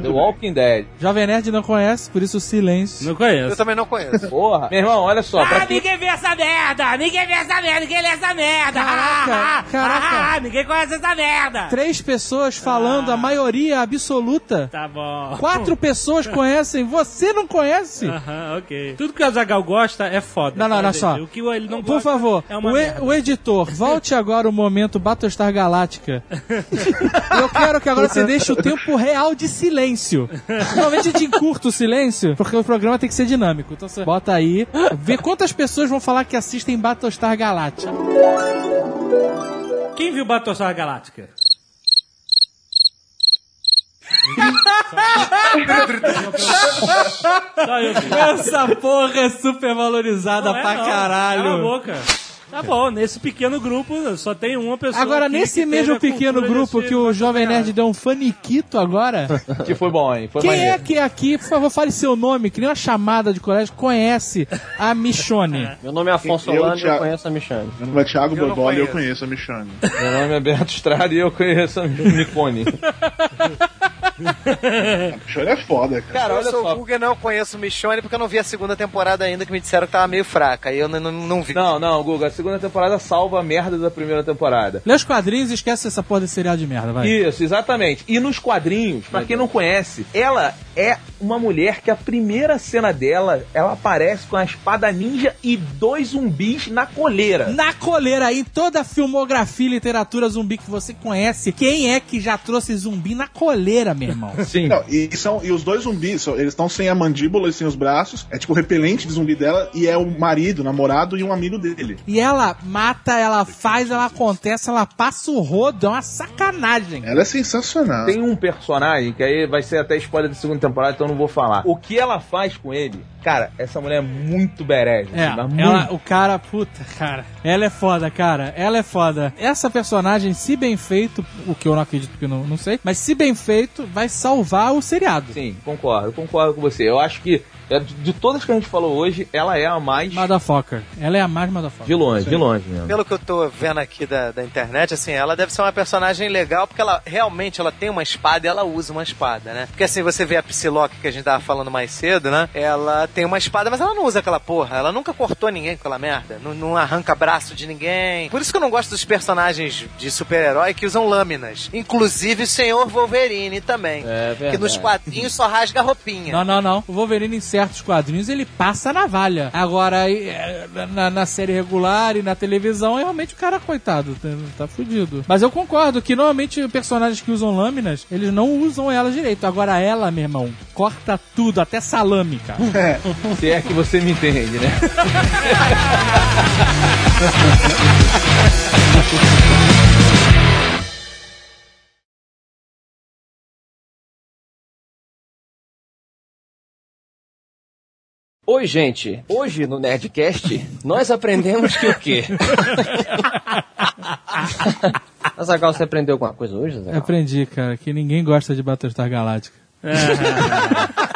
Speaker 5: The Walking Dead.
Speaker 4: Jovem Nerd não conhece, por isso silêncio.
Speaker 2: Não
Speaker 6: Eu
Speaker 2: conheço.
Speaker 6: também não conheço.
Speaker 5: Porra. Meu irmão, olha só. pra
Speaker 2: Ah,
Speaker 5: quem-
Speaker 2: ninguém vê essa merda! Ninguém vê essa merda! Ninguém lê essa merda!
Speaker 4: Caraca,
Speaker 2: Ah, ah,
Speaker 4: caraca.
Speaker 2: ah, ninguém conhece essa merda!
Speaker 4: Três pessoas falando, a maioria absoluta.
Speaker 2: Tá Ah. bom.
Speaker 4: Quatro pessoas conhecem, você não conhece?
Speaker 2: Aham, ok. Tudo que o Azagal gosta é foda.
Speaker 4: Não, não, olha só.
Speaker 2: O que ele não
Speaker 4: Por
Speaker 2: gosta
Speaker 4: favor,
Speaker 2: é uma
Speaker 4: o, e-
Speaker 2: merda.
Speaker 4: o editor, volte agora o momento Battlestar Galáctica. Eu quero que agora você deixe o tempo real de silêncio. Normalmente a gente encurta o silêncio, porque o programa tem que ser dinâmico. Então você bota aí, vê quantas pessoas vão falar que assistem Battlestar Galáctica.
Speaker 2: Quem viu Battlestar Galáctica? Só eu. vi.
Speaker 4: Essa porra é super valorizada
Speaker 2: Não é,
Speaker 4: pra
Speaker 2: não. Cala a
Speaker 4: caralho.
Speaker 2: boca. Tá bom, nesse pequeno grupo só tem uma pessoa.
Speaker 4: Agora,
Speaker 2: aqui
Speaker 4: nesse
Speaker 2: que
Speaker 4: mesmo
Speaker 2: teve a
Speaker 4: pequeno
Speaker 2: cultura
Speaker 4: grupo
Speaker 2: desse-
Speaker 4: que o Jovem Nerd deu um faniquito agora,
Speaker 5: Que foi bom, hein? Foi
Speaker 4: Quem é
Speaker 5: maneiro.
Speaker 4: que aqui, por favor, fale seu nome, que nem uma chamada de colégio, conhece a Michone?
Speaker 3: Meu nome é Afonso
Speaker 9: Eu,
Speaker 3: Solano e eu
Speaker 9: Thiago.
Speaker 3: conheço a Michane.
Speaker 9: Meu nome é Thiago
Speaker 6: Eu não
Speaker 9: Borbola e eu
Speaker 6: conheço.
Speaker 9: conheço a Michane.
Speaker 5: Meu nome é Beto Estrada e eu conheço a Micone.
Speaker 9: A Michane é foda, cara.
Speaker 5: Cara,
Speaker 6: eu
Speaker 5: olha
Speaker 6: sou
Speaker 5: só.
Speaker 6: vulga não conheço Michonne porque eu não vi a segunda temporada ainda que me disseram que tava meio fraca. E eu n- n- não vi.
Speaker 5: Não, não, Guga. A segunda temporada salva a merda da primeira temporada.
Speaker 4: Lê os quadrinhos e esquece essa porra desse serial de merda, vai.
Speaker 5: Isso, exatamente. E nos quadrinhos, pra quem não conhece, ela é uma mulher que a primeira cena dela, ela aparece com a espada ninja e dois zumbis na coleira.
Speaker 4: Na coleira aí, toda a filmografia e literatura zumbi que você conhece, quem é que já trouxe zumbi na coleira, meu irmão?
Speaker 5: Sim.
Speaker 9: Não, e, são, e os dois zumbis, são- eles estão sem a mandíbula e sem os braços. É tipo o repelente de zumbi dela e é o marido, o namorado e um amigo dele.
Speaker 4: E ela mata, ela faz, ela acontece, ela passa o rodo, é uma sacanagem.
Speaker 9: Ela é sensacional.
Speaker 5: Tem um personagem que aí vai ser até spoiler da segunda temporada, então eu não vou falar. O que ela faz com ele? Cara, essa mulher é muito berez.
Speaker 4: É,
Speaker 5: assim, mas
Speaker 4: ela-
Speaker 5: muito.
Speaker 4: o cara, puta, cara. Ela é foda, cara. Ela é foda. Essa personagem, se bem feito, o que eu não acredito que eu não, não sei, mas se bem feito, vai salvar o seriado.
Speaker 5: Sim, concordo, concordo com você. Eu acho que é, de de todas que a gente falou hoje, ela é a mais
Speaker 4: Motherfucker. Ela é a mais motherfucker.
Speaker 5: de longe, de longe mesmo.
Speaker 6: Pelo que eu tô vendo aqui da, da internet, assim, ela deve ser uma personagem legal, porque ela realmente ela tem uma espada e ela usa uma espada, né? Porque assim, você vê a Psylocke que a gente tava falando mais cedo, né? Ela tem uma espada, mas ela não usa aquela porra. Ela nunca cortou ninguém com aquela merda. Não, não arranca braço de ninguém. Por isso que eu não gosto dos personagens de super-herói que usam lâminas. Inclusive o Senhor Wolverine também.
Speaker 3: É
Speaker 6: que nos
Speaker 3: verdade.
Speaker 6: quadrinhos só rasga a roupinha.
Speaker 4: Não, não, não. O Wolverine, em certos quadrinhos, ele passa a navalha. Agora, aí, é, na, na série regular e na televisão, é realmente o cara, coitado, tá, tá fudido. Mas eu concordo que, normalmente, personagens que usam lâminas, eles não usam elas direito. Agora, ela, meu irmão, corta tudo, até salame, cara.
Speaker 5: Se é que você me entende, né?
Speaker 3: Oi, gente. Hoje no Nerdcast, nós aprendemos que o quê? Azagal, você aprendeu alguma coisa hoje, Azagal?
Speaker 4: Aprendi, cara, que ninguém gosta de Battlestar Galáctica.